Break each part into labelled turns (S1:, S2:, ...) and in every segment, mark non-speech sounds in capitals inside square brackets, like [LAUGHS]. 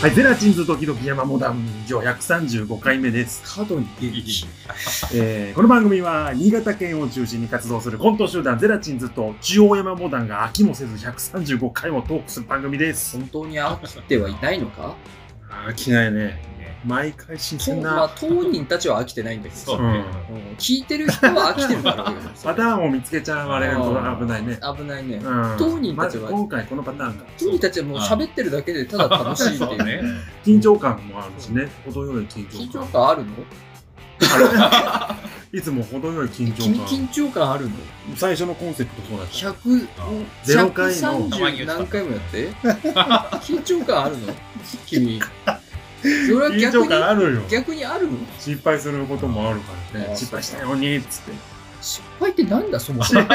S1: はい、ゼラチンズ時々山モダン上135回目です。過度に元気。えーこの番組は新潟県を中心に活動するコント集団ゼラチンズと中央山モダンが飽きもせず135回もトークする番組です。
S2: 本当に飽きてはいないのか
S1: 飽きないね。毎回新
S2: そう
S1: 鮮
S2: まあ
S1: な。。
S2: 当人たちは飽きてないんだけど、
S3: そううん
S2: うん聞いてる人は飽きてるから
S1: パターンを見つけちゃうあれが危ないね。
S2: 危ないね、
S1: うん。
S2: 当人たちは
S1: まず今回このパターンか。
S2: 当人たちはもう喋ってるだけでただ楽しいって
S3: そ
S2: いうう
S3: ね。
S1: 緊張感もあるしね。程よい緊
S2: 緊
S1: 張
S2: 張
S1: 感。
S2: [LAUGHS] 感あるの
S1: あれいつも程よい緊張
S2: 君
S1: 感。
S2: 緊張感あるの
S1: 最初のコンセプトそうだった。
S2: 100
S3: あ
S1: ゼロ回の
S2: 130何回もやって
S1: [LAUGHS]
S2: 緊張感あるの君それは
S1: 緊
S2: 逆
S1: 張感
S2: に
S1: あるよ。
S2: 逆にあるの
S1: 失敗することもあるから
S2: あ
S1: ね
S2: あ
S1: 失敗したようにっつって
S2: 失敗ってなんだそも
S1: [LAUGHS]
S2: そも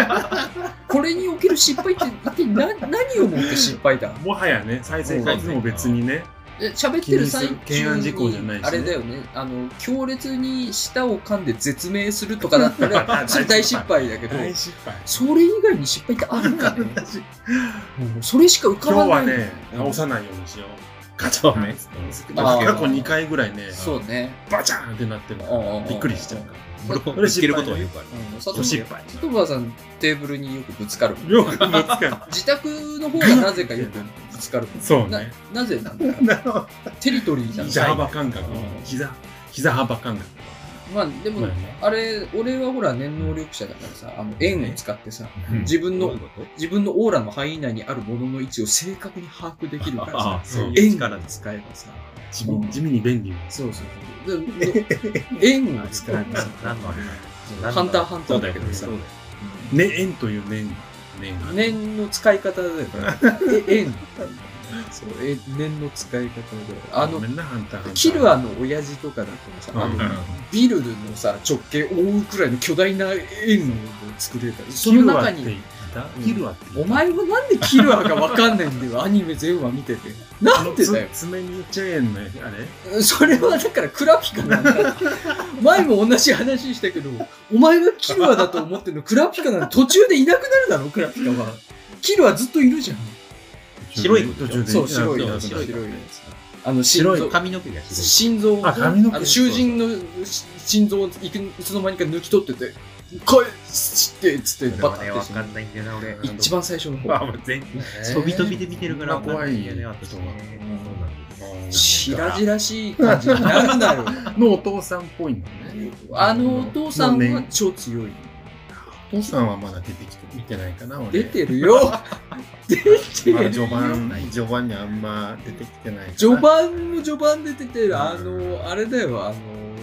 S2: これにおける失敗って一体な何をもって失敗だ
S1: もはやね再生回数も別にね
S2: え喋ってる
S1: 気にする
S2: 最
S1: 懸
S2: 中
S1: 案
S2: に
S1: 事項じゃないしね
S2: あれだよねあの強烈に舌を噛んで絶命するとかだっ
S1: [LAUGHS]
S2: たらそれ大失敗だけど
S1: 大失敗
S2: それ以外に失敗ってあるかねもうそれしか浮か
S1: 今
S2: ば
S1: 日は
S2: ない
S1: ね直さないようにしようガチ
S3: そう
S1: ャン
S3: ね
S2: ああ
S1: 過去2回ぐらいね
S2: そうね
S1: バチャーンってなってる
S2: ああ
S1: びっくりしちゃうから
S3: 俺も見つけることはよくある。
S2: うん佐
S1: ご
S2: 藤
S1: 失
S2: さ
S1: 敗
S2: ん佐藤さんテーブルによくぶつかる
S1: [LAUGHS] よくぶつかる
S2: 自宅の方がなぜかよくぶつかる
S1: そう
S2: な
S1: ね
S2: なぜ
S1: [LAUGHS]
S2: なんだろうテリトリーじゃ
S1: 膝
S2: ない
S1: 幅感覚
S2: うん
S1: 膝膝幅感覚
S2: まあでも、あれ俺はほら念能力者だからさあの円を使ってさ
S3: うん
S2: 自分
S3: ど
S2: の
S3: ういうこと
S2: 自分のオーラの範囲内にあるものの位置を正確に把握できるから
S3: あ
S2: さ
S3: あ、そういう
S2: 円
S3: 力
S2: を
S3: です。
S2: 使えばさ
S1: 地味地味に便利
S2: そうそうそうでで円を使えばさ
S3: 何のあれだ
S2: ハンターハンターだけどさ
S3: そうだよね
S1: ね円という年年がね
S2: 念の使い方だからえ円そうえ念の使い方だからあ
S1: ご
S2: の
S1: めんなハンターハンター
S2: キルアの親父とかだとさ、
S1: うん
S2: あの
S3: うん
S2: ビルのさ直径を覆うくらいの巨大な円を作れたりそ
S1: キ
S2: の
S1: ルア
S2: 中
S1: って
S2: に
S1: いたキルアっていた
S2: お前はなんでキルアがわかんないんだ [LAUGHS] よアニメ全話見てて
S1: あ
S2: な
S1: の
S2: んでだよ
S1: つ爪にチェーンのあれ
S2: それはだからクラピカなんだ前も同じ話した [LAUGHS] けどお前がキルアだと思ってるのクラピカなの途中でいなくなるだろクラピカはキルアずっといるじゃん
S3: 白い
S1: 途中で
S2: そう白い
S1: あ
S2: や
S3: や
S2: つ
S3: つ
S2: 白
S3: 白
S2: い
S3: い
S2: やつあの心臓
S3: 髪の毛が白い。
S2: 心臓
S1: あ髪の毛
S2: あの囚人のし心臓をいくいつの間にか抜き取ってて「こいつって」っつってバ
S3: これ
S2: タっ
S3: はね
S2: てしまう
S3: ないんだよな、俺
S2: 一番最初の方
S3: まあもう全飛び飛びで見てるから
S1: そんな怖い
S3: よね、私もね。そうなん
S1: う
S3: です
S1: ん
S2: しらじらしい感じになるなよ
S1: のお父さんっぽいんだね
S2: あのお父さん
S1: もう
S2: は
S1: ね
S2: 超強い
S1: お父さんはまだ出てきて見てないかな俺
S2: 出てるよ [LAUGHS] 出て
S1: まだ
S2: る
S1: 序盤序盤にあんま出てきてないかな
S2: 序盤も序盤で出てるあのあれだよあの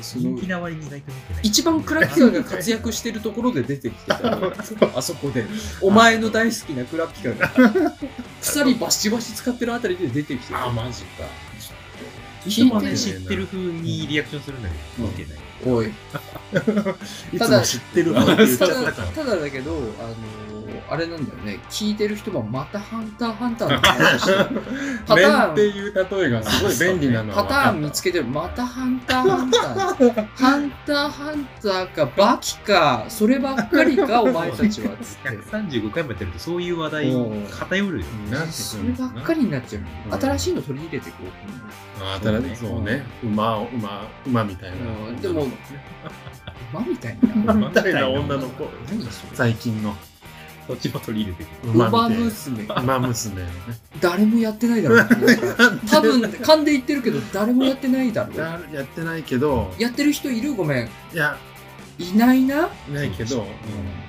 S2: そ
S3: 人
S2: の
S3: 気な割に意外と見てない。
S2: 一番クラピカが活躍してるところで出てきてたよあ [LAUGHS] そこでお前の大好きなクラピカが鎖バシバシ使ってるあたりで出てきてた
S1: あマジか
S3: いつもね、知ってる風にリアクションするんだけど、見てない。
S2: おい
S1: い
S2: た
S1: つ
S2: だ
S1: も知ってるわって言っちゃ
S2: た
S1: った
S2: だ
S1: から
S2: ただだけど、あのーあれなんだよね、聞いてる人もまたハンターハンターの話して [LAUGHS] るパタ
S1: 面
S2: ー
S1: って
S2: ン、
S1: いう例えがすごい便利なのは
S2: パ
S1: 分
S2: タ
S1: か
S2: ーン見
S1: っ
S2: つけてる、またハンターハンター。ハンターハンターか、バキか、そればっかりか、お前たちは。つって。
S3: 135回もやってると、そういう話題偏るよね。
S1: たなんて
S2: そ
S1: く
S2: れ
S1: る
S2: ば
S1: の
S2: っ
S1: か
S2: かりになっちゃ
S1: うん
S2: う。新しいの取り入れていこ
S1: あ新しいそうね馬馬馬みたいな
S2: うんでもう。馬みたいな。
S1: 馬みたいな女の子
S2: 何それ
S1: 最近の
S3: そっちも取り入れて
S2: 馬
S1: みたいな
S2: 娘。
S1: 馬娘のね
S2: 誰もやってないだろう。多分、勘で言ってるけど、誰もやってないだろう。
S1: ややってないけど
S2: やってる人いるごめん。
S1: いや
S2: いないな
S1: ないけど、
S3: そううん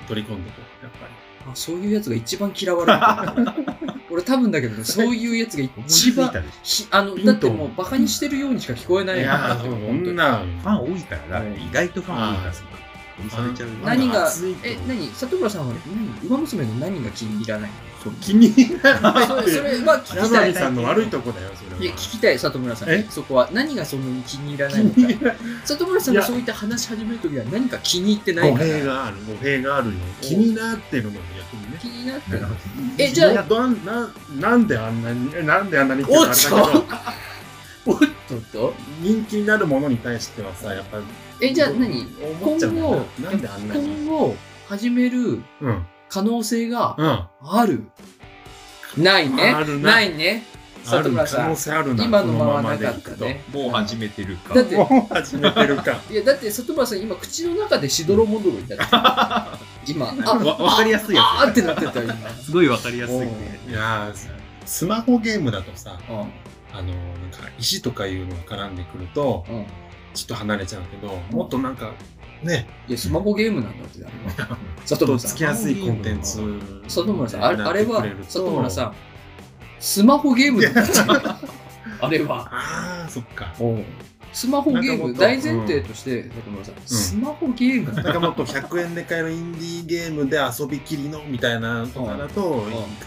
S1: 取り込んでこうやっぱり
S2: あそういうやつが一番嫌われると思 [LAUGHS] う。俺多分だけどね、そういうやつが
S3: 思いつ
S2: 一
S3: いた
S2: 番、
S3: でしょ。
S2: ひあの、
S1: ピン
S2: だ
S1: と
S2: ってもうバカにしてるようにしか聞こえない
S1: い
S2: よ
S1: やーでも
S2: 本当に
S1: 女
S3: ファン多いからな、意外とファン多いからさ。されちゃう。
S2: 何が
S1: 熱いけ、ど
S2: え、何里村さんは何馬娘の何が気に入らない
S1: そう気に入らない
S2: [LAUGHS] のそれそれは聞き
S1: 山
S2: たい。
S1: 見
S2: い
S1: さんの悪いとこだよそれ
S2: や、
S1: は
S2: 聞きたい、里村さ
S1: え
S2: ん。そこは何がそんなに気に入らないのか。里村さんがそういった話し始めるときは何か気に入ってない
S1: 語
S2: か
S1: 弊
S2: ら。
S1: がある語弊があるよ気になってるのよ逆にね
S2: 気になってる。え、じゃあ、
S1: どんななんであんなにえなんであんなにって
S2: お
S1: 言う
S2: っ
S1: のあれだけ
S2: と
S1: ど
S2: おっとっと
S1: 人気になるものに対してはさやっぱ
S2: え、じゃあ何
S1: 思っ
S2: 今
S1: ちゃうんだよ
S2: 後、
S1: ななんであんなに
S2: 今後始める
S1: うん
S2: 可能性が
S1: うん
S2: ある。ないね
S1: ある。な
S2: ないね。佐藤村
S1: 可
S2: さん
S1: 能性あるな
S2: 今
S1: こ
S2: の
S1: の
S2: ま
S1: ま
S2: ま
S1: ま
S2: な
S1: で
S2: か
S1: い
S2: った
S1: くと
S2: ね
S3: もう始めてるか。
S2: だって
S1: もう始めてる [LAUGHS] か
S2: いやだって里村さん今口の中でしどろもどろになってた
S1: [LAUGHS]
S2: 今
S3: わ
S2: あ
S3: わかりやすいや
S2: あーってなってたよ今
S3: つ。すごいわかりやすいね。
S1: いやースマホゲームだとさ
S2: うん
S1: あのなんか石とかいうのが絡んでくると
S2: うん
S1: ちょっと離れちゃうけどもっとなんかね
S2: いやスマホゲームなんだってだ
S1: [LAUGHS] ちょ
S2: 里
S1: っと
S2: 村
S1: つ
S2: さ
S1: きやすいコンテンツ
S2: ん里村さんあれあれは里村さ
S1: ん
S2: んスマホゲームだった
S1: [LAUGHS]
S2: あれは
S1: ああそっか
S2: スマホゲー
S1: なん
S2: ム
S1: かも
S2: 大
S1: っと
S2: 前提として里村さんスマホゲームだ
S1: なんかもっと100円で買えるインディーゲームで遊びきりのみたいなとかだと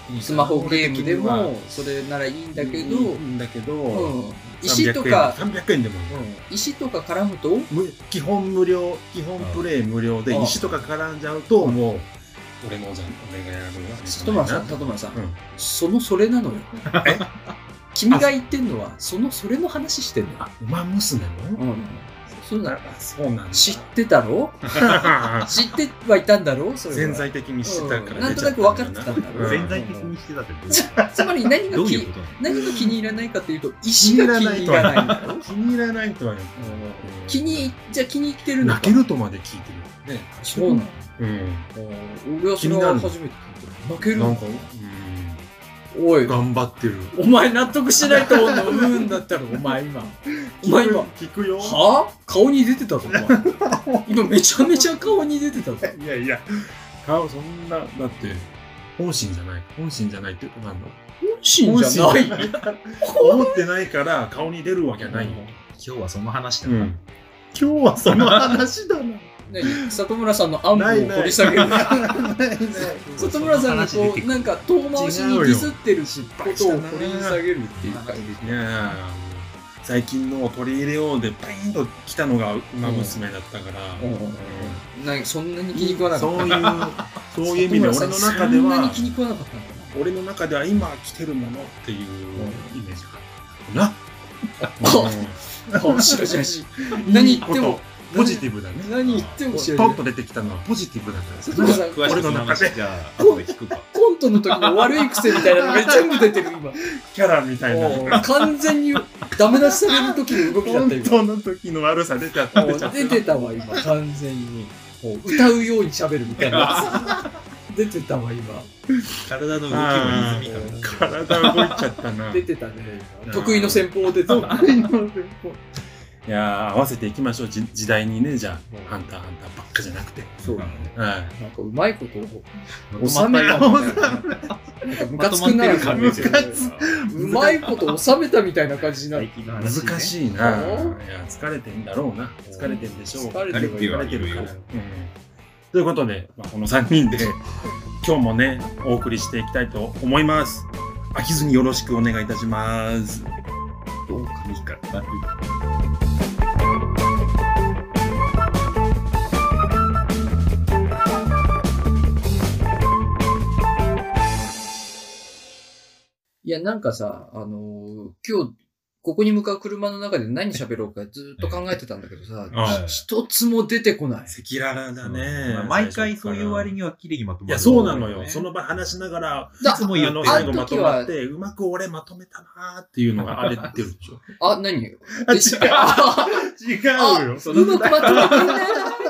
S2: ん
S1: いいかな
S2: スマホゲームで
S1: 俺
S2: もそれならいいんだけど、
S1: 的にはいいんだけど、
S2: うん、
S1: 300
S2: 石とか、
S1: 円300円でもいい、
S2: うん、石とか絡むと
S1: む基本無料基本プレイ無料で
S2: うん
S1: 石とか絡んじゃうともう俺のじゃん俺がやるわ
S2: 里村さん
S1: みたい
S2: 里村さん、
S1: うん
S2: そのそれなのよ
S1: え
S2: 君が言ってんのはそのそれの話してんのよ、
S1: なあ馬娘の、
S2: うん、そんな
S1: あそうなんだ
S2: 知ってたろ
S1: [LAUGHS]
S2: 知ってはいたんだ [LAUGHS] ろそれは
S1: 潜在的に知ってたから出ちゃっただ
S2: うんなんとなく分かってたんだろう
S3: 全体的にしてたって
S2: つまり何が
S3: どうい
S2: き
S3: うことなの
S2: 何が気に入らないかというと石が気に入らないんだろ
S1: 気に入らないとはね
S2: うん気に入じゃあ気に入ってるのか
S1: 泣けるとまで聞いてるよね
S2: そうなの
S1: うん
S2: うん俺はそれは初めて聞いた泣ける
S1: な
S2: の
S1: ん
S2: か
S1: か、うん、
S2: おい
S1: 頑張ってる。
S2: お前納得してないと思う [LAUGHS] のうんだったらお前今お前今
S1: 聞くよ。
S2: はあ顔に出てたぞお [LAUGHS] 前今めちゃめちゃ顔に出てたぞ
S1: いやいや、顔そんな、だって、本心じゃない。本心じゃないってことなんだ。
S2: 本心じゃない
S1: 本心じゃない思ってないから顔に出るわけないよ。
S3: 今日はその話だ。
S1: ん。今日はその話だな。
S2: 何里村さんの暗部を掘り下げ [LAUGHS] る里村さんがこうなんか遠回しにディスってるし
S1: 違うよ
S2: ことを掘り下げるっていうか
S1: いやー最近のを取り入れようでパインと来たのが馬娘だったから、
S2: うんうんなんかそんなに気に食わなか
S1: そ
S2: っ
S1: ういうそう [LAUGHS] いう意味で俺の中で
S2: たそんなに
S1: は
S2: 気に食わなかったんだな
S1: 俺の中では今来てるものっていうイメージがあるかな。
S2: 面白い写真何言っても
S1: ポジティブだね。
S2: 何言っても知らな
S1: ポ
S2: い
S1: ンと出てきたのはポジティブだったんです
S2: 里村さん
S3: 詳しくその話じゃあ後で聞くか。
S2: コントの時の悪い癖みたいなのが全部出てる今
S1: キャラみたいな。
S2: おう完全にダメ出しされる時の動きだった
S1: 本
S2: 今
S1: 当の時の悪さ出ちゃった。
S2: おう出てたわ今完全におう歌うように喋るみたいなや [LAUGHS] つ出てたわ今
S3: 体の動き
S1: あー
S3: もリズミカルだ。
S1: 体動いちゃったな。
S2: 出
S1: い
S2: てたね今得意の戦法出てた
S1: やー合わせていきましょうじ時代にねじゃあハンターハンターばっかじゃなくて。
S2: そうなん
S1: はい。
S2: かうまいことを
S3: 収
S2: 収
S3: め
S2: め
S3: た
S2: た
S3: よ
S2: みたいななんかムカつくな
S3: まとまってる感じですよ
S1: ムカ
S2: うまいこと収めたみたいな感じになる
S3: 近の話ね
S1: 難しいな。い
S2: お
S1: や疲れてんだろうな。疲れてんでしょう。
S2: 疲れ
S3: てるよ
S1: 疲れてるから。
S3: うん
S1: ということで、まあ、この3人で [LAUGHS] 今日もねお送りしていきたいと思います。飽きずによろしくお願いいたします。
S3: どうかいいから。
S2: いや、なんかさ、あのー今日、ここに向かう車の中で何喋ろうかずっと考えてたんだけどさ、
S1: あ
S2: 一つも出てこない。
S1: 赤裸々だ
S3: まあ
S1: ね。
S3: 毎回そういう割
S1: に。
S3: には綺麗にまとまる。
S1: いやそうなのよ。
S3: ね
S1: その場話しながら。
S2: だ
S3: いつも言
S1: あ
S3: って
S1: の
S3: る
S1: 最
S2: あ
S1: 後
S2: の
S1: まと
S2: 時
S1: ま
S2: は
S1: ってうまく俺まとめたなーっていうのがあれってるでしょ
S2: あ、何違う。
S1: あ
S2: あ
S1: 違うよ
S2: うまくまとめ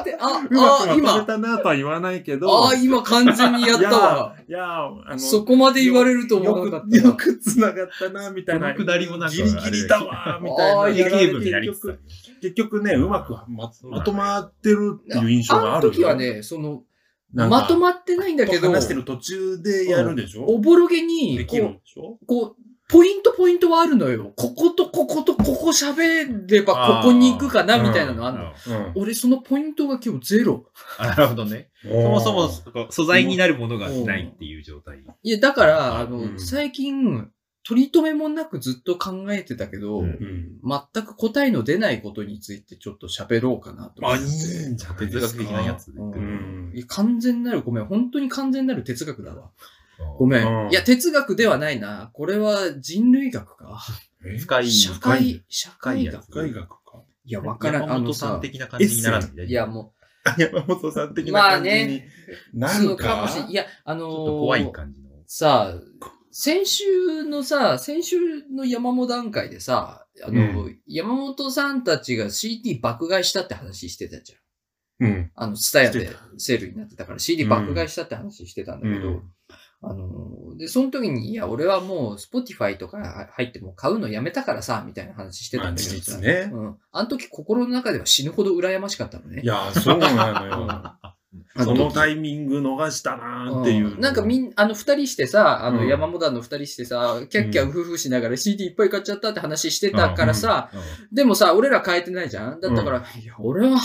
S2: てあ、
S1: うまく
S2: あ、
S1: まとめ
S2: 今。
S1: たなとは言わないけど
S2: あ、今完全にやったわ。
S1: いやーあの
S2: そこまで言われると思
S1: よ
S2: わなかっ
S1: く
S2: た
S1: よ
S2: わ。
S1: く繋がったなみたいな
S3: このくだりもなんか
S1: ギリギリだわーみたいな
S2: あー
S1: やられて
S3: ゲームになりつ
S1: 結
S3: つ
S1: 局
S3: ある
S1: 結局ねうまくままとまってるっていう印象が
S2: あ
S1: あ
S2: の
S1: る
S2: 時はね、その、
S1: なんか
S2: まとまってないんだけど、
S1: 話してる途中でやるでし
S2: お
S1: ょ
S2: ぼろげに
S1: で、きるでしょ
S2: こう、ポイントポイントはあるのよ。こことこことここ喋ればここに行くかなみたいなのあんの。
S1: うん
S2: 俺そのポイントが今日ゼロ。
S3: あなるほどね。そもそもこう素材になるものがないっていう状態。
S2: いや、だから、あの、
S1: うん
S2: 最近、取り留めもなくずっと考えてたけど、
S3: うん
S1: うん
S2: 全く答えの出ないことについてちょっと喋ろうかなと思
S1: あ
S2: っ
S1: い
S2: て。
S1: いんじゃない
S3: 哲学的なやつで。
S2: うん
S1: うん
S2: いや完全なる、ごめん、本当に完全なる哲学だわ。ご
S3: ん。
S2: めん。
S1: うん
S2: いや、哲学ではないな。これは人類学か。
S1: え
S3: 深い。
S2: 社
S1: 深
S2: 会
S1: い、
S2: 社会学。
S1: 外学か
S2: いや、わからん。
S3: 山
S2: あの
S3: 本さん
S2: さ、
S3: 的な感じにならない。
S2: いや、もう、
S1: 山本さん的な
S2: まあ
S1: 感じ
S2: ね
S1: にな
S2: そ
S1: る
S2: うかもしれ
S1: か
S2: んいや、あの
S3: ち
S2: ー
S3: ょっと怖い感じの。
S2: さあ、先週のさ、先週の山本段階でさ、あの、山本さんたちが CD 爆買いしたって話してたじゃん。
S1: うん。
S2: あの、ツタヤ
S1: し
S2: で
S1: てた
S2: セールになってたから CD 爆買いしたって話してたんだけど、
S1: うん
S2: あの、で、その時に、いや、俺はもう Spotify とか入ってもう買うのやめたからさ、みたいな話してたんだけど
S1: ま
S2: さ、
S1: あ事実ね
S2: うん。あの時心の中では死ぬほど羨ましかったのね。
S1: いや、そうなの
S2: うん
S1: よ。
S2: あ
S1: そ
S2: 時
S1: のタイミング逃したなーっていう。
S2: んなんかみんあの二人してさ、あ
S1: う
S2: の
S1: ん
S2: 山本団の二人してさ、キャッキャウフフしながら CD いっぱい買っちゃったって話してたからさ、
S3: うん、
S2: でもさ、俺ら変えてないじゃんだったから、いや、俺は、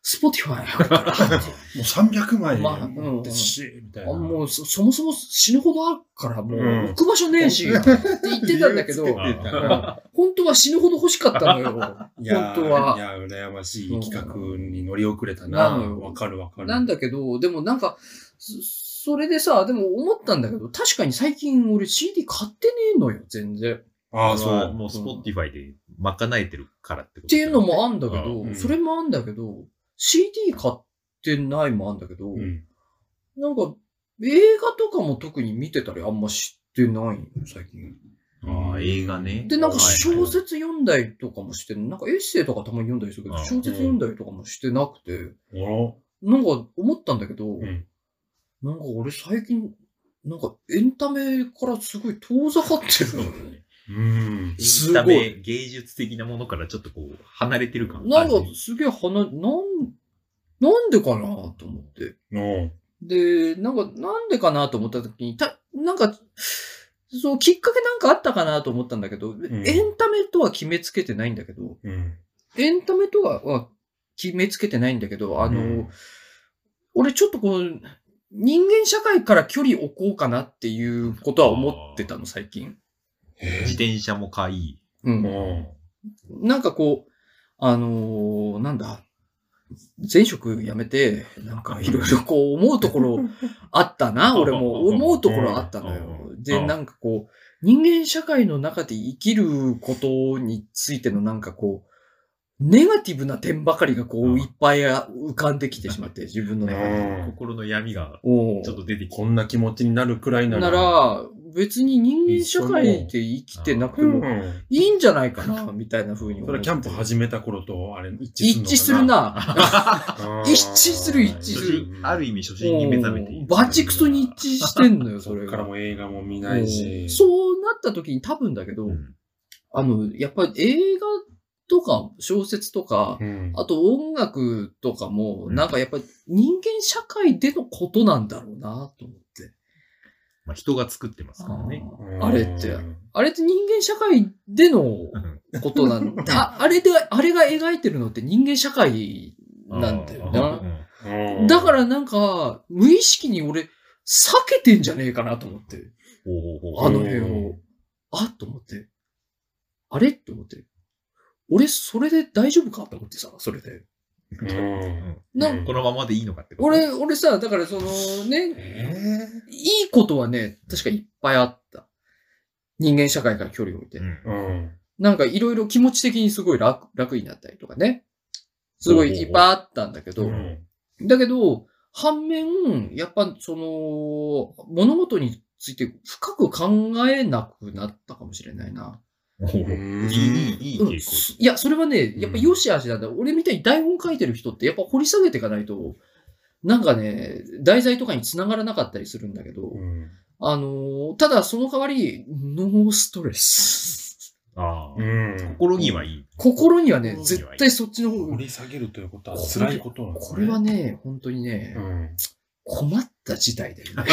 S2: スポティファイあ
S1: [LAUGHS]
S2: るからっ
S1: も
S2: て。
S1: う300枚
S2: まあうん
S1: 持ってし、みたい
S2: あ
S1: な。
S2: もうそ、そもそも死ぬほどあるから、もう
S1: うん、
S2: 置く場所ねえし、って言ってたんだけど、
S1: 理由
S2: う
S1: つ
S2: ん
S1: けてた
S2: [LAUGHS] 本当は死ぬほど欲しかったのよ。本
S1: [LAUGHS] いや
S2: 当は。
S1: いや、羨ましい企画に乗り遅れた
S2: な
S1: な。
S2: のよ
S1: わかるわかる。
S2: なんだけど、でもなんか、そそれでさ、でも思ったんだけど、確かに最近俺 CD 買ってねえのよ、全然。っ
S1: ああ、
S3: そ。
S1: そうう。
S3: もう Spotify で賄えてるからってこと
S2: ていうのもあんだけ
S3: う
S2: ど、
S1: ん
S2: それもあんだけど、CD 買ってないもあんだけど、
S1: うん
S2: なんか映画とかも特に見てたりあんま知ってないよ、最近。
S3: ああ、映画ね。
S2: で、なんか
S3: はい
S2: 小説読んだりとかもしてる、なんかエッセイとかたまに読んだりするけど、
S3: うん
S2: 小説読んだりとかもしてなくて、
S1: お
S2: なんか思ったんだけど、
S1: ん
S2: なんか俺最近、なんかエンタメからすごい遠ざかってる
S3: そう
S2: の
S3: だ
S2: よ
S3: ね
S2: ね。
S1: うん。
S2: す
S3: す
S2: ご
S3: ご
S2: い
S3: い。芸術的なものからちょっとこう、離れてる [LAUGHS] 感
S2: な
S3: があ
S2: ん
S3: る
S2: か
S3: ね
S2: すげえ鼻、なん、なんでかなと思って。
S1: の
S2: で、なんか、なんでかなと思った時に、た、なんか、そう、きっかけなんかあったかなと思ったんだけど、
S1: ん
S2: エンタメとは決めつけてないんだけど、
S1: うん。
S2: エンタメとはは決めつけてないんだけど、あの、
S1: うん
S2: 俺ちょっとこう、人間社会から距離置こうかなっていうことは思ってたの、最近。
S1: え
S3: 自転車も買い。
S2: うん。
S1: も
S2: なんかこう、あのーなんだ、前職辞めて、なんかいろいろこう思うと
S1: [LAUGHS]
S2: ころあったな、俺も。思うところあったのよ。で、なんかこう、人間社会の中で生きることについてのなんかこう、ネガティブな点ばかりがこう、いっぱい浮かんできてしまって、自分の
S1: う、
S2: 中で。
S1: うん
S3: 心の闇が
S2: おう
S3: ちょっと出てきて。
S1: こんな気持ちになるくらいな
S2: な
S1: ら。
S2: ら、別に人間社会で生きてなくて
S1: うん、
S2: もいいんじゃないかな、みたいな風に思
S1: そ
S2: っ
S1: れ
S2: て
S1: キャンプ始めた頃と、あれ、一
S2: 一致
S1: 致
S2: す
S1: す
S2: る
S1: るのか
S2: な。
S1: な。
S2: 一致する一致
S3: 初
S2: する
S3: 心ある意味初心に目覚めてい
S2: おう
S3: る。
S2: バチクソに一致して
S1: [LAUGHS]
S2: んのよ、そ
S1: そ
S2: れ
S1: れ
S2: が。
S1: からも映画も見ない
S2: おう
S1: し。
S2: そうなった時に多分だけど、
S3: うん
S2: あの、やっぱり映画とか小説とか、
S1: うん。
S2: あと音楽とかも、
S3: うん
S2: なんかやっぱり人間社会でのことなんだろうなと思って。
S3: まあ人が作ってますからね。
S1: うん
S2: あれって、あれって人間社会でのことなん
S1: [LAUGHS]
S2: だ。ああれで、あれが描いてるのって人間社会なんだよな。
S1: うん
S2: だか、らなんか、無意識に俺、避けてんじゃねえかなと思って。
S3: おお
S2: あ
S3: お
S2: の辺を。あと思って。あれと思って。俺、それで大丈夫かと思ってさ、それで。
S1: うん。
S2: な
S1: うん
S3: このままでいいのかってこと。
S2: 俺、俺さ、だからそのね、
S1: え
S2: いいことはね、確かいっぱいあった。人間社会から距離を置いて。
S3: うん
S1: ーうん。
S2: なんかいろいろ気持ち的にすごい楽、楽になったりとかね。すごいいっぱいあったんだけ
S1: う
S2: ど、
S1: ん
S2: だけど、反面、やっぱその、物事について深く考えなくなったかもしれないな。
S3: おお
S1: うん
S3: いい、いい
S2: うん
S3: 傾向。
S2: すいや、それはね、やっぱ良し悪しなんだ。俺みたいに台本書いてる人ってやっぱ掘り下げていかないと、なんかね、題材とかにつながらなかったりするんだけど、
S1: うん
S2: あのーただその代わり、ノーストレス。
S3: ああ。
S1: うん。
S3: 心にはいい。
S2: 心にはね、
S1: 心にはいい
S2: 絶対そっちの方
S1: 掘
S2: が、
S1: り下げるということは辛いことなんです
S2: これはね、本当にね、
S1: うん
S2: 困った事態だよね。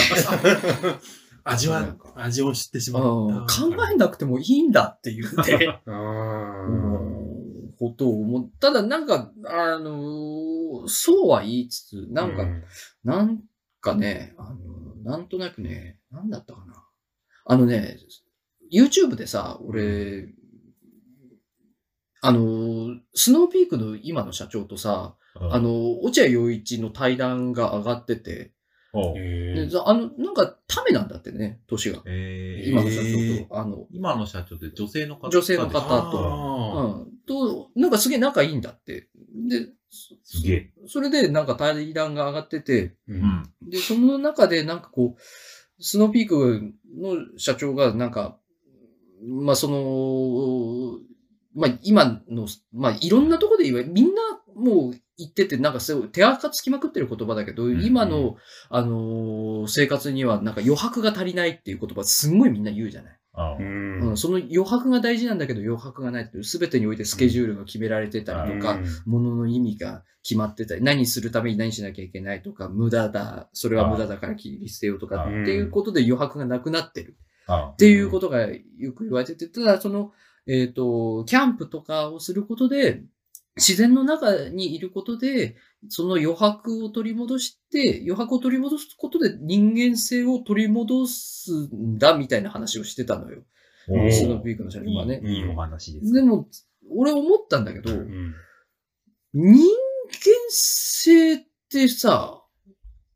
S1: 味
S2: な
S1: は
S2: んか、
S1: 味を知ってし
S2: あ
S1: ま
S2: の
S1: っ
S2: 考
S1: た。
S2: えなくてもいいんだっていうね。
S1: え
S2: ことを思っただ、なんか、あのーそうは言いつつ、なんか、なんかね、あのーなんとなくね、なんだったかな。あのね、YouTube でさ、俺、あのースノーピークの今の社長とさ、あのー落合陽一の対談が上がってて、
S3: おう、
S2: であの、なんか、ためなんだってね、年が。
S3: えー
S2: 今の社長と、あの、
S3: 今の社長って女性の方
S2: 女性の方
S3: ですか
S1: と、
S2: うん、と、なんかすげえ仲いいんだって。で、
S3: すげえ。
S2: それでなんか対談が上がってて、
S1: う
S3: うん。
S2: で、その中でなんかこう、スノーピークの社長が、なんか、まあ、その、まあ、今の、まあ、いろんなとこで言え、みんなもう言ってて、なんかすごい手垢つきまくってる言葉だけど、
S3: んうん
S2: 今の、あのー生活にはなんか余白が足りないっていう言葉すんごいみんな言うじゃない。
S3: ああ
S1: ん
S2: うん、その余白が大事なんだけど余白がないっていう、すべてにおいてスケジュールが決められてたりとか、ものの意味が決まってたり、何するために何しなきゃいけないとか、無駄だ、それは無駄だから切り捨てようとか
S3: あ
S1: ー
S2: っていうことで余白がなくなってる
S3: あ
S2: っていうことがよく言われてて、ただその、えっ、と、キャンプとかをすることで、自然の中にいることで、その余白を取り戻して、余白を取り戻すことで人間性を取り戻すんだみたいな話をしてたのよ。
S3: おー
S2: スノーピークの社長がね。
S3: いいいいお話です。
S2: でも、俺思ったんだけど、
S1: うん
S2: 人間性ってさ、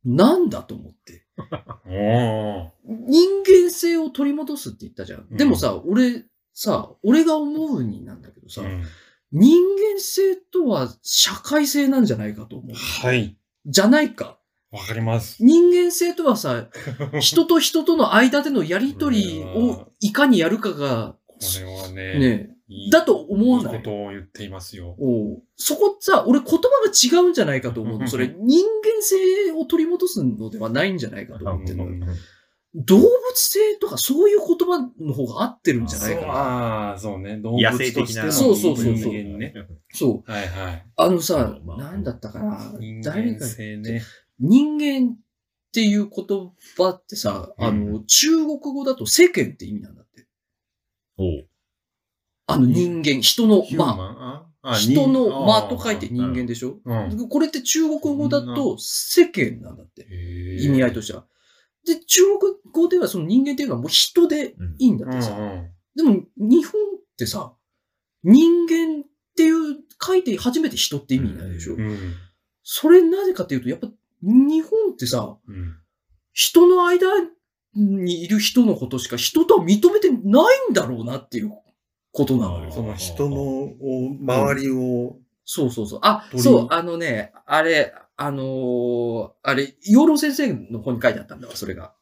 S2: なんだと思って。
S1: お
S2: 人間性を取り戻すって言ったじゃん。
S1: うん
S2: でもさ、俺、さ、俺が思うになんだけどさ、
S1: ーうん
S2: 人間性とは社会性なんじゃないかと思う。
S1: はい。
S2: じゃないか。
S1: わかります。
S2: 人間性と
S1: [LAUGHS]
S2: はさ、人と人との間でのやりとりをいかにやるかが、
S1: これはね、
S2: ね、
S1: いい
S2: だと思わない
S1: いことを言っていますよ。
S2: おうそこさ、俺言葉が違うんじゃないかと思うの。それ、人間性を取り戻すのではないんじゃないかと思ってるの
S1: う
S2: よ。
S1: ん
S2: 動物性とかそういう言葉の方が合ってるんじゃないかな。
S1: ああ、そうね。動
S3: 野
S1: 物
S3: 生
S1: とし
S3: 的
S1: て
S3: な。
S1: の
S2: そうそうそうそう
S1: 人間ね。
S2: そう。
S1: はいはい。
S2: あのさ、
S3: まあ
S2: なんだったかな。
S1: 人
S2: 誰
S1: 間
S2: か、
S1: 性ね。
S2: 人間っていう言葉ってさ、あの、中国語だと世間って意味なんだって。
S3: おう
S2: あの人間、人の
S1: ヒューマ
S2: 間。
S1: ンああ
S2: 人の間
S1: あ
S2: と書いて人間でしょ
S1: うん
S2: これって中国語だと世間なんだって。意
S1: 意
S2: 味合いとしては。で、中国語ではその人間っていうのはもう人でいいんだってさ。でも日本ってさ、人間っていう書いて初めて人って意味になるでしょ。
S3: う
S1: うん
S2: それなぜかっていうと、やっぱ日本ってさ、
S1: うん
S2: 人の間にいる人のことしか人とは認めてないんだろうなっていうことなのよ。
S4: その人のお周りを、
S2: そうそうそう。あ、
S4: 鳥
S2: そう、あのね、あれ、あのーあれ、養老先生の本に書いてあったんだわ、それが。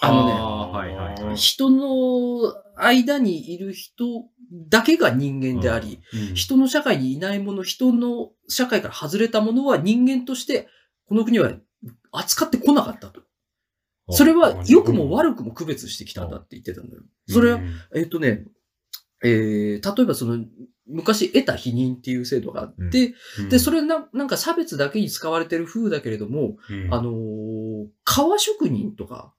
S2: あのね
S3: あーはいはいはい
S2: 人の間にいる人だけが人間であり、
S1: うん
S2: 人の社会にいないもの、人の社会から外れたものは人間として、この国は扱ってこなかったと。それは良くも悪くも区別してきたんだって言ってたんだよ。それは、えっ、とね、えー例えばその、昔得た否認っていう制度があって、で、そ
S1: れ、
S2: れななんか差別だけに使われてる風だけれども、
S1: うん
S2: あのー革職人とか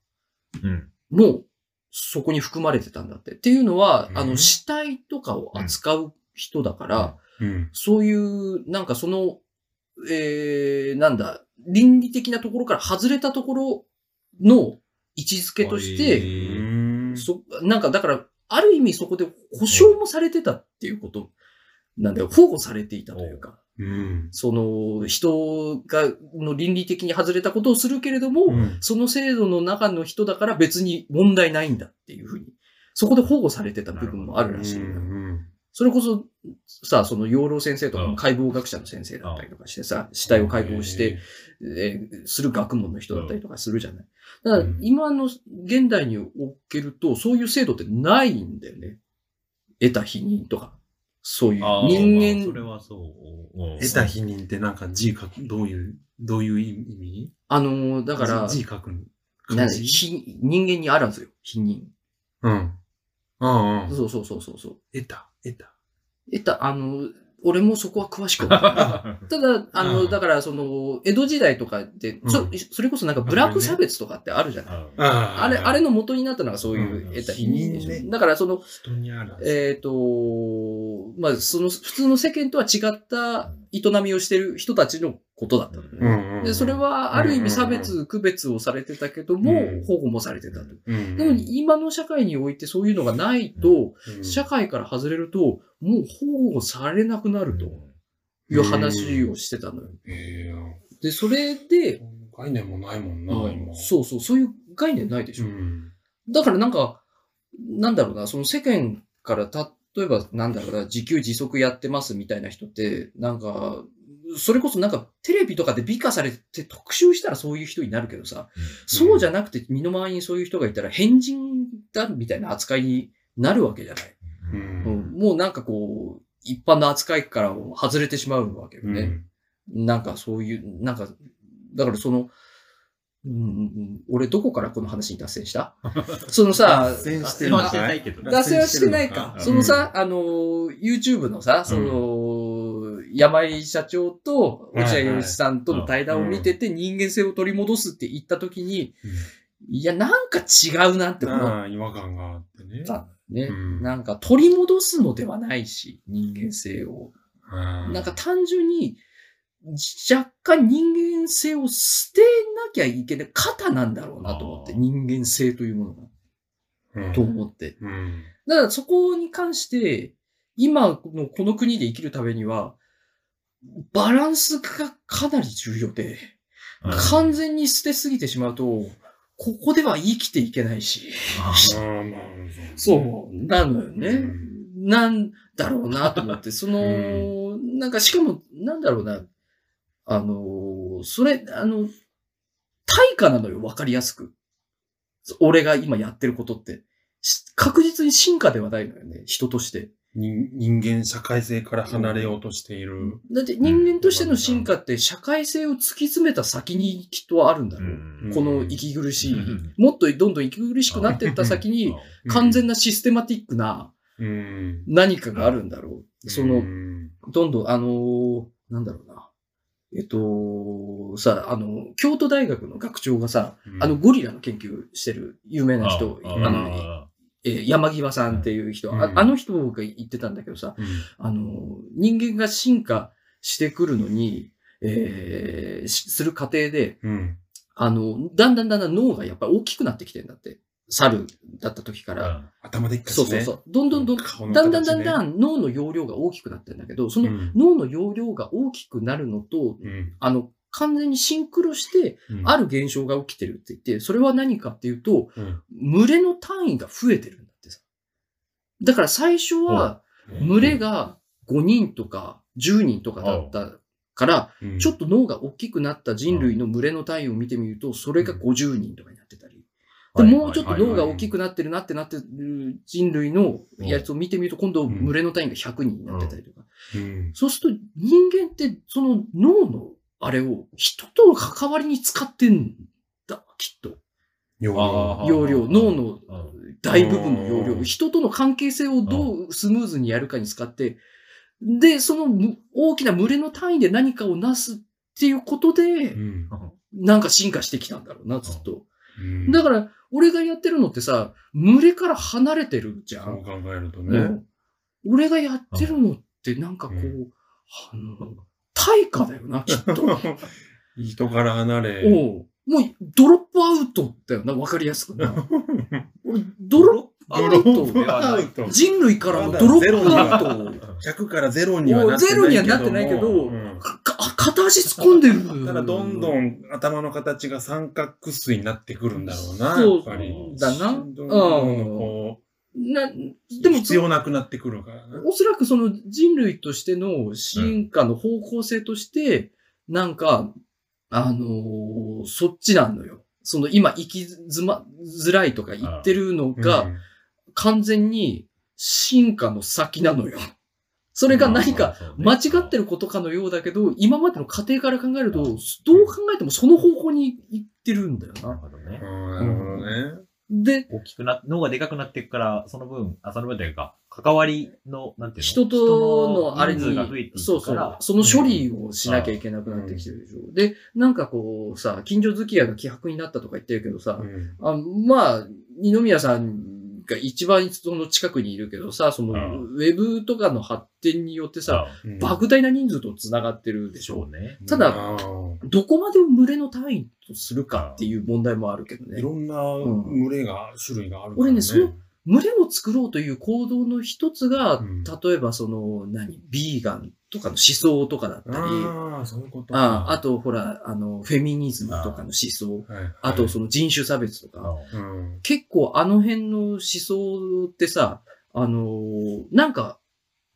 S3: うん
S2: もそこに含まれてたんだって。っていうのは、あ
S1: う
S2: の、
S1: ん
S2: 死体とかを扱う人だから、
S1: うん
S2: そういう、なんかその、えー、なんだ、倫理的なところから外れたところの位置づけとして、
S1: う
S3: えー
S1: ん
S2: そ、なんかだから、ある意味そこで保証もされてたっていうことなんだよ。保護されていたというか、
S1: うん
S2: その、人が、の倫理的に外れたことをするけれども、
S1: うん
S2: その制度の中の人だから別に問題ないんだっていうふうに、そこで保護されてた部分もあるらしいんだよ。
S1: うん
S2: それこそ、さ、その養老先生とかも解剖学者の先生だったりとかしてさ、死体を解剖して、、えーする学問の人だったりとかするじゃない。だから
S1: うん
S2: 今の現代におけると、そういう制度ってないんだよね。得た否認とか、そういう
S3: あーまあそ
S2: 人
S3: れ
S2: 間、
S3: はそううん。
S1: 得た否認ってなんか字書く、どういう、どういう意味
S2: あのーだから、
S1: 字字書くの
S2: なん
S1: 感
S2: だ
S1: じ
S2: ひ人間にあらずよ、否認。
S1: うん。うんうん。
S2: そうそうそうそうそう。
S1: 得た、得た。
S2: 得た、あの、俺もそこは詳しくわからな
S1: [LAUGHS]
S2: い。ただ、あの、
S1: うん
S2: だから、その、江戸時代とかで、そ
S1: うん
S2: それこそなんかブラック差別とかってあるじゃない
S3: あ
S1: あ
S2: あれ、あれ
S1: の
S2: の元になったのがそういう得た意味でしょ
S4: うん
S2: だからその、
S1: 人にあらず
S2: えっ、と、まあ、その、普通の世間とは違った営みをしてる人たちのことだったのね、
S1: うんうんうん
S2: で、それ、はある意味差別、
S1: うん
S2: 区別をされてたけども、
S1: うん
S2: 保護もされてたと。
S1: うん
S2: でも今の社会においてそういうのがないと、
S1: うん
S2: 社会から外れると、もう保護されなくなるという話をしてたのよ。
S1: ええ
S2: で、それで、
S1: 概念もないもんな、今。
S2: そうそう、そういう概念ないでしょ。
S1: ん。
S2: だからなんか、なんだろうな、その世間から、例えばなんだろうな、自給自足やってますみたいな人って、なんか、それこそなんかテレビとかで美化されて特集したらそういう人になるけどさ、そうじゃなくて身の回りにそういう人がいたら変人だみたいな扱いになるわけじゃない。
S1: う
S2: うんん、もうなんかこう、一般の扱いから外れてしまうわけよ
S1: うん
S2: ね。なんかそういう、なんか、だからその、うんうんうん、俺どこからこの話に脱線したそのさ
S4: 脱、線してる
S3: 脱線
S4: の
S3: はし
S4: か
S3: て
S4: い
S3: ないけど。
S2: 脱線はしてないか。
S3: 脱
S2: そ
S3: 線
S2: のさ、あのー、YouTube のさ、その、山井社長と落合陽一さんとの対談を見てて人間性を取り戻すって言った時に、いや、なんか違うなって思っ
S1: ああ違和感があってね。
S2: たね
S1: う。ん
S2: なんか取り戻すのではないし、人間性を。
S1: うん
S2: なんか単純に、じ若干人間性を捨てなきゃいけない型なんだろうなと思って、
S3: あー
S2: 人間性というもの
S1: うん
S2: が、と思って。
S1: うん
S2: だからそこに関して、今のこの国で生きるためには、バランスがかなり重要で、
S3: うん
S2: 完全に捨てすぎてしまうと、ここでは生きていけないし、
S1: ああまあ
S2: そう、なのよね。
S1: うん
S2: なんだろうなと思って、その、なんかしかも、なんだろうな、あのー、それ、あの、対価なのよ、わかりやすく。俺が今やってることって。し確実に進化ではないのよね、人として。
S1: 人人間社会性から離れようとしている。
S2: だって人間としての進化って社会性を突き詰めた先にきっとあるんだろう。
S3: うん
S2: この息苦しい、
S3: うん
S2: もっとどんどん息苦しくなっていった先に、完全なシステマティックな
S1: うん。
S2: 何かがあるんだろう。そ
S1: う、
S2: の
S1: ん
S2: どんどん、あのーなんだろうな。えっと、さ、あの、京都大学の学長がさ、あの、ゴリラの研究してる有名な人、あの、えー山際さんっていう人、あ
S1: うん
S2: あの人が言ってたんだけどさ、
S1: うん
S2: あのー、人間が進化してくるのに、えーしする過程で、
S1: うん。
S2: あの、だんだんだんだん脳がやっぱり大きくなってきてんだって。猿だった時から。
S1: 頭でっかち
S2: そう
S1: ね
S2: そうそう。どんどんどん
S1: 顔の
S2: だ
S1: 形
S2: ん
S1: ね
S2: だんだんだん脳の容量が大きくなってんだけど、その
S1: うん
S2: 脳の容量が大きくなるのと、
S1: うん
S2: あの、完全にシンクロして、
S1: うん
S2: ある現象が起きてるって言って、それは何かっていうと、
S1: うん
S2: 群れの単位が増えてるんだってさ。だから最初は、群れが5人とか10人とかだったから、
S1: うん
S2: ちょっと脳が大きくなった人類の群れの単位を見てみると、それが50人とかになってたり、で、もうちょっと脳が大きくなってるなってなってる人類のやつを見てみると、今度群れの単位が100人になってたりとか。
S1: うん
S2: そうすると人間ってその脳のあれを人との関わりに使ってんだ、きっと。
S1: 容
S3: あー
S1: 量。
S2: 容量、脳の大部分の容
S1: う
S2: 量、
S1: ん
S2: 人との関係性をどうスムーズにやるかに使って、で、そのむ大きな群れの単位で何かをなすっていうことで
S1: う、ん
S2: なんか進化してきたんだろうな、ずっと。
S1: うん
S2: だから、俺がやってるのってさ、群れから離れてるじゃ。
S1: そうん考えると
S2: う
S1: ね。
S2: ん俺がやってるのってなんかこう、
S1: うん
S2: あの、対価だよな、きっ
S1: [LAUGHS]
S2: と。
S1: [LAUGHS] 人から離れ。
S2: おうもう、ドロップアウトだよな、わかりやすくな。俺ドロップアウト
S3: ドロップアウ
S1: ト
S2: 人類からのドロップアウト。
S4: 100から0には
S2: も
S4: な
S2: う
S4: ってないけ
S2: ゼ
S4: ど
S2: ロ
S4: も
S2: にはなってないけど、
S1: うん
S2: かか片足突っ込んでる。
S1: ただどんど
S2: ん。
S1: ん頭の形が三角錐になってくるんだろうな、
S2: そう
S1: やっぱり。
S2: だな
S1: どんどんこ
S2: な
S1: う
S2: でも、
S1: 必要なくなってくるからな。
S2: おそらくその人類としての進化の方向性として、なんか、あのーそっちなのよ。その今生きづま、づらいとか言ってるの
S1: う
S2: が、
S1: ん
S2: 完全に進化の先なのよ。それが何か、間違って
S3: る。
S2: ることかのようだけど、今までの過程から考えると、どう考えてもその方向に行ってるんだよ
S3: なる
S2: な。
S3: ほどね。
S1: うんなるほどね。
S2: で、
S3: 大きくな、脳がでかくなっていくから、その分、あ、その分というか、関わりの、なんていうの
S2: 人とのあれに、
S3: 人数が増えてい
S2: そう
S3: く
S2: そ
S3: から
S2: う、、その処理をしなきゃいけなくなってきてるでしょ。で、なんかこうさ、近所付き合いが希薄になったとか言ってるけどさ、
S1: うん
S2: あまあ、二宮さんが一番その近くにいるけどさ、その
S3: うん
S2: ウェブとかの発展によってさ、
S3: あ、
S1: うん
S2: 莫大な人数と繋がってるでしょ
S3: そう。ね。
S2: ただ
S1: あー
S2: どこまでを群れの単位とするかっていう問題もあるけどね
S1: い。ろんな群れが、種類があるから、
S2: 俺ねその群れを作ろうという行動の一つが、
S1: うん
S2: 例えばその、何、ビーガンとかの思想とかだったり、
S1: ああ、そういうことか。
S2: ああと、ほら、あの、フェミニズムとかの思想、
S1: はいはい
S2: あと、その人種差別とか、
S1: うん
S2: 結構あの辺の思想ってさ、あのーなんか、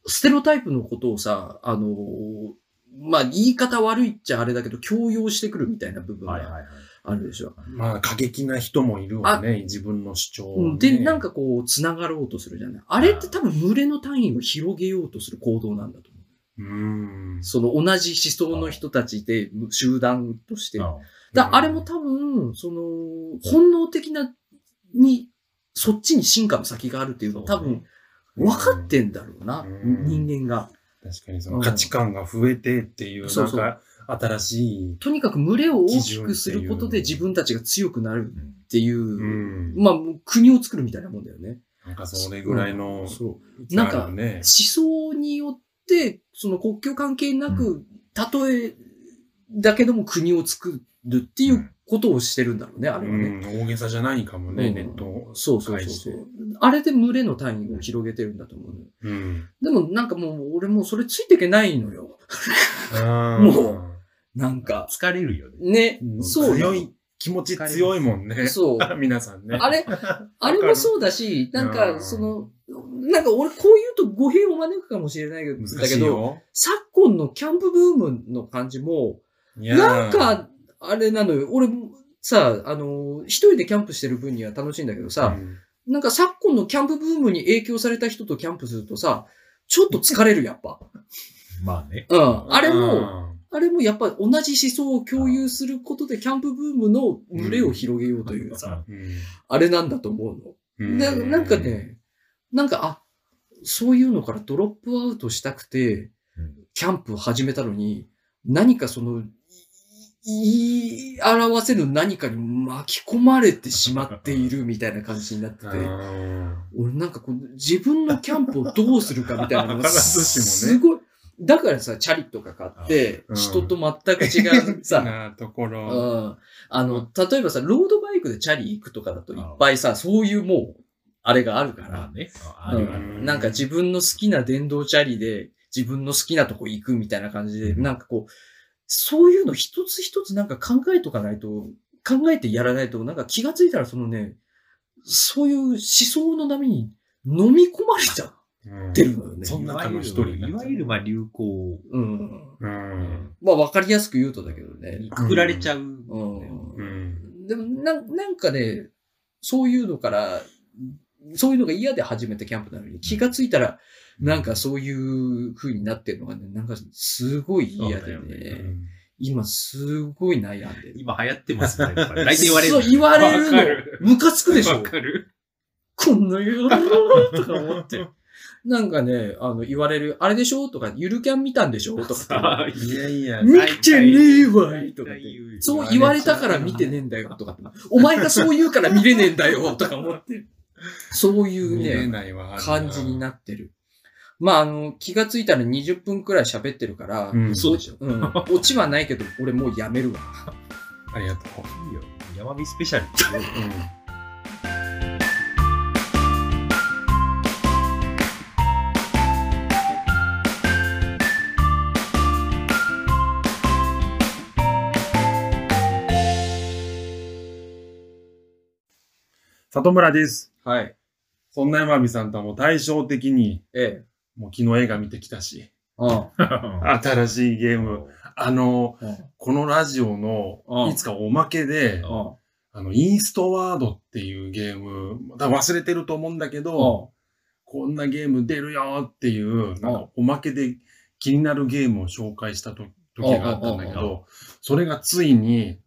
S2: ステロタイプのことをさ、あのーまあ言い方悪いっちゃあれだけど、強要してくるみたいな部分
S1: はいはい
S2: が
S1: はい。
S2: あるでしょ。
S1: まあ過激な人もいるわね、自分の主張をね。
S2: で、なん
S1: か、
S2: かこう、繋がろうとするじゃない。あれって多分群れの単位を広げようとする行動なんだと思う。
S1: うーん。
S2: その同じ思想の人たちで集団として。
S3: あ
S2: だあれも多分、その、本能的な、に、そっちに進化の先があるっていうのは多分、分かってんだろうな、
S1: うん
S2: 人間が。
S1: 確かにその価値観が増えてっていう、
S2: そ
S1: な
S2: うんそう
S1: か新しい。
S2: とにかく群れを大きくすることで
S1: 基
S2: 自
S1: 準
S2: 分たちが強くなるっていう、
S1: うん
S2: まあ、もう国を作るみたいなもんだよね。
S1: なんかそれぐらいの、
S2: そう。
S1: なんかね
S2: 思、想によって、その国境関係なく、たとえだけども国を作るっていうことをしてるんだろうね、あ
S1: う
S2: れはね。
S1: ん、大げさじゃないかもね、
S2: うん
S1: ネット。
S2: そうそうそう
S1: 返し
S2: そ
S1: て
S2: う。あれで群れの単位を広げてるんだと思うのよ。
S1: うん。
S2: でもなんかもう俺もうそれついていけないのよ。も
S1: も
S2: なん
S3: あ
S2: か。
S3: 疲れるよ
S2: ね、
S3: ね。
S1: うん、
S2: そう
S1: 強
S2: よ。
S1: い、気持ち強いもんね。
S2: そう。
S1: 皆さんね。
S2: あれ、
S1: [LAUGHS]
S2: あれもそうだし、なんかその、なんか俺こう言うと語弊を招くかもしれないけど、
S1: 難
S2: だけ
S1: しい
S2: ど、
S1: よ。
S2: 昨今のキャンプブームの感じも、
S1: いやー
S2: なん、か、あれなのよ。俺もさ、あの、一人でキャンプしてる分には楽しいんだけどさ、
S1: うん
S2: なんか昨今のキャンプブームに影響された人とキャンプするとさ、ちょっと疲れる、やっぱ。
S3: まあね。
S2: うん。あれも、
S1: うん
S2: あれもやっぱ同じ思想を共有することでキャンプブームの群れを広げようというさ、あれなんだと思う
S1: う
S2: の。
S1: ん
S2: でなんか、ね、なんか、あ、そういうのからドロップアウトしたくて
S3: うん、
S2: キャンプ始めたのに、何かその、い言い表せる何かに巻き込まれてしまっているみたいな感じになって
S1: う
S2: て、
S1: ん
S2: 俺なんかこう自分のキャンプをどうするかみたいなのが
S1: [LAUGHS] 必ずしもね
S2: すごい。だからさ、チャリとか買って、
S1: うん
S2: 人と全く違うさ、
S1: [LAUGHS] なとこ
S2: う
S1: ろ。
S2: ん、あの、例えばさ、ロードバイクでチャリ行くとかだといっぱいさ、そういうもう、あれがあるか
S3: ま
S2: ら
S3: あ、ね。ああ
S2: う
S3: るある。
S2: ん、なんか自分の好きな電動チャリで、自分の好きなとこ行くみたいな感じで、なんかこう、そういうの一つ一つなんか考えとかないと、考えてやらないと、なんか気がついたらそのね、そういう思想の波に飲み込まれちゃ
S1: 分
S2: ってるのよね。
S1: そんな楽しい
S3: いわゆるいわゆるまあ流行
S2: うん。
S1: うん。
S2: まあ分かりやすく言うとだけどね
S3: に。くくられちゃう。
S2: うん。
S1: うん。
S2: でもなん、なんかね、そういうのから、そういうのが嫌で始めたキャンプなのに、気がついたら、なんかそういう風になってるのがね、なんかすごい嫌で
S3: そうだ
S2: ね
S3: よ
S2: 今すごい悩んでる。
S3: 今流行ってますね。やっぱり大体言われる。
S2: そう言われ
S3: わか
S2: る
S3: る
S2: の。ムカつくでしょ
S3: わ。かる。
S2: こんな野郎とか思って。なんかね、あの、言われる、あれでしょとか、ゆるキャン見たんでしょとかって。
S1: いやいや、
S2: 見てねえわいとかっ
S3: 大
S2: て
S3: 体言うよ
S2: そう言われたから見てねえんだよとかって。 [LAUGHS] お前がそう言うから見れねえんだ [LAUGHS] よとか思って。そうい
S1: 見れ
S2: うね、
S1: ないわ。
S2: 感じになってる。まあ、あの、気がついたら20分くらい喋ってるから、
S1: うん
S3: そうでしょ。
S2: うん、落ちはないけど、俺もうやめるわ。
S1: ありがとう。
S3: いいよ。山見スペシャル。
S1: うん里村です。
S2: はい。
S1: そんな山美さんとはもう対照的に、
S2: ええ。
S1: もう昨日映画見てきたし、
S2: うん。
S1: 新しいゲーム、あの、
S2: うん。
S1: このラジオ
S2: う
S1: の
S2: ん、
S1: いつかおまけで、
S2: うん。
S1: あの、インストワードっていうゲーム、だ忘れてると思うんだけど、
S2: う
S1: こんなゲーム出るよっていう、なん
S2: う
S1: かおまけで気になるゲームを紹介したと時があったんだけ
S2: うんうんうん
S1: ど、それがついに、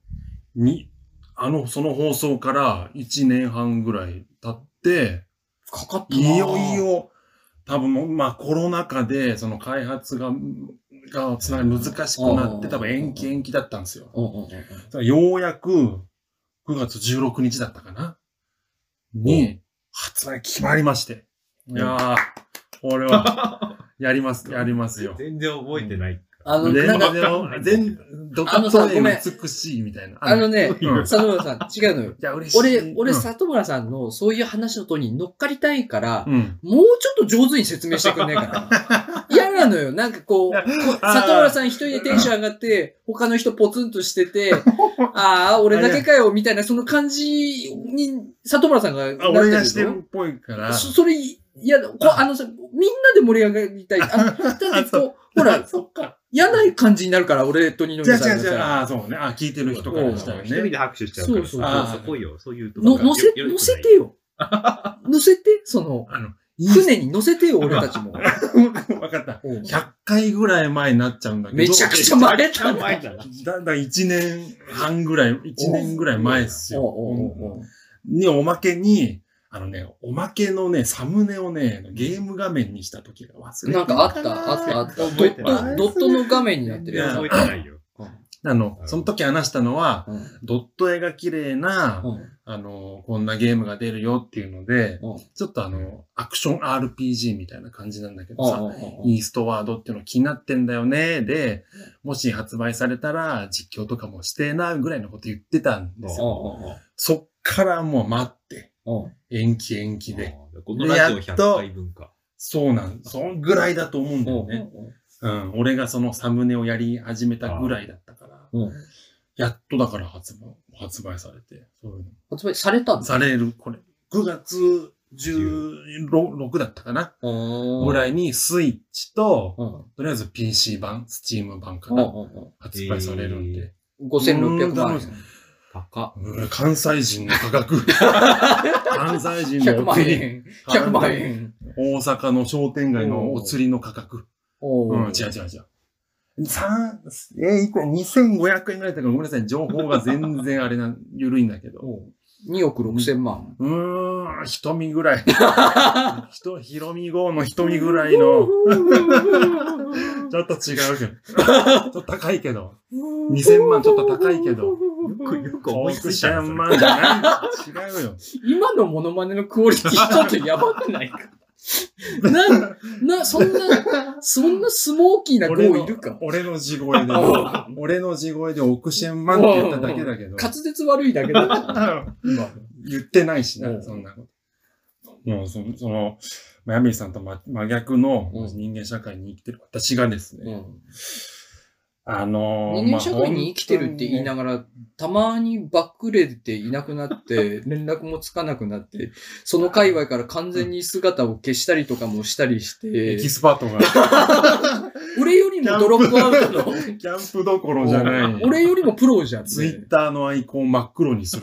S1: に、あの、その放送から1年半ぐらい経って、
S2: かかったない
S1: よい。よ、多分もう、まあコロナ禍で、その開発が、が、つながり難しくなって、多分延期延期だったんですよ。
S2: うんうんうん
S1: ようやく、9月16日だったかなに、発売決まりまして。
S2: うん
S1: いやー、これは、
S2: [LAUGHS]
S1: やります、やりますよ。
S3: 全然覚えてない。
S2: あの、
S1: 全
S2: なんか、
S1: 然、全、ど
S2: あのさ
S1: こで
S2: ごめん
S1: 美しいみたいな。
S2: あのね、
S1: うん
S2: 里村さん、違うのよ。
S1: いや、嬉しい。
S2: 俺、俺、
S1: うん、
S2: 里村さんのそういう話のとに乗っかりたいから、
S1: うん。
S2: もうちょっと上手に説明してくんねえか
S1: [LAUGHS]
S2: な。嫌なのよ。なんかこう、こ
S1: あー
S2: 里村さん一人でテンション上がって、他の人ポツンとし
S1: [LAUGHS]
S2: てて、ああ、俺だけかよ、みたいな、その感じに、里村さんがなって
S1: あ、俺が
S2: る
S1: して
S2: で
S1: るっぽいから。
S2: そそれ、
S1: [LAUGHS]
S2: いや、こあのさ、みんなで盛り上がりたい。あだってこう、ほら、
S1: そっか。
S2: 嫌な感じになるから、俺と二
S1: じゃ
S2: 宮
S1: あ、じゃ
S2: さ
S1: あ、
S2: んが
S1: じゃ
S2: さ、
S1: あ、あーそうね。あ、聞いてる人からしたら
S3: 一人
S1: ね。
S3: で拍手しちゃうから。
S2: そうそうそう
S3: あーそこよ。そういうとこ
S2: の、乗せ、
S3: よよ
S2: 乗
S3: ろし
S2: せ
S3: く
S2: てよ。乗せて、
S1: [LAUGHS]
S2: その、
S1: あの、
S2: 船に乗せてよ、俺たち
S1: [LAUGHS]
S2: も。
S1: わかった。
S2: うん
S1: 100回ぐらい前になっちゃうんだけど。
S2: めちゃくちゃ
S1: 前。
S2: バレた
S3: ない
S2: な。
S3: 前だな。
S1: だんだん1年半ぐらい、1年ぐらい前ですよ。
S2: おうおうおうおう
S1: におまけに、あのね、おまけのね、サムネをね、ゲーム画面にした時が忘れて
S2: なんかあった、あった、あった。ドット、ドットの画面になってるや
S1: い
S2: つ
S1: や。
S3: 覚えてないよ。
S1: あの、その時話したのは、
S2: うん
S1: ドット絵が綺麗な、
S2: うん
S1: あの、こんなゲームが出るよっていうので、
S2: うん
S1: ちょっとあの、アクション RPG みたいな感じなんだけど
S2: おう
S1: さ、
S2: おうおう
S1: イーストワードっていうの気になってんだよね。で、もし発売されたら実況とかもしてえなぐらいのこと言ってたんですよ。
S2: おうおう
S1: そっからもう待って、
S2: おう
S1: 延期延期で。
S3: あーこのラジオ
S1: でやっ
S3: 100
S1: と
S3: 回分か。
S1: そうなんそんぐらいだと思うんだよね。うん。俺がそのサムネをやり始めたぐらいだったから、
S2: おうおう
S1: やっとだから発売発売されて、そういう
S2: 発売されたん
S1: の
S2: だ。
S1: される、これ。9月16だったかなぐ
S2: ぐ
S1: ら
S2: い。
S1: いにスイッチと、
S2: うん
S1: とりあえず PC 版、Steam 版か
S2: うんう
S1: な、
S2: んうん
S1: 発売されるんで。
S2: 5600万円。
S3: 高
S1: うん関西人の価
S2: [LAUGHS]
S1: 格。関西人
S2: 100
S1: のお
S2: 万
S1: 釣り。
S2: 円。100万円。
S1: 大阪の商店街のお釣りの価格。
S2: お
S1: うん、違う違う違う。三、えー、いくら ?2500 円ぐらいだからごめんなさい。情報が全然あれな、緩いんだけど。
S2: 2億6千万。
S1: うーん、瞳ぐら [LAUGHS] い。ひと、ひろみ号の瞳ぐらいの、ちょっと違うけど。ちょっと高いけど。2000万ちょっと高いけど。
S3: よくよく思いついたな
S1: 5000万じゃない。違うよ。
S2: 今のモノマネのクオリティちょっとやばくないかな、な、そんな、そんなスモーキーな子いるか
S1: 俺の地声で、俺の地声で億千万って言っただけだけど。
S2: 滑舌悪いだけだ。今
S1: 言ってないし
S2: う
S1: な、
S2: ん
S1: そんなこと。もうその、その、まあヤミーさんと真真逆の
S2: うん
S1: 人間社会に生きてる私がです
S2: う
S1: ね、
S2: ん
S1: あのー、
S2: 人間社会に生きてるって言いな
S1: が
S2: がら、たまにバックレていなくなって、連絡もつかなくなって、その界隈から完全に姿を消したりとかもしたりし
S1: エ
S2: て
S1: キ、スパートが、
S2: [LAUGHS] 俺よりもドロップアウトの、
S1: キャンプどころじゃない。
S2: 俺よりもプロじゃん、
S1: ツイッターのアイコン真っ黒にする。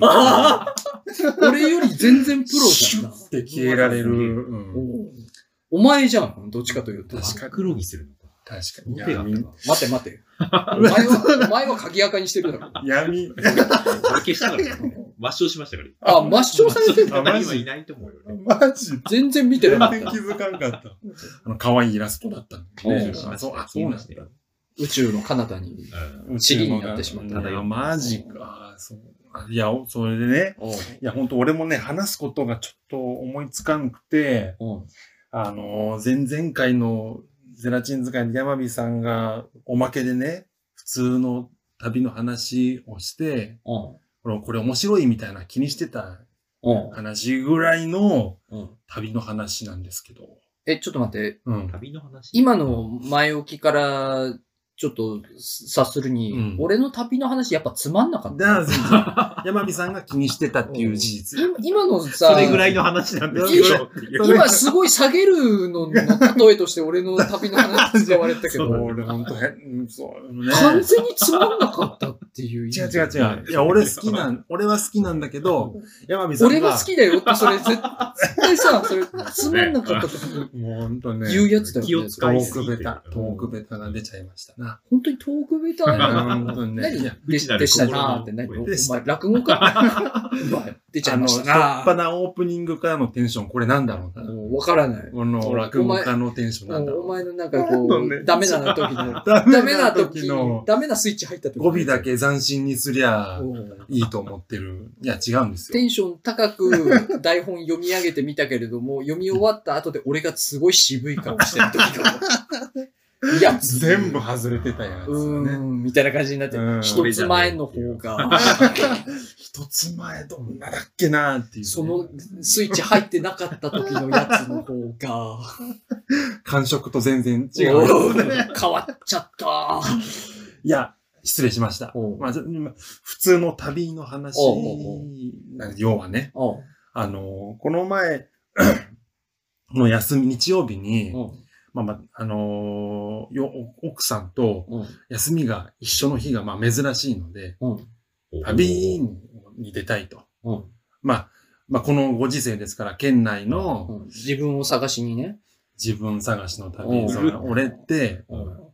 S2: 俺より全然プロじゃんな。
S1: って消えられる。
S2: お
S1: うん
S2: うお前じゃん、どっちかというと。
S1: 確かに
S3: 黒にするのか。
S1: 確かに。
S3: オペがあったか。
S2: 待て
S1: [LAUGHS]
S2: 待て。お前は、お前は鍵垢にしてるだろ。
S1: 闇、
S3: 消したからね。抹消しましたから。
S2: あ、抹消されてる
S1: あマジ
S3: 今
S2: [LAUGHS]
S3: いないと思うよね。
S1: 闇マジ
S2: 全然見て
S1: 全
S2: な
S1: 然
S2: かっ
S1: 気 [LAUGHS]
S2: た。
S1: づかんかった。あの、可愛いイラストだったんでね。
S2: うん
S1: あ、そう、あ、そうなんだ。
S2: 宇宙の彼方に。チリになってしまった
S1: いやマジか。そう。あいや、おそれでね。
S2: おう
S1: いや、本当俺もね、話すことがちょっと思いつかんくて、
S2: おう
S1: あのー、前々回のゼラチン使いの山火さんが、おまけでね、普通の旅の話をして、
S2: おう
S1: 俺これ面白いみたいな気にしてた
S2: おう
S1: 話ぐらいの
S2: おう
S1: 旅の話なんですけど。
S2: え、ちょっと待って。
S1: うん。
S3: 旅の話。
S2: 今の前置きから、ちょっと察するに、
S1: うん
S2: 俺の旅の話やっぱつまんなかっ
S1: だ
S2: た。
S1: から全然、山火さんが気にしてたっていう事実。
S2: 今今のさ、
S3: それぐらいの話なんですけどっていう。
S1: それぐら
S2: 今すごい下げるのの例えとして俺の旅の話使われたけ
S1: [LAUGHS] そう
S2: ど、
S1: 俺本当へ、うんそうね。
S2: 完全につまんなかったっていう意味。
S1: 違う違う違う。いや、俺好き [LAUGHS] なん、俺は好きなんだけど、山火さんが。
S2: 俺が好きだよって、それ絶絶対さ、それつまんなかったと
S1: もう本当ね。
S2: 言うやつだ
S3: 気
S2: よ
S3: を
S2: ね。
S3: 使い
S1: 遠
S3: す
S1: く
S3: ぎ
S1: ベ
S3: て
S1: タ、遠くベタが出ちゃいましたな。
S2: 本当に遠くべた
S1: 本
S2: な。
S1: 当に [LAUGHS] ね。
S2: 何
S1: いや
S2: ででしたなーって何お
S1: でした
S2: 前落
S1: [LAUGHS]
S2: 語か。お前出ちゃ
S1: あ
S2: い
S1: の、
S2: ま
S1: しょ
S2: し
S1: った
S2: な
S1: ぱなオープニングからのテンション、これなんだろうな。
S2: もうわからない。
S1: この落語家のテンションなんだ
S2: お
S1: ろ
S2: 前のなんか
S1: な
S2: こ
S1: んだろうね
S2: う、ダメな時
S1: [LAUGHS]
S2: の、
S1: う。ダ
S2: ダメな時
S1: の
S2: の、ダメなスイッチ入った時
S1: 語尾だけ斬新にすりゃ
S2: おう
S1: いいと思ってる。いや、違うんです
S2: テ
S1: よ。
S2: ンション高く台本読み上げてみたけれど
S1: [LAUGHS]
S2: も、読み終わった後で俺がすごい渋い顔してる時が。
S1: [LAUGHS]
S2: いや、
S1: 全部外れてたやつ
S2: う
S1: よ
S2: ー
S1: ね。
S2: ん、みたいな感じになって
S1: うん、
S2: 一つ前の方が、
S1: 一つ前どんなだっけなーっていうね。
S2: そのスイッチ入ってなかった時のやつの方が、
S1: 感触と全然違う。
S2: おー変わっちゃった。
S1: いや、失礼しました。
S2: おう
S1: まあ、ちょまあ普通の旅の話
S2: おうおうおう
S1: なんか要はね、
S2: おう
S1: [CLEARS THROAT] あの、この前、この休み、日曜日に、
S2: おう
S1: まあまあ、あのーよ奥さんと
S2: うん。
S1: 休みが一緒の日がまあ珍しいので、
S2: うん。
S1: 旅に出たいと。
S2: うん。
S1: まあ、まあ、このご時世ですから、県内
S2: う
S1: の
S2: ん自分を探しにね。
S1: 自分探しの
S2: う
S1: 旅、
S2: ん
S1: その俺って、
S2: うん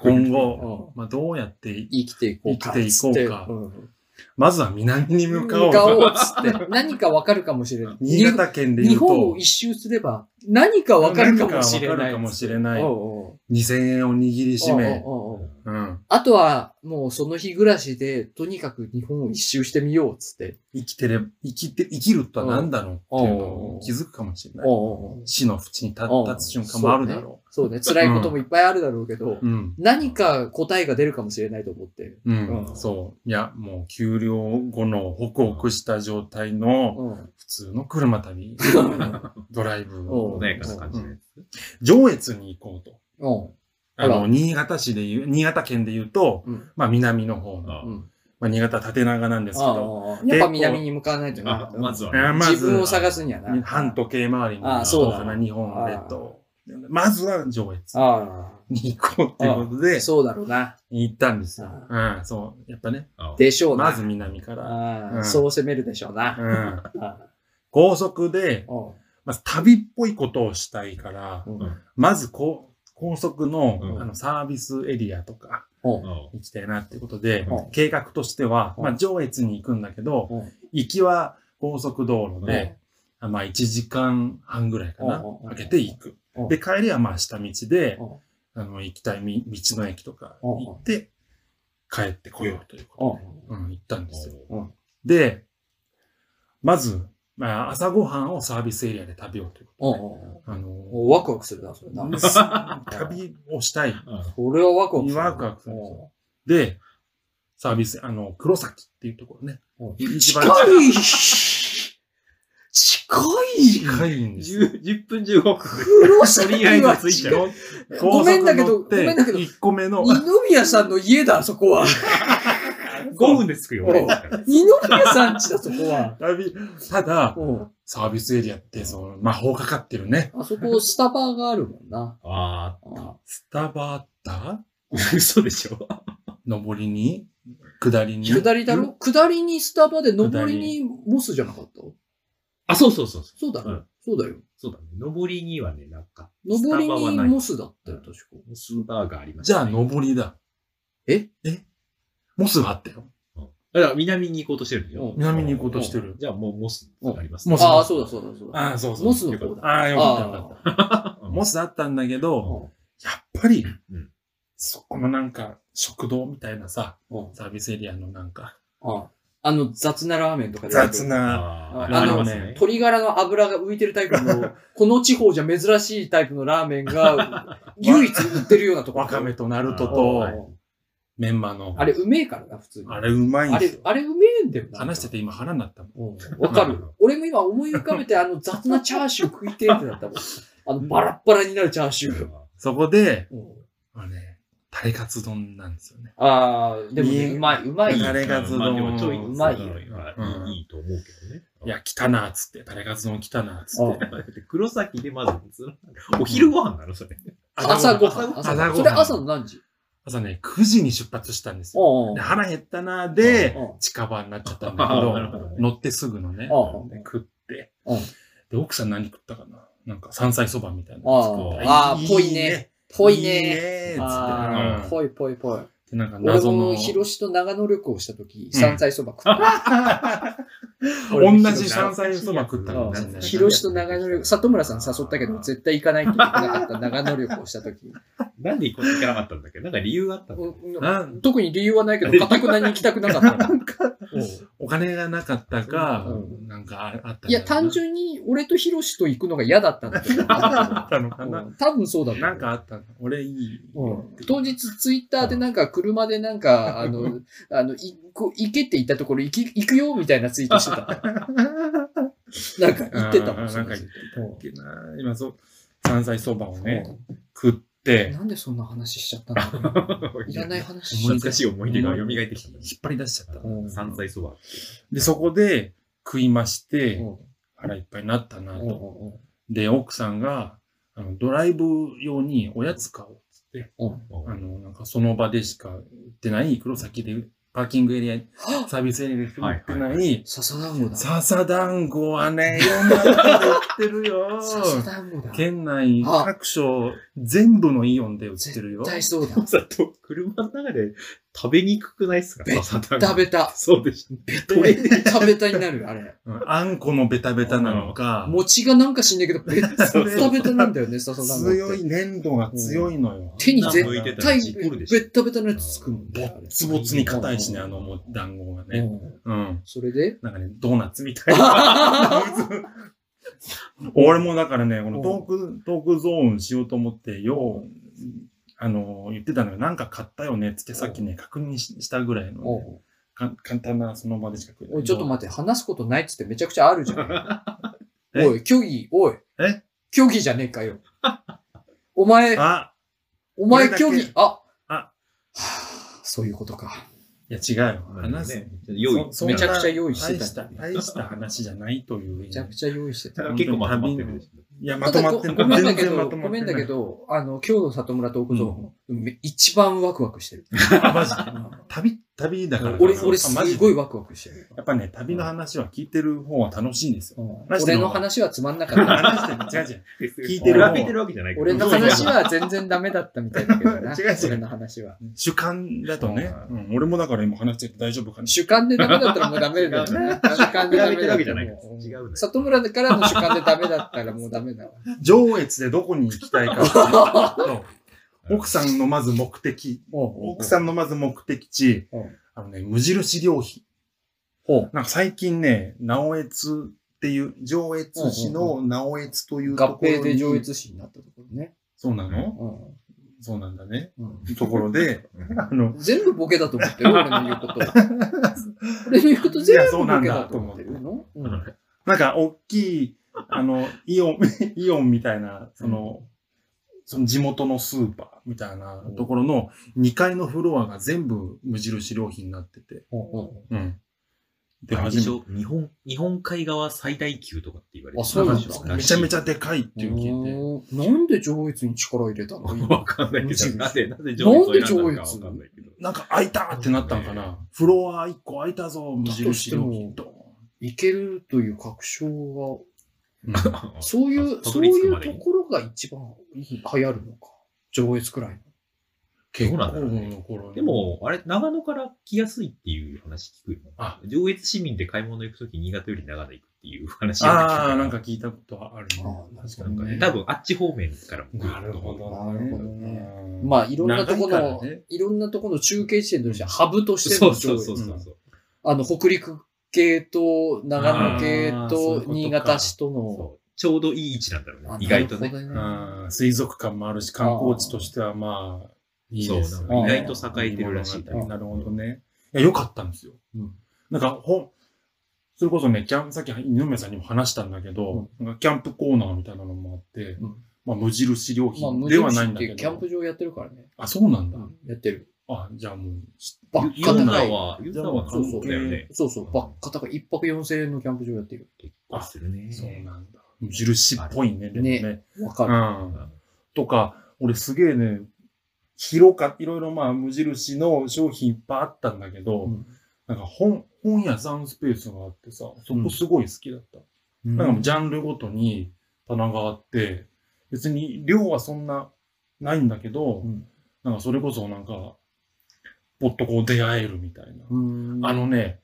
S1: 今後、
S2: うん
S1: まあ、どうやって、
S2: 生きていこうか。
S1: 生きていこうか
S2: つってん
S1: まずは南に向
S2: 向
S1: かおう
S2: かお
S1: と。
S2: うっつって。何かわかるかもし
S1: [LAUGHS]
S2: れない。
S1: 新潟県で
S2: 日
S1: 言う
S2: 本を
S1: と、
S2: 一周すれば何かわかるかもしれな
S1: 何かわ
S2: い。
S1: かるかもしれない
S2: おうおう
S1: 2000円を握りしめ、
S2: おうおうおう
S1: うん、
S2: あとは、もうその日暮らしで、とにかく日本を一周してみようっつって。
S1: 生きてれ、生きて、生きるとは何だろうっていうのを気づくかもしれない。
S2: おうおうおう
S1: 死の淵に立
S2: おう
S1: 立つ瞬間もあるだろ
S2: そうね。辛いこともいっぱいあるだろうけど、
S1: う。うん。
S2: 何か答えが出るかもしれないと思って。
S1: うん
S2: う。ん
S1: そう。いや、もう、給料後のホクホクした状態の
S2: うん。
S1: 普通の車旅、ドライブを
S2: おう
S3: 穏やかな感じのやつ。
S1: 上越に行こうと。
S2: うん。
S1: あ
S2: ほ
S1: の、
S2: ら
S1: 新潟市で言う、新潟県で言うと、
S2: うん。
S1: まあ、南の方の、
S3: あ
S2: うん。
S1: まあ、新潟縦長なんですけど、
S2: ああ。やっぱ南に向かわないとな
S3: あ。まずは
S1: えー
S3: ね。
S1: ま
S2: 自分を
S1: ず、
S2: 探すにはな。
S1: 半時計回りに
S2: あ
S1: 行
S2: あそう
S1: こう
S2: だ
S1: かな、日本列島。まずは上越
S2: あ
S1: に行こうっていうことで
S2: あ。、そうだろうな。
S1: 行ったんですよ。
S2: あ
S1: うん、そう。やっぱね、
S3: あ
S2: でしょうな。
S1: まず南から。
S2: ああ
S1: うん
S2: そう攻めるでしょうな。
S1: うん。
S2: あ
S1: 高速で
S2: あ、お
S1: まず旅っぽいことをしたいから
S2: う、
S3: ん
S1: まずこう高速の,、
S3: うん
S1: あのサービスエリアとか
S2: おう
S3: あ
S1: 行きたいなっていうことで、
S2: うん
S1: 計画としては、
S2: うん
S1: まあ、上越に行くんだけど、
S2: うん
S1: 行きは高速道路で、あまあ、1時間半ぐらいかな、
S2: うん
S1: かけて行く。
S2: うん
S1: で、帰りはまあ下道で、
S2: おう
S1: あの行きたいみ道の駅とか
S2: うん
S1: 行って、帰ってこようということで
S2: おう
S1: うん、行ったんですよ。
S2: うん
S1: で、まず、まあ、朝ごはんをサービスエリアで食べようという
S2: お
S1: ことで、
S2: う
S1: あの
S2: おうワクワクするな、それな。
S1: ー
S2: [LAUGHS]
S1: 旅をしたい。
S2: これはワクワクする。
S1: ワクワクする
S2: おう
S1: で、サービス、あの、黒崎っていうところね
S2: おう。
S1: 一
S2: 近
S1: 番
S2: い近い
S1: 近いんですよ。
S3: 10 10分15分。
S2: 黒崎は
S3: とりあえず着いちゃ
S2: 近い。
S1: 高
S2: ごめ
S1: 速
S2: んだけど
S1: 乗って
S2: ごめんだけど
S1: 1個目の、
S2: 二宮さんの家だ、そこは。
S3: 5分で着くよ。
S2: おう二宮さん家だ、そこは。
S1: 旅、ただ、
S2: おう
S1: サービスエリアって、その、魔法かかってるね。
S2: あそこ、スタバがあるもんな。
S3: あ
S2: あ
S1: スタバあった
S3: あ、嘘でしょ。
S1: 上りに下りに
S2: 下りだろ下りにスタバで、上りにモスじゃなかった
S3: あ、そうそうそうそう。
S2: そうだね、
S3: うん
S2: そうだよ。
S3: そうだね。上りにはね、なんか、ス
S2: 上
S3: タ
S2: り
S3: バは
S2: に
S3: ない
S2: モスだったよ、確か。
S3: モスバーガーありまし
S1: じゃ
S3: た
S1: あ、
S3: ね。
S1: 上りだ。
S2: え
S1: えモスがあったよ。
S3: あ、だから南に行こうとしてるんでしょ
S2: うん
S1: 南に行こうとしてる。
S3: じゃあ、もうモスあります
S1: モス
S2: ああ、そうだそうだそうだ。
S1: ああ、そうそう。
S2: モスの方だ。
S1: ああ、よかったよかった。
S2: あ
S3: うん
S1: モスあったんだけど、
S2: あ
S1: やっぱり
S3: うん、
S1: そこのなんか、食堂みたいなさ、
S2: うん
S1: サービスエリアのなんか、
S2: あああの雑なラーメンとかで。
S1: 雑。な、
S3: あ
S2: あ
S3: あ、あり
S2: の
S3: ますね。
S2: 鶏ガラの油が浮いてるタイプ
S1: [LAUGHS]
S2: の、この地方じゃ珍しいタイプのラーメン
S1: [LAUGHS]
S2: が、唯一売ってるようなところ。
S1: わかめとナルト
S2: うん
S1: と、メンマの。
S2: あれ、うめえからな、普通に。
S1: あれうまいん
S2: あ
S1: で
S2: れ
S1: すよ、。
S2: あれうめえんだよな。
S1: 話してて今腹になったもん。
S2: うんわかる。俺も今思い浮かべて、あの雑なチャーシュー食いてえってなったも
S1: [LAUGHS]
S2: ん。あのバラッバラになるチャーシュー。
S1: そこで、
S2: うん
S1: あれ、タレカツ丼なんですよね。
S2: ああ、でもね、
S1: いいう
S2: まい、うまい。
S1: あれが
S3: ずまあでもちょい、
S1: う
S2: まいよ
S1: うん
S3: いいと思うけどね。
S1: いや、来たなっつって、タレカツ丼来たなっつって。
S3: だって黒崎でまず、そのお昼ご飯なのそれ。
S2: 朝ごはん。
S1: 朝
S2: 朝
S1: ごはん
S2: ごはん。それ朝の何時
S1: 朝ね、9時に出発したんですよ。
S2: お
S1: で腹減ったなーで
S2: う、ん
S1: 近場になっちゃったんだけ
S2: [LAUGHS]
S3: あ
S1: ど
S3: ーなるほど、ね
S1: 乗ってすぐのね、
S2: うん
S1: で食って
S2: うん、
S1: で、奥さん何食ったかななんか山菜そばみたいなの作って。
S2: あーあーぽいね。ぽい
S1: いい
S2: ね。
S1: ねー
S2: あ
S1: っつ
S2: あ、
S1: ってうん。
S2: ぽいぽいぽい。
S1: でなんか
S2: 俺
S1: 謎の
S2: も、広島と長野旅行した時、山菜そば食った。俺
S1: [LAUGHS]
S2: も
S1: 同じ山菜そば食った
S2: う
S1: のに
S2: ん
S1: なんだよね
S2: 広島と長野旅行、里村さん誘ったけど、絶対行かないといけなかった長野旅行した時。
S3: なんで行こうといけなかったんだっけなんか理由があったんだっけ
S1: なん
S2: 特に理由はないけど、かたくなに行きたくな
S1: [LAUGHS]
S2: かったの。うん
S1: お金がなかったか
S2: う、
S1: なんかあれあったんだろうない
S2: や、単純に俺とヒロシと行くのが嫌だったんだと思う
S1: [LAUGHS]
S2: ん
S1: あ
S2: だ
S1: ったのか
S2: けど
S1: な
S2: う。ん多分そうだと思う
S1: なんかあったの俺いい。
S2: うん当日ツイッターでなんか車でなんか、あの、あの、いこう行けって言ったところ行き行くよみたいなツイー
S1: [LAUGHS]
S2: トしてた。なんか言ってたも
S1: あ
S2: ん、
S1: ー
S2: そ
S1: なん
S2: の
S1: か
S2: ツイ
S1: 言っ
S2: ー
S1: てな今そう、山菜そばを
S2: ト
S1: ね、
S2: うん
S1: 食って、
S2: なんでそんな話しちゃったんだろ
S1: [LAUGHS]
S2: ういらない話しちゃっ
S3: 懐
S2: た
S3: かしい思い出が蘇ってきた
S1: 引。っ張り出しちゃった。
S2: うん
S3: 山菜そば。
S1: で、そこで食いまして
S2: う、ん
S1: 腹いっぱいになったな
S2: うんう
S1: と。で、奥さんが、あのドライブ用におやつ買おうっつって、
S3: うん
S1: あの、なんかその場でしか売ってない、黒崎でパーキングエリア、サービスエリアでしか売ってない、
S2: 笹団子だ。
S1: 笹団子はね、いろんなとこで売ってるよ。
S2: [LAUGHS] 笹団子だ。
S1: 県内各所、全部のイオンで売ってるよ。
S2: 絶対そ
S1: [LAUGHS]
S2: うだ。
S3: さと車の中で食べにくくないっすか
S2: べ
S3: 朝食べ
S2: 食
S1: [LAUGHS]
S2: べた。
S3: そうですね。
S1: で
S2: 食べたになる、
S1: [LAUGHS]
S2: あれ。
S1: うんあんこのベタベタなのか、
S2: 餅がなんか死んだけど、べっ
S1: [LAUGHS] そう
S2: たべたなんだよね、笹団子って。
S1: 強い、粘土が強いのよ。
S2: 手に絶
S3: 向いてた
S2: 対
S3: ら事故るでしょ
S2: べったべたのやつつくもんね。あれ
S1: つぼつに硬いしね、あのもう団子が
S2: う
S1: ね。
S2: ん。
S1: うん。
S2: それで
S1: なんかね、ドーナツみたいな。 [LAUGHS] 俺もだからね、このトーク、トークゾーンしようと思って、よう、あの、言ってたのよ。なんか買ったよねっつってさっきね、確認ししたぐらいの
S2: お
S1: ね、
S2: う
S1: か簡単なその場でしか食えな
S2: お
S1: い。
S2: い、ちょっと待って、話すことないっつってめちゃくちゃあるじゃん。
S1: [LAUGHS] え
S2: おい、虚偽、おい。
S1: え
S2: 虚偽じゃねえかよ。お前、
S1: あ、
S2: お前
S1: 俺だけ
S2: 虚偽、
S1: あ
S2: あ、はあそういうことか。
S1: いや違うよ。話す。
S3: ね。用意。
S1: そ
S2: めちゃくちゃ用意してた
S1: 大した、大した話じゃないという。
S2: めちゃくちゃ用意してた。
S3: 結構まとまってるでしょ。
S1: いや、まとまって
S2: た
S1: ん
S2: だご
S1: の
S2: めんだ
S1: 全
S2: け
S1: 然ま
S2: ど、
S1: とま
S2: ご
S1: っ
S2: め
S1: て
S2: んだ
S1: な
S2: け
S1: い。
S2: ど、あの、今日の里村トークゾーン、め一番ワクワクしてる。
S1: [LAUGHS] あマジで旅、旅だから。
S2: 俺、俺
S1: あ
S2: す
S1: マジで
S2: ごいワクワクしてる。
S1: やっぱね、旅の話は聞いてる方は楽しいんですよ。
S2: うん
S1: マジで
S2: 俺の話はつまんなか
S1: [LAUGHS]
S2: った。
S1: 話してる、違う違う。聞
S3: 聞
S1: い
S3: い
S1: て
S3: て
S1: る
S3: る。
S1: 方
S3: 聞いてるわけじゃないけど。
S2: 俺の話は全然ダメだったみたいだけど
S1: [LAUGHS]
S2: な。
S1: 違う違う
S2: 俺の話は。
S1: 主観だとね、うん俺もだから今話してて大丈夫かな。
S2: 主観でダメだったらもうダメだ
S1: [LAUGHS]
S2: よね。主観で
S3: 比
S2: ダメ
S3: べてる
S2: だ
S3: わ
S2: っ
S3: けじ
S2: たら
S3: ゃない
S2: もう。
S3: 違うね。
S2: 里村からの主観でダメだったらもうダメだわ。
S1: 上越でどこに行きたいか
S2: [LAUGHS]
S1: っていうの奥さんのまず目的、奥さんのまず目的地
S2: うん、
S1: あのね、無印良品。
S2: ほう
S1: なんか最近ね、直越っていう、上越市の直越というと
S2: 合
S1: ころに。
S2: 併で上越市になったところね。
S1: そうなの
S2: う
S1: そうなんだね。
S2: んうん
S1: ところで、あの、
S2: 全部ボケだと思ってる俺の言うこと。俺の言うこと全
S1: いや
S2: 部
S1: そう
S2: ボ
S1: なん
S2: ケ
S1: だ
S2: だと思ってるのうん
S3: 思っ
S1: なんか大きい、あの、イオン、 [LAUGHS] イオンみたいな、その、その地元のスーパーみたいなところの2階のフロアが全部無印良品になってて。うん。で、初め
S3: 日本、日本海側最大級とかって言われて
S2: あそうなんです
S1: めちゃめちゃでかいっていう聞い
S2: うんなんで上越に力入れたの
S3: わかんないけ
S2: 無印
S3: ど、なぜ、なぜ上越を選
S2: なんで
S3: んだの
S2: 上
S3: か
S2: 越
S3: わかんないけど。
S1: て。なんか開いたってなったんかな。フロア1個開いたぞ、無印良品と。
S2: いけるという確証は、そういう、
S3: た
S2: そ
S3: ど
S2: う
S3: り着
S2: い
S3: くま
S2: う
S3: で
S2: と
S3: に
S2: ころが一番流行るのか。上越くらいの。
S1: 結
S3: そう
S1: 構
S3: なんだ
S1: の頃に
S3: で、も、あれ、長野から来やすいっていう話聞くよ。
S1: あ
S3: 上越市民で買い物行くとき、新潟より長野行くっていう話を聞いた
S1: ああ、なんか、聞いたことあるね。
S2: あー
S3: なんかね、多分あっち方面からも来
S1: なる
S3: ると思
S1: ほ
S3: う。
S1: ど。
S2: なるほどね
S1: うん
S2: まあ、いろんなとこ
S1: 長い
S2: の、
S1: からね
S2: いろんなとこの中継地点としてはハブとして
S3: そ
S2: の
S3: うそ
S2: 上
S3: うそ
S2: 越
S3: う。そうそう
S2: あの、北陸系と、長野系
S1: あーそういうこ、
S2: と
S1: とか
S2: 新潟市との、
S3: そうちょうどいい位置なんだろうね
S2: あ。
S3: 意外と。
S2: な
S3: ね。
S2: るほど
S1: うん水族館もあるし、観光地としてはまあ、いい
S3: そう、
S1: で
S3: な
S1: す
S3: ん
S1: よ
S3: か
S1: ね
S3: 意外と栄えてるらしい。
S1: 物語なるほどね。いや、良かったんですよ。
S2: うん
S1: なんか、ほん、それこそね、キャンさっき二宮さんにも話したんだけど、なんかキャンプコーナーみたいなのもあって、
S2: ん
S1: まあ、無印良
S2: まあ、
S1: 品
S2: 無
S1: ではない
S2: 印
S1: ん
S2: っ
S1: だけ
S2: て
S1: ど。
S2: キャンプ場やってるからね。
S1: あ、そうなんだ。
S2: やってる。
S1: あ、じゃあもう、し
S2: バ
S3: ユ
S2: ッ
S3: ユ
S2: カ
S3: ーザ
S2: 高
S3: ー
S2: い。
S3: は、ユーザーは
S1: そう
S3: 関
S1: そう
S3: 東だよね。
S2: そうそう、バッカ高い。一泊四千円のキャンプ場やってる。
S3: 結構するね。
S1: そうなんだ。無印っぽいね、でもね。
S2: わか
S1: う
S2: る。
S1: ん。とか、俺すげえね、広か、いろいろまあ無印の商品いっぱいあったんだけど、
S2: うん
S1: なんか本、本屋さんスペースがあってさ、そこすごい好きだった。なんかもうジャンルごとに棚があって、別に量はそんなないんだけど、
S2: うん
S1: なんかそれこそなんか、ぽっとこう出会えるみたいな。
S2: うん
S1: あのね、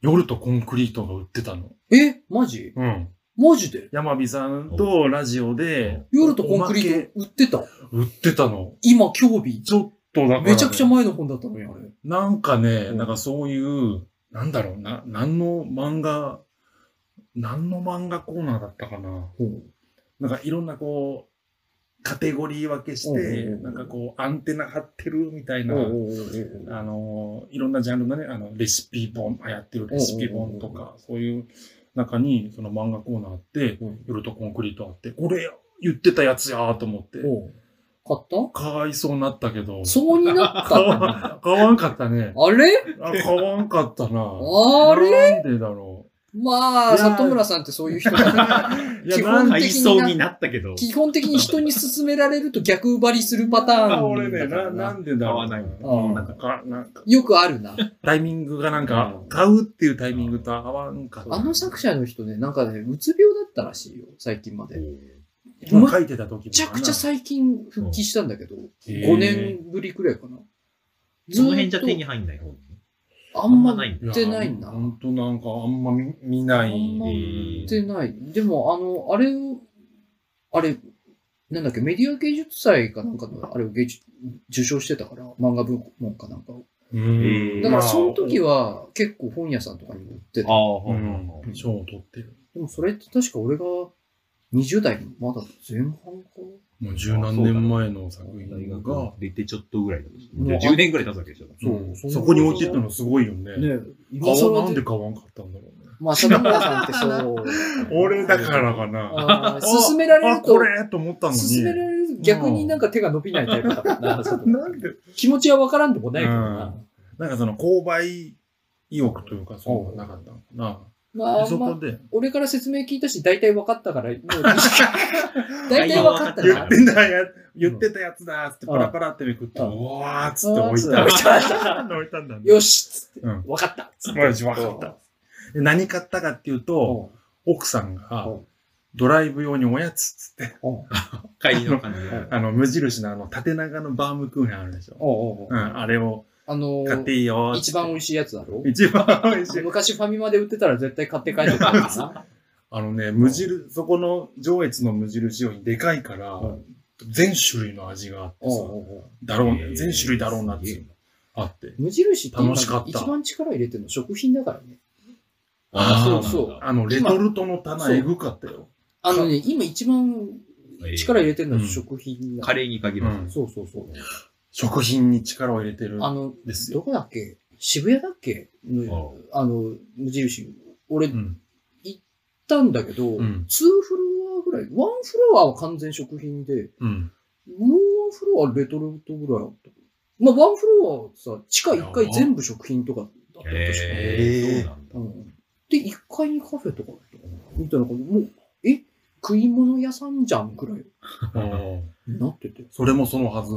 S1: 夜とコンクリートが売ってたの。
S2: えマジ
S1: うん。
S2: マジで
S1: 山火さんとラジオで、
S2: 夜とコンクリート売ってた
S1: ト売ってたの。
S2: 今、興味。
S1: ちょっとだから、ね。
S2: めちゃくちゃ前の本だったのよ、あれ。
S1: なんかね、
S2: うん
S1: なんかそういう、なんだろうな、何の漫画、何の漫画コーナーだったかな。なんかいろんなこう、カテゴリー分けし
S2: うんうん
S1: て
S2: う、ん
S1: なんかこう、アンテナ張ってるみたいな、
S2: な
S1: あのー、いろんなジャンルのね、あの、レシピ本、流行ってるレシピ本とか、そういう中に、その漫画コーナーあって、
S2: うん
S1: 夜とコンクリートあって、これ言ってたやつやーと思って、
S2: おう買っ
S1: かわいそうになったけど、
S2: たそうになった
S1: 買
S2: んだ
S1: わん買わんかったね。
S2: あれ
S1: あ、買わんかったな。
S2: あれ [LAUGHS]
S1: なんでだろ
S2: ま
S1: いやー
S2: あ、里村さんってそういう人
S1: [LAUGHS]
S2: だな
S1: いや、
S2: 基
S1: な
S2: 本
S1: ん
S2: 的
S1: か、
S3: 配送になったけど、
S2: 基本的に人に勧められると逆張りするパターンだからな。
S1: 俺ね、ななんでだろう。
S3: 買わない
S1: うんなんかか、なんか、
S2: よくあるな。
S1: タイミングがなんか、買うっていうタイミングと合わんかった。
S2: あの作者の人ね、なんかね、うつ病だったらしいよ、最近まで。
S1: ま
S2: む
S1: あ書いてた時
S2: ちゃくちゃ最近復帰したんだけど、
S1: へー
S2: 5年ぶりくらいかな。
S3: そ
S2: ずーっと
S3: の辺じゃ手に入んない本。
S2: あんま
S3: あんまないん
S2: 売
S3: だ
S2: ってないんだ。
S1: 本当なんか、あんま見見な
S2: あんま
S1: い。
S2: 売ってない。でも、あの、あれを、あれ、なんだっけ、メディア芸術祭かなんかの、あれを芸術受賞してたから、漫画部門かなんかを。
S1: うん
S2: だから、
S1: まあ
S2: その時は結構本屋さんとかにも売って
S3: あ
S2: た。
S3: あ、
S1: う
S3: ほ
S1: ん
S3: ほ
S1: うん賞を取ってる。
S2: でも、それって確か俺が20代のまだ前半か
S1: もう十何年前の作品
S3: 大学
S1: が、
S3: 出てちょっとぐらいだとして
S2: もう
S3: じゃあ10年ぐらい経つわけでしょ。
S2: そう
S1: うんそこに落ちてるのすごいよね。
S2: な。ね今
S1: 買
S2: 更
S1: わな
S2: で
S1: んで買わんかったんだろうね。
S2: まあ、里村さんってそう。
S1: [LAUGHS] 俺だからかな。
S2: あー。勧められ
S1: あ、
S2: ると
S1: こ、れと思ったのに。
S2: 勧められると逆になんか手が伸びないタイプだからな。そこ
S1: なんで
S2: 気持ちはわからんでもないからな。
S1: なんかその購買意欲というか、そういうのがなかったのかな。
S2: まあ、
S1: でそ
S2: ま
S1: こ
S2: あ、
S1: で、
S2: 俺から説明聞いたし、大体分かっ
S1: [LAUGHS]
S2: たから、もう大体分かった
S1: 言
S2: な
S1: っ。てんだや、言ってたやつだっつってパラパラってめくって、う
S2: うん
S1: わーっつ
S2: う
S1: って
S2: ん
S1: 置いた。
S2: 置い
S1: た。置いたんだね。
S2: よしっつって、
S1: うん
S2: 分かったっつって。
S1: よし、わかった。で何買ったかっていうと、
S2: う
S1: 奥さんが
S2: うん、
S1: ドライブ用におやつっつって、
S2: ん。うん
S3: 帰りの感じで。
S2: うん
S1: あの、無印のあの、縦長のバームクーヘンあるでしょ。
S2: おうおう
S1: う、
S2: おうん
S1: あれを
S2: あの
S1: 買って
S2: ー、
S1: いいよーっつ
S2: 一
S1: って。
S2: 番美味しいやつだろ
S1: 一番美味しい。
S2: 昔ファミマで売ってたら絶対買って帰ってたから
S1: [LAUGHS]
S2: な。
S1: あのね、無印、そこの上越の無印よりでかいから、
S2: うん
S1: 全種類の味があって
S2: お
S1: さ、
S2: うおうおう
S1: だろう
S3: へ
S1: ね、
S3: ー
S1: 全種類だろうなっていうのあって。
S2: 無印って今
S1: 楽しかった
S2: 一番力入れてるの食品だからね。
S1: あー
S2: そうそう
S1: あの、レトルトの棚
S2: そう
S1: えぐかったよ。
S2: あのね、今一番力入れてるの
S1: う
S2: は
S1: ん
S2: 食品だ
S3: カレーに限ら
S1: うん
S3: ず。
S2: そうそうそう。
S1: 食品に力を入れてる
S2: あ
S1: ん
S2: の、
S1: ですよ。
S2: どこだっけ渋谷だっけのあの、無印。俺
S1: う
S2: 行っ
S1: ん。
S2: たんだけど、
S1: うん
S2: 2フロアぐらい、1フロアは完全食品で、
S1: うん。
S2: もう1フロアレトルトぐらいあった。まあ、1フロアさ、地下1階全部食品とかだった確か
S1: へー
S3: ーそうなんだ
S2: うんで、1階にカフェとかあったかなみたいな感じもう、え食い物屋さんじゃんぐらい
S1: うん
S2: になってて。
S1: [LAUGHS] それもそのはず。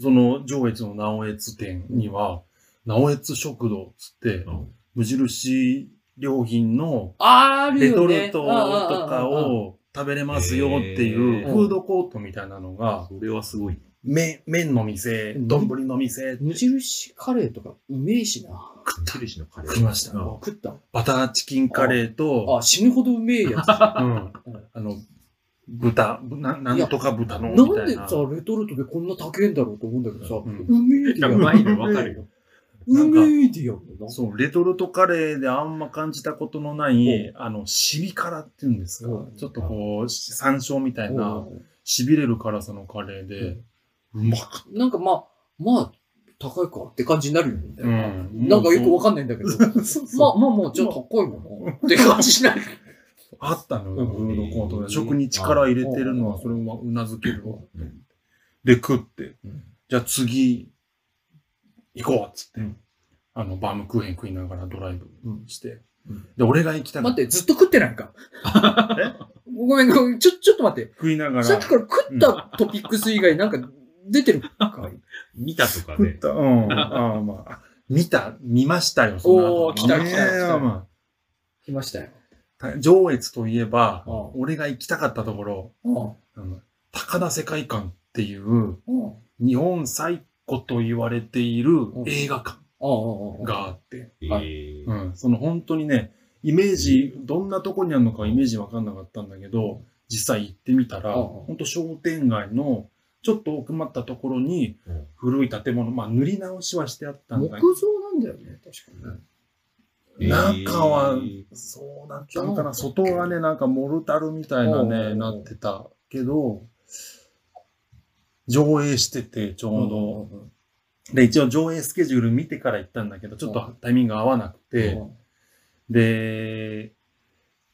S1: その上越の直越店には、直越食堂っつって、
S3: うん
S1: 無印良品の
S2: ある
S1: レト
S2: よね。
S1: ルトとか
S2: ああああああ。
S1: を食べれますよっていう
S2: へー
S1: フードコートみたいなのが、
S3: それはすごいね。
S1: 麺、麺の店、
S2: うん
S1: 丼の店、
S2: 無印カレーとかうめえしな。
S3: チルシのカレー。
S1: 食いました
S3: うん
S2: 食った
S1: バターチキンカレーと、
S2: あ、死ぬほどうめえやつ。な
S1: うんあの、豚、ぶななんとか豚のみ
S2: ん
S1: た
S2: で
S1: い
S2: さ
S1: な。、
S2: レトルトでこんな高えんだろうと思うんだけどさ、
S1: うん
S2: うめえ
S3: い
S2: で
S3: や
S2: や
S3: うんまいのわかるよ。
S2: うめえでやんのな。
S1: そう、レトルトカレーであんま感じたことのない、あの、シビ辛っていうんですか
S2: うん。
S1: ちょっとこう、し山椒みたいな、
S2: うん
S1: しびれる辛さのカレーで、うまかっ
S2: なんかまあ、まあ、高いかって感じになるよね。
S1: た。うん
S2: なんかよくわかんないんだけ
S1: [LAUGHS]
S2: ど。
S1: そうそう
S2: まあまあまあ、じゃあ高いもんな。って感じになる。
S1: あったのよ、
S2: うん
S1: フードコート
S3: う
S1: で。
S3: ん
S1: 食に力入れてるのは、それもうなずけるわ。で、食って
S3: うん、
S1: じゃあ次、行こうっつって
S2: うん、
S1: あの、バームクーヘン食いながらドライブして
S3: うん、
S1: で、俺が行きたか
S2: 待っ
S1: った
S2: て、ずっと食ってない
S1: [LAUGHS]
S2: んか。ごめん、ごめん、ちょ、ちょっと待って。
S1: 食いながら、
S2: さっきか
S1: 食
S2: ら食ったトピックス以外なんか出てるか。
S3: 見たとか
S1: っ
S3: ね。
S1: た、うん、ああ、まああ、見た、見ましたよ、その後
S2: おー来た来た
S1: ねえ
S2: 来た
S1: ま
S2: 来ましたよ。
S1: あた上越といえば
S2: う、ん
S1: 俺が行きたかったところ、
S2: うん
S1: あの高田世界観っていう、
S2: うんうん
S1: 日本最古と言われている映画館
S2: うんうん
S1: があって、
S3: え
S2: はい
S3: ー
S1: うん、その本当にね、イメージ、どんなとこにあるのかイメージわかんなかったんだけど、実際行ってみたら、
S2: うん
S1: 本当商店街のちょっと奥まったところに
S3: うん
S1: 古い建物、まあ塗り直しはしてあったんだけど、
S2: 木造なんだよね、確かに。
S1: 中は
S3: えー
S1: そうだったのかな、外はね、なんかモルタルみたいな
S2: うんうんう
S1: ね、
S2: ん
S1: なってたけど、上映してて、ちょうど。で、一応上映スケジュール見てから行ったんだけど、ちょっとタイミング合わなくて、で、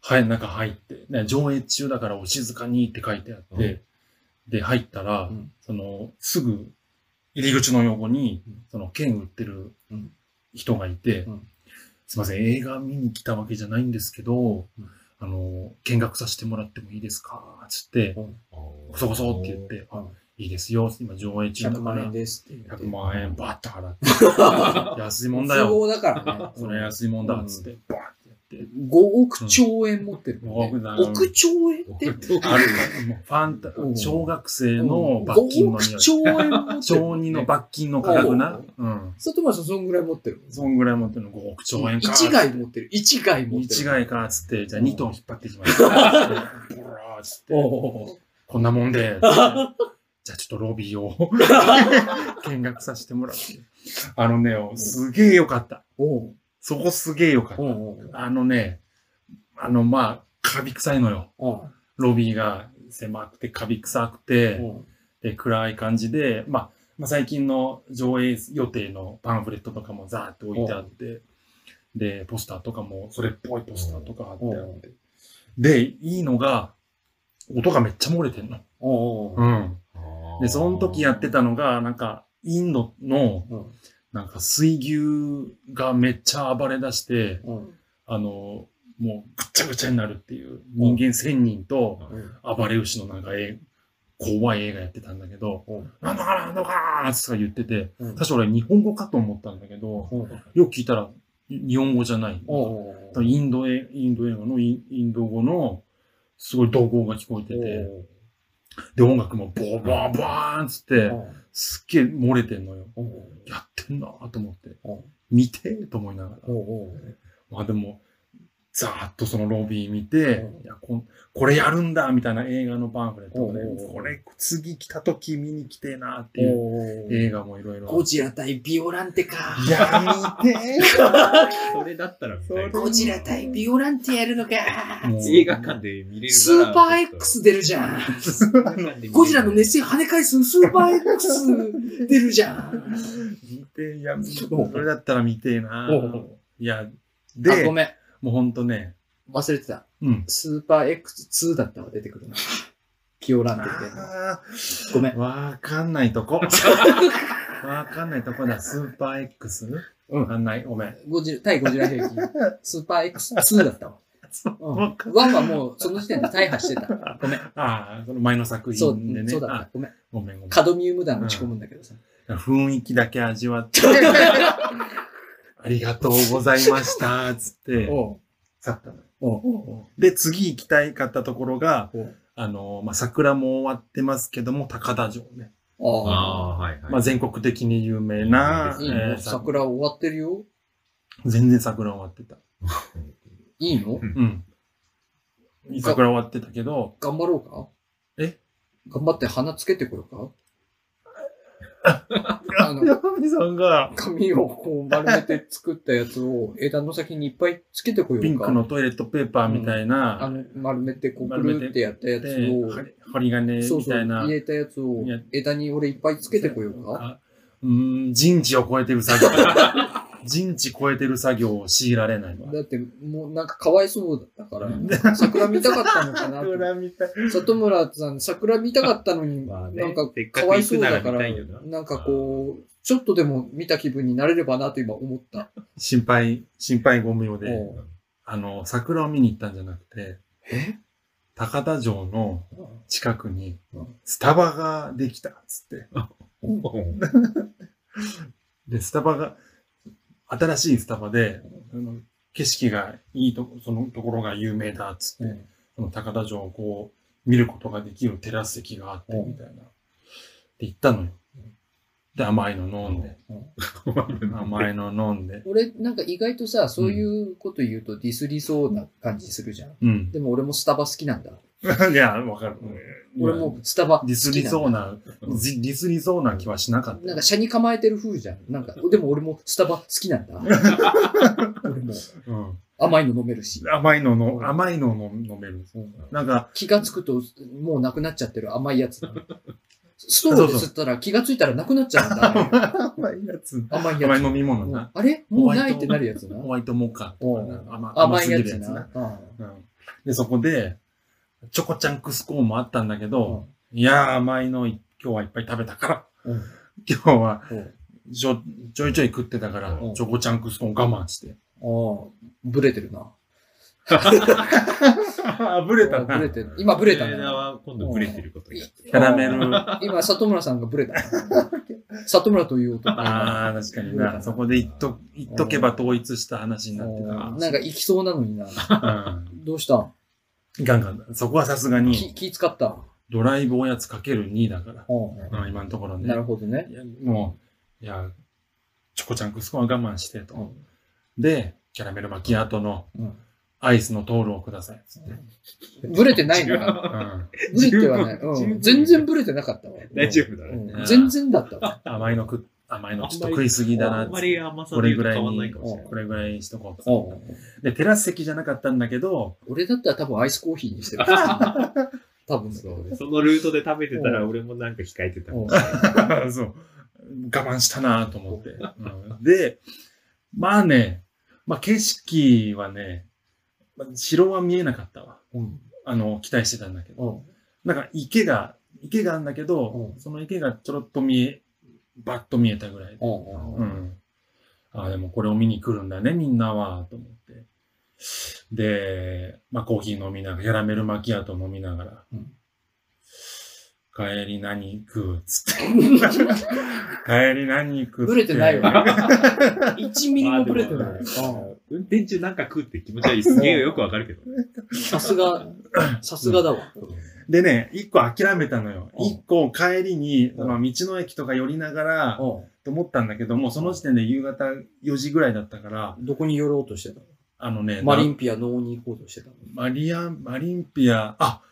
S1: はい、中入って、ね、上映中だからお静かにって書いてあって、で、入ったら、
S2: うん
S1: その、すぐ入り口の横に
S2: うん、
S1: その、剣売ってる
S2: うん
S1: 人がいて、
S2: うん
S1: すいません、映画見に来たわけじゃないんですけど、あの、見学させてもらってもいいですかつって、こそこそって言って、あいいですよ、今上映中だ
S2: 100
S1: か
S2: 万
S1: ら
S2: 円、ですって言って。
S1: 100万円バッと払って、 [LAUGHS] 安いもんだ
S2: 富
S1: よ、
S2: 豪だからね。
S1: [LAUGHS] それ安いもんだ、つって、バーってやって、
S2: 5億兆円持ってるもんね。
S1: うん
S2: 億兆円って
S1: あ
S3: [LAUGHS]
S1: るから、もうファンタ
S2: うん、
S1: 小学生
S2: う
S1: の
S2: ん
S1: 罰金の
S2: 5
S1: 匂
S2: 億
S1: い。
S2: 兆円持ってる。
S1: 小児の罰金の価格な
S2: うん。
S1: うん。
S2: 佐藤さんそんぐらい持ってる。
S1: そんぐらい持ってるの5億兆円か。
S2: 一概持ってる。一概持ってる。
S1: 一概か、つって、じゃあ
S2: うん
S1: 2トン引っ張ってきました。ブラーつって、
S2: おー
S1: こんなもん
S2: [LAUGHS]
S1: で、じゃあちょっとロビーを見学させてもらって。あのね、すげえよかった。
S2: おう
S1: そこすげえよかっ
S2: お
S1: た。
S2: う
S1: あのね、あの、まあ、カビ臭いのよ。
S2: おう
S1: ロビーが狭くてカビ臭くて、
S2: おう
S1: で暗い感じで、まあ、まあ、最近の上映予定のパンフレットとかもザーッと置いてあって、で、ポスターとかもそれっぽいポスターとかあってあって。で、いいのが、音がめっちゃ漏れてんの。
S2: おう
S1: うん。で、その時やってたのが、なんか、インドの、
S2: おう
S1: なんか水牛がめっちゃ暴れ出して、
S2: おう
S1: あの、もうぐっちゃぐちゃになるっていう、人間1000人と、暴れ牛のなんか映怖い映画やってたんだけど、
S2: うん
S1: なんとかなんとかーっつって言ってて、
S2: うん
S1: 確か俺日本語かと思ったんだけど、
S2: おう
S1: よく聞いたらい日本語じゃない。
S2: おう
S1: だからインド映インド映画のインインド語のすごい怒号が聞こえてて、で音楽もボーボーボーンっつって、すっげえ漏れてんのよ。
S2: おう
S1: やってんなーと思って
S2: うん、
S1: 見てーと思いながら。
S2: おう
S1: まあでも、ざーっとそのロビー見て、
S2: うん
S1: いやこんこれやるんだみたいな映画のパンフレットで、
S2: おう
S1: これ次来た時見に来てえなっていう
S2: おう
S1: 映画もいろいろ。
S2: ゴジラ対ビオランテか。
S1: いや、見て
S3: それだったら見たい
S2: ゴジラ対ビオランテやるのか。
S1: ーもう
S3: 映画館で見れる
S2: スーパー X 出るじゃん。ゴジラの熱線跳ね返すスーパー X 出るじゃん。
S1: 見て、いや、
S2: おう
S1: それだったら見てえな
S2: おう
S1: いや、
S2: あ、
S1: で、
S2: ご
S1: も
S2: めん。
S1: うほんとね、
S2: 忘れてた。
S1: うん。
S2: スーパー X2 だったら出てくるな。ピオランテって。
S1: あ
S2: ごめん
S1: ー。わかんないとこ。わかんないとこだ。スーパー X?
S2: うん
S1: わかんない。ごめん。
S2: ゴジラ、対ゴジラ兵器。スーパー X2 だったわ。うん、ワンはもうその時点で大破してた。ごめん。
S1: ああ、その前の作
S2: そう、
S1: 品でね。
S2: そうだっ
S1: あ
S2: た。ごめん。
S1: ごめんごめん。
S2: カドミウム弾打ち込むんだけどさ。
S1: 雰囲気だけ味わって、ありがとうございました、つって、
S2: [LAUGHS] おう
S1: 去ったの
S2: おう
S1: で、次行きたいかったところが
S2: おう、
S1: あの、まあ、桜も終わってますけども、高田城ね。
S2: おう
S3: ああー、はいはい。
S1: まあ、全国的に有名な、
S2: いいの、
S1: えーさ
S2: 桜終わってるよ。
S1: 全然桜終わってた。
S2: いいの
S1: うん。
S2: さ
S1: 桜終わってたけど、
S2: 頑張ろうか
S1: え
S2: 頑張って鼻つけてこよ
S1: [LAUGHS]
S2: うかあの、
S1: ヤミさんが、
S2: 紙をこう丸めて作ったやつを枝の先にいっぱいつけてこようか。
S1: ピンクのトイレットペーパーみたい
S2: あ
S1: な、
S2: の丸めてこうく
S1: 丸めて
S2: るってやったやつ
S1: で
S2: を、
S1: 針針金
S2: そう
S1: み
S2: そ
S1: た
S2: う、
S1: いな
S2: 入。れたやつを
S1: いや
S2: 枝に俺いっぱいつけてこよう
S1: あ
S2: か。
S1: うーん、人知を超えてる作
S2: [LAUGHS]
S1: 業。人知超えてる作業を強いられないわ。
S2: だってもうなんかかわいそうだ
S1: [LAUGHS]
S2: ったから、桜見たかったのかなって。
S1: みたい。
S2: 里村さん、桜見たかったのに、
S3: [LAUGHS] まあね
S2: なんか
S3: せっか
S2: か
S3: く
S2: わいそうだ
S3: 行
S2: か
S3: くなら
S2: ら、
S3: 見たいよな
S2: なんかこう、ちょっとでも見た気分になれればなと今思った。
S1: 心配、心配ご無用で、
S2: おう
S1: あの、桜を見に行ったんじゃなくて、
S2: え
S1: 高田城の近くに
S2: うん、
S1: スタバができた、つって。で、スタバが、新しいスタバで、あの景色がいいとこ、そのところが有名だ、つって、
S2: うん
S1: その高田城をこう、見ることができるテラス席があって、
S2: うん
S1: みたいな。で、行ったのよ。で、甘いの飲んで、甘いの飲んで、
S2: 俺なんか意外とさ、そういうこと言うとディスりそうな感じするじゃん。
S1: うん。
S2: でも俺もスタバ好きなんだ。
S1: [LAUGHS] いや、わかる。
S2: 俺もスタバ好き
S1: デ
S2: なんだ。
S1: ィスりそうな、じディスりそうな気はしなかった
S2: な
S1: よ。
S2: んか、車に構えてる風じゃん。なんか、でも俺もスタバ好きなん
S3: [LAUGHS]
S2: だ。俺も
S1: うん
S2: 甘いの飲めるし。
S1: 甘いの
S2: う
S1: の、
S2: ん
S1: 甘いのの飲める。なんか、
S2: 気がつくと、もうなくなっちゃってる甘いやつ。ストローで吸ったら気がついたらなくなっちゃうんだ。
S1: [LAUGHS] 甘いやつ。
S2: 甘い
S1: 甘
S2: や
S1: い飲み
S2: つ
S1: 物
S2: うん
S1: な。。
S2: あれもうないってなるや
S1: [LAUGHS]
S2: つな。
S1: ホワイトモカとかな
S2: う
S1: 甘甘
S2: 甘
S1: す
S2: い
S1: ぎ
S2: や
S1: る
S2: つ
S1: やつな
S2: な。。うん
S1: うんで、そこで、チョコちゃんクスコーンもあったんだけ [LAUGHS]
S2: う
S1: ど、いやー、甘いのい今日はいっぱい食べたから、
S2: うん
S1: 今日は
S2: うん
S1: ちょちょいちょい食ってたから
S3: う、
S2: ん
S1: チョコちゃんクスコーン我慢して、
S2: ああ、ブレてるな。
S1: ブレた
S2: ああ
S1: な。
S2: [LAUGHS] ブレてる。今ブレた
S3: ね。
S2: な。
S3: は今度ブレてることになって
S1: キャラメル。
S2: [LAUGHS] 今、里村さんがブレた [LAUGHS] な。里村という男が。
S1: ああ、確かにな。そこで言っと、言っとけば統一した話になって
S2: ああ
S1: た。
S2: なんか行きそうなのにな。
S1: うん
S2: どうしたん
S1: ガンガン。そこはさすがに、
S2: 気気使ったん
S1: ドライブおやつかける2だから。
S2: う
S1: うん今のところ
S2: ん
S1: ね。
S2: なるほどね。
S1: いや、もう、いや、チョコちゃんクスコは我慢してと。
S2: うん
S1: で、キャラメルマキアートの
S2: うん
S1: アイスのトールをくださいっつって。
S2: ブレてないのな。
S1: うん
S2: ブレてはない。
S3: 十分十
S2: うん
S3: 分
S2: 全然ブレてなかった [LAUGHS] わ。
S3: 大丈夫だ
S2: う
S3: ね。
S2: ん全然だったわ。
S1: 甘いの食っ、甘いのちょっと
S3: あんま
S1: 食い
S3: り
S1: すぎだな
S3: あ
S1: っ
S3: ん
S1: つっ
S3: ま
S1: て
S3: り。甘さ
S1: こ
S3: で
S1: れ
S3: 言う
S1: ぐ
S3: と
S1: らい
S3: 変わんない
S1: に、
S3: かもしれない
S1: こ。れぐらいにしとこうっつっ
S2: うん
S1: て。で、テラス席じゃなかったんだけど、 [LAUGHS]
S2: 俺だったら多分アイスコーヒーに [LAUGHS] してる。多分だけ
S3: そ
S2: ど
S3: うねそのルートで食べてたら俺もなんか控えてた。
S2: うん
S1: そう。我慢したなと思って、うんで、まあね、まあ景色はね、まあ城は見えなかったわ。
S2: うん
S1: あの、期待してたんだけど。
S2: うん
S1: なんか池が、池があるんだけど、
S2: うん
S1: その池がちょろっと見え、バッと見えたぐらいで。
S2: うん
S1: う
S2: うん
S1: ん。ああ、でもこれを見に来るんだね、みんなは、と思って。で、まあコーヒー飲みながら、キャラメルマキアート飲みながら、
S2: うん
S1: 帰り何食うっつ
S2: [LAUGHS]
S1: って。帰り何食うっ
S2: ブレてないよね。 [LAUGHS]
S1: ね。
S2: 1ミリもブレてない。
S3: まあ
S2: うん
S3: 運転中なんか食うって気持ちはいい。すげえよくわかるけど。
S2: さすが、さすがだわ。
S1: でね、一個諦めたのよ。
S2: うん
S1: 一個帰りに、
S2: うん
S1: まあ道の駅とか寄りながら、
S2: う
S1: と思ったんだけども、その時点で夕方4時ぐらいだったから、
S2: んどこに寄ろうとしてたの
S1: あのね、
S2: マリ
S1: ン、
S2: ンピア能に行こうとしてたの
S1: マリアン、マリンピア、あ、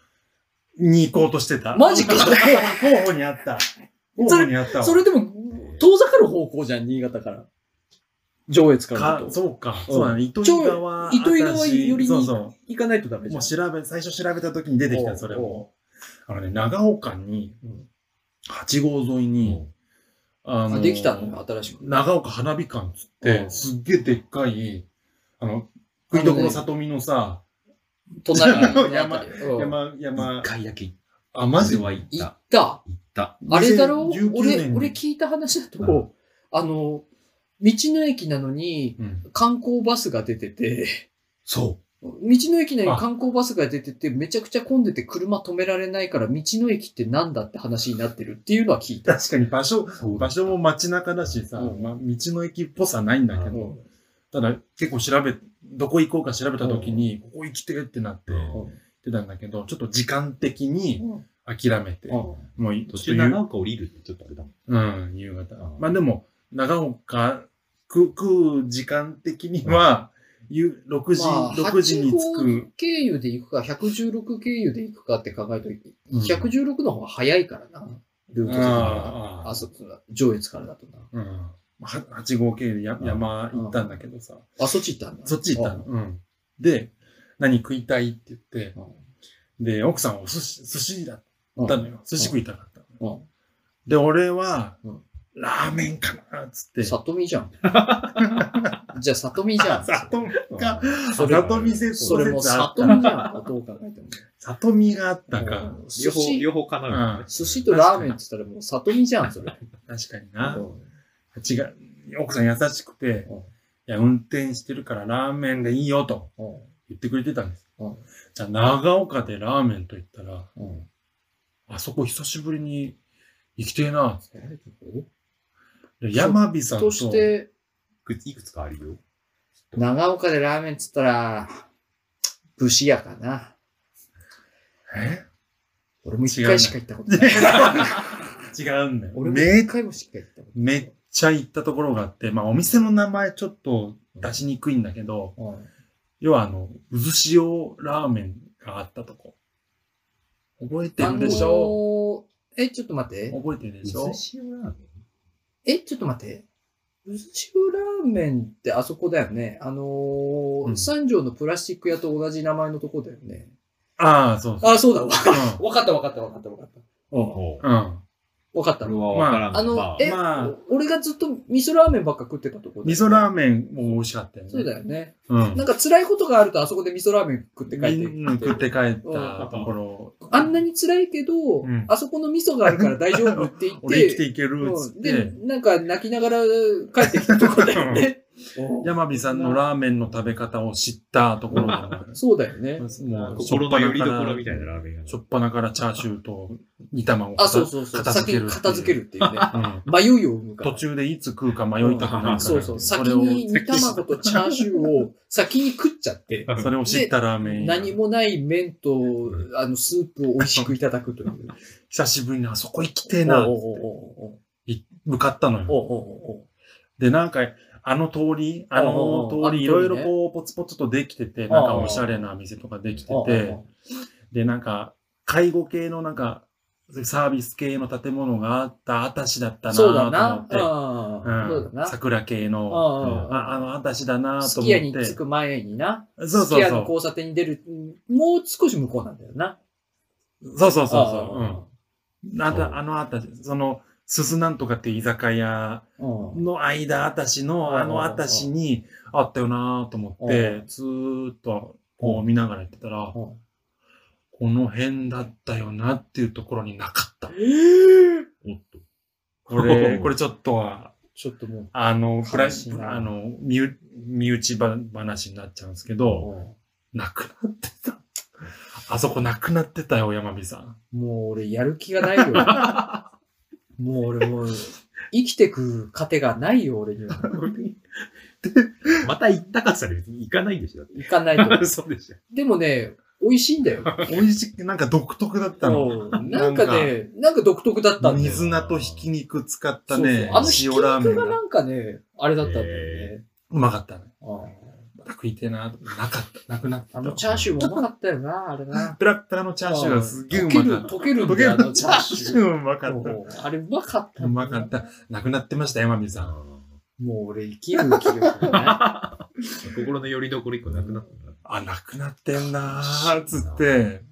S1: に行こうとしてた。
S2: マジか
S1: 候補 [LAUGHS] 候補にあった。候補にあったわ
S2: それでも、遠ざかる方向じゃん、新潟から。上越からだ
S1: か、
S2: と。
S1: そうか、
S2: うん
S1: そうだね、糸魚川あたし。
S2: 糸魚川寄りに
S1: そうそ
S2: 行かないとダメ
S1: う。
S2: じゃ。
S1: もうん調べ、最初調べた時に出てき
S2: お
S1: た、
S2: う
S1: それ
S2: お
S1: も。あのね、長岡に
S2: うん、
S1: 八号沿いに、あ
S2: あできたのよ新しく。
S1: 長岡花火館っつって、
S2: うん
S1: すっげえでっかい、あの、国所里美のさ、
S2: 隣の [LAUGHS]
S1: 山
S2: あたりうん
S1: 山、山
S3: 一、回だけ行っ
S1: あ、マジ
S3: た。は行っ。
S2: 行ったた。
S3: 行った。
S2: あれだろ
S1: 2019
S2: 俺、
S1: 年に
S2: 俺聞いた話だと、
S3: うん
S2: あの、道の駅なのに
S1: うん
S2: 観光バスが出てて、
S3: そ
S2: 道の駅なの
S1: あ
S2: に観光バスが出てて、めちゃくちゃ混んでて車止められないから、道の駅ってなんだって話になってるっていうのは聞いた。
S1: 確かに場所
S3: う。、そう
S1: 場所も街中だしさ、
S2: うん
S1: まあ、道の駅っぽさないんだけ
S3: う
S1: ど、
S2: うん
S1: ただ結構調べ、どこ行こうか調べた時に、ここ行きてるってなって、
S3: うん
S1: 言ってたんだけど、ちょっと時間的に
S2: うん
S1: 諦めて、もうい
S3: 途
S1: ちょ
S3: 中
S1: っと
S3: 長岡降りるってちょっとあれだもん。
S1: ゆうん、夕方
S3: う。ん
S1: まあでも、長岡、く、食う時間的には、ゆ6時、
S2: まあ、
S1: 6時に着
S2: 八
S1: く
S2: 王。経由で行くか、116経由で行くかって考えると、
S1: うん
S2: 116の方が早いからな、ルート的には。
S1: ああ
S2: あ、そうそう、上越からだとな。
S1: うん。は8号系でや
S3: うん
S1: 山行ったんだけどさ、
S2: あ、そっち行ったんだ。
S1: そっち行ったの。うん。で、何食いたいって言って、で、奥さんはお寿司、寿司だ
S2: うん。
S1: ったのよ。寿司食いたかったの。
S2: うん
S1: で、俺は
S2: うん、
S1: ラーメンかなっつって。
S2: さとみじゃん。じゃあ、さとみじゃん。
S1: さとみか。
S2: それ
S1: さとみ説
S2: それも
S1: 説あ
S2: さ
S1: っ
S2: と
S1: た
S2: みじゃん。どう考えても。
S1: さとみがあったか。
S2: うん寿
S3: 両方、
S2: 司
S3: 両方かな
S1: うん
S3: う
S2: 寿司とラーメンって言ったらもうさとみじゃん、それ。
S1: 確かに
S2: う
S1: な。
S2: ん
S1: 違う。奥さん優しくて
S2: うん、
S1: いや、運転してるからラーメンでいいよと
S2: うん
S1: 言ってくれてたんです
S2: うん。
S1: じゃあ、長岡でラーメンと言ったら、
S2: うん
S1: あそこ久しぶりに行きてえな。
S2: そ
S1: で山火さんと、
S2: [LAUGHS] して、
S3: いくついくつかあるよ。
S2: 長岡でラーメンっつったら、武士屋かな。
S1: え
S2: 俺も一回しか行ったことない。
S1: 違うんだよ。
S2: 俺も
S1: め
S2: 一回もしか行ったことない。
S1: めっちゃ行ったところがあって、まあお店の名前ちょっと出しにくいんだけど、
S2: うん
S1: 要はあの、うずしおラーメンがあったとこ。覚えてるでしょ、
S2: あのーえ、ちょっと待って。
S1: 覚えてるでしょ
S3: 寿司用ラーメン
S2: え、ちょっと待って。うずしおラーメンってあそこだよね。あのー
S1: うん
S2: 三条のプラスチック屋と同じ名前のとこだよね。
S1: ああ、そうそう。
S2: あ、そうだわ。
S1: う
S2: わかったわかったわかったわかった。うん。
S3: ほう。
S1: ん。うん。
S2: わかった
S3: これ。はわからん。
S2: あの、
S3: まあ
S2: え、
S1: まあ
S2: お俺がずっと味噌ラーメンばっか食ってたとこだよね
S1: 味噌ラーメンも美味しかったよね。
S2: そうだよね。
S1: うん。
S2: なんか辛いことがあるとあそこで味噌ラーメン食って帰って
S1: みんな食って帰ったところ、
S2: あんなに辛いけど、
S1: ん
S2: あそこの味噌があるから大丈夫って言って。
S1: 俺生きていけるっつっ
S2: で
S1: て、、
S2: なんか泣きながら帰ってきたとこだよね。
S1: 山火さんのラーメンの食べ方を知ったところが
S2: そうだよね。
S1: もう、
S3: 心の拠り所み
S1: たい
S3: たいなラーメン屋
S1: な。しょっぱなからチャーシューと煮卵を
S2: あ、そうそうそう。
S1: 片付ける
S2: 先に
S1: っていう
S2: 片付けるっていうね。
S1: うん
S2: 迷いを生むから。
S1: 途中でいつ食うか迷いたくなるから。
S2: そうそう。先
S1: れを
S2: に煮卵とチャーシューを先に食っちゃって、
S1: それを知ったラーメン屋。
S2: 何もない麺と、あの、スープを美味しくいただくという。
S1: 久しぶりにあそこ行きてえな、
S2: おうおうおう
S1: 向かったのよ。
S2: おうおうおうおう
S1: で、なんか、あの通り、あの
S2: ああああ
S1: 通
S2: あの通
S1: り、
S2: りね
S1: いろいろこう、ポツポツとできてて、なんかおしゃれな店とかできて
S2: おう
S1: て、で、なんか、介護系のなんか、サービス系の建物があった、あたしだったな
S2: そうだ
S1: ぁ
S2: な。
S1: と思って
S2: あ
S1: う
S2: あそうだ
S1: ん、
S2: な。
S1: 桜系の、
S2: ああ
S1: ああの、あたしだなぁと
S2: す
S1: 思
S2: き
S1: っ
S2: 家に
S1: て、
S2: 着く前にな。
S1: そう
S2: す
S1: そ
S2: き
S1: う
S2: 家の
S1: そ
S2: 交差点に出る、もう少し向こうなんだよな。
S1: う、そうそうそうそう、
S2: あ
S1: うん、あたあのあたし、その、すすなんとかって居酒屋
S2: あうん
S1: の間、あたしの、あのあたしにあったよなぁと思って、ずーっとこう見ながらやってたら、
S2: うん
S1: この辺だったよなっていうところになかった。
S3: おっと。
S1: これ、これちょっとは、
S2: ちょっともう。
S1: あの、プライ
S2: 悲しいな
S1: あの、身内身内ば話になっちゃうんですけど、なくなってた。あそこなくなってたよ、山美さ [LAUGHS] ん。
S2: もう俺やる気がないよ。
S1: [LAUGHS]
S2: もう俺もう、生きてく糧がないよ、俺には。
S3: また行ったかったら行かないでしょ。
S2: 行かないと。
S3: [LAUGHS] そうでした。
S2: でもね、美味しいんだよ。
S1: 美味しく、なんか独特だったの。
S2: うんなんかね、なんか独特だったんだよ。
S1: 水菜とひき肉使った
S2: そう
S1: ね
S2: そうあの、ひき
S1: 塩ラーメ
S2: 肉
S1: ン
S2: が
S1: が
S2: な
S1: うん
S2: かね、あれだったんだよね。
S1: まかったね。
S2: うん
S1: また食いてえな、なかった。なくなってた
S2: あ
S1: わ。
S2: のチャーシューもうまかったよな、あれな。
S1: ペラッペラのチャーシューがすっげえう
S2: 溶
S1: ま
S2: け
S1: かっ
S2: る、
S1: た。
S2: 溶けるん
S1: 溶
S2: だ
S1: け
S2: よ、
S1: る
S2: あのチャーシ
S1: チャーシ
S2: ュ
S1: ューうまかった
S2: ー。。うんあれ、うまかった。
S1: うまかった。。なくなってました、山美さん。
S2: もう俺、生きる気力がない。
S3: 心の拠り所一個なくなったな。
S1: あ、なくなってんなー、つって、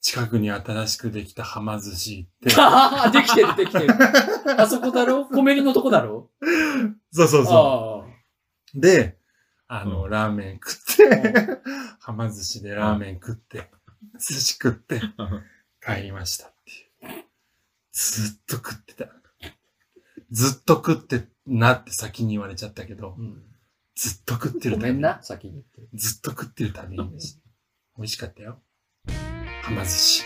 S1: 近くに新しくできたはま寿司
S2: [LAUGHS]
S1: 行って、
S2: [LAUGHS] ああ、できてる、できてる。あそこだろコメリのとこだろ
S1: そうそうそ
S2: あ
S1: う。で、あの、
S3: う
S1: ラーメン食って
S2: う、
S1: はま寿司でラーメン食って、寿司食って
S3: ん、
S1: 帰りましたっていう。ずっと食ってた。ずっと食ってなって先に言われちゃったけど
S2: あ、うん
S1: ずっと食ってる
S2: ご
S1: ため
S2: めん
S1: に、
S2: な、先に言っ
S1: ずっと食ってるために、美味しかったよ。はま寿司。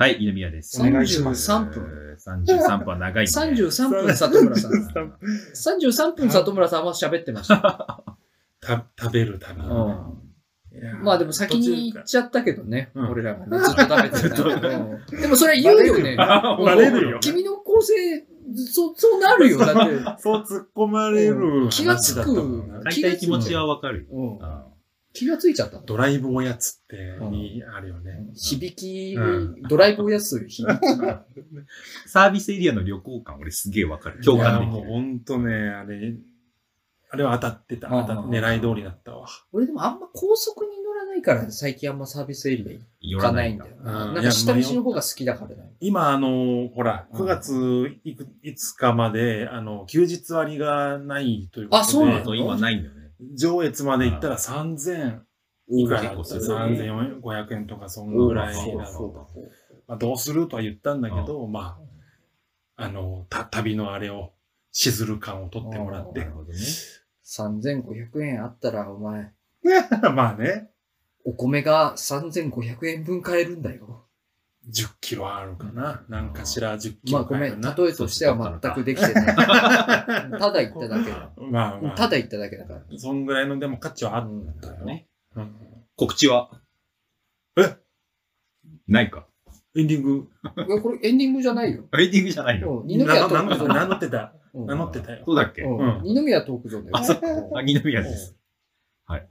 S3: はい、稲宮です。
S2: お
S4: 願いします
S2: 33分。
S3: 33分は長い、
S2: て。
S3: ね。
S2: 33分里村さん。33分里村さんは喋ってました。
S1: た食べるために。いやー
S2: まあでも先に行っちゃったけどね、
S1: うん
S2: 俺らがね、ずっと食べてたうんでもそれは言うよね。
S1: バレるよ。
S2: 君の構成、そそうなるよ。だって、
S1: そう突っ込まれる
S2: 気がつ
S1: 話だ
S2: く
S1: ったもんな。
S3: 大体気持ちはわかるよ。
S2: うん
S3: あ
S2: 気がついちゃったの
S1: ドライブおやつってにあるよね。
S2: 響き
S1: うん、
S2: ドライブおやつ響き。
S3: ーサービスエリアの旅行感、俺すげえわかる。共
S1: いや
S3: 感で
S1: も
S3: き
S1: う
S3: る。
S1: ほんとね、あれ、あれは当たってた。
S2: あ
S1: 当
S2: あ
S1: た狙い通りだったわ。
S2: 俺でもあんま高速に乗らないから最近あんまサービスエリア行
S3: 寄
S2: かないんだよ。
S1: うん
S2: なんか下道の方が好きだからね。
S1: 今、あの、ほら、9月いく5日まで、あの、休日割がないということで、
S2: あそうな
S3: あ
S2: の
S3: と今ないんだよね。
S1: 上越まで行ったら3000いくらだった
S3: 結構する
S1: 3500円とか、そんぐらいだ
S2: そ
S1: ろ
S2: う
S1: う
S2: そう
S1: と。まあ、どうするとは言ったんだけど、まあ、あの、た、旅のあれを、しずる感を取ってもらっ
S3: な
S1: て
S3: る。ほどね。
S2: 3500円あったら、お前、
S1: [LAUGHS] まあね、
S2: お米が3500円分買えるんだよ。
S1: 10キロあるかな。なんかしら10キ
S2: まあ
S1: ロ
S2: ご
S1: 買え
S2: め
S1: る
S2: ん、
S1: な。
S2: 例えとしては全くできてない。ただ言っただけだ。
S1: まあまあ、
S2: ただ言っただけだから。
S1: そんぐらいのでも価値はあ
S2: う
S1: っ
S2: ん
S1: たよね
S3: ね。
S1: うん
S3: 告知は
S1: え
S3: ないか。
S1: エンディング、
S2: いやこれエンディングじゃないよ。
S3: エンディングじゃないの
S2: うん二
S1: な
S2: 宮ト
S1: な
S2: ークゾーンだ
S1: 名
S2: よ
S1: 乗ってた。
S2: うん
S1: 名乗ってたよ。
S3: そうだっけ
S2: うん
S1: うん
S2: 二宮トークゾーンだよ。
S3: あそう
S2: うん
S3: あ、二宮です。
S2: はい。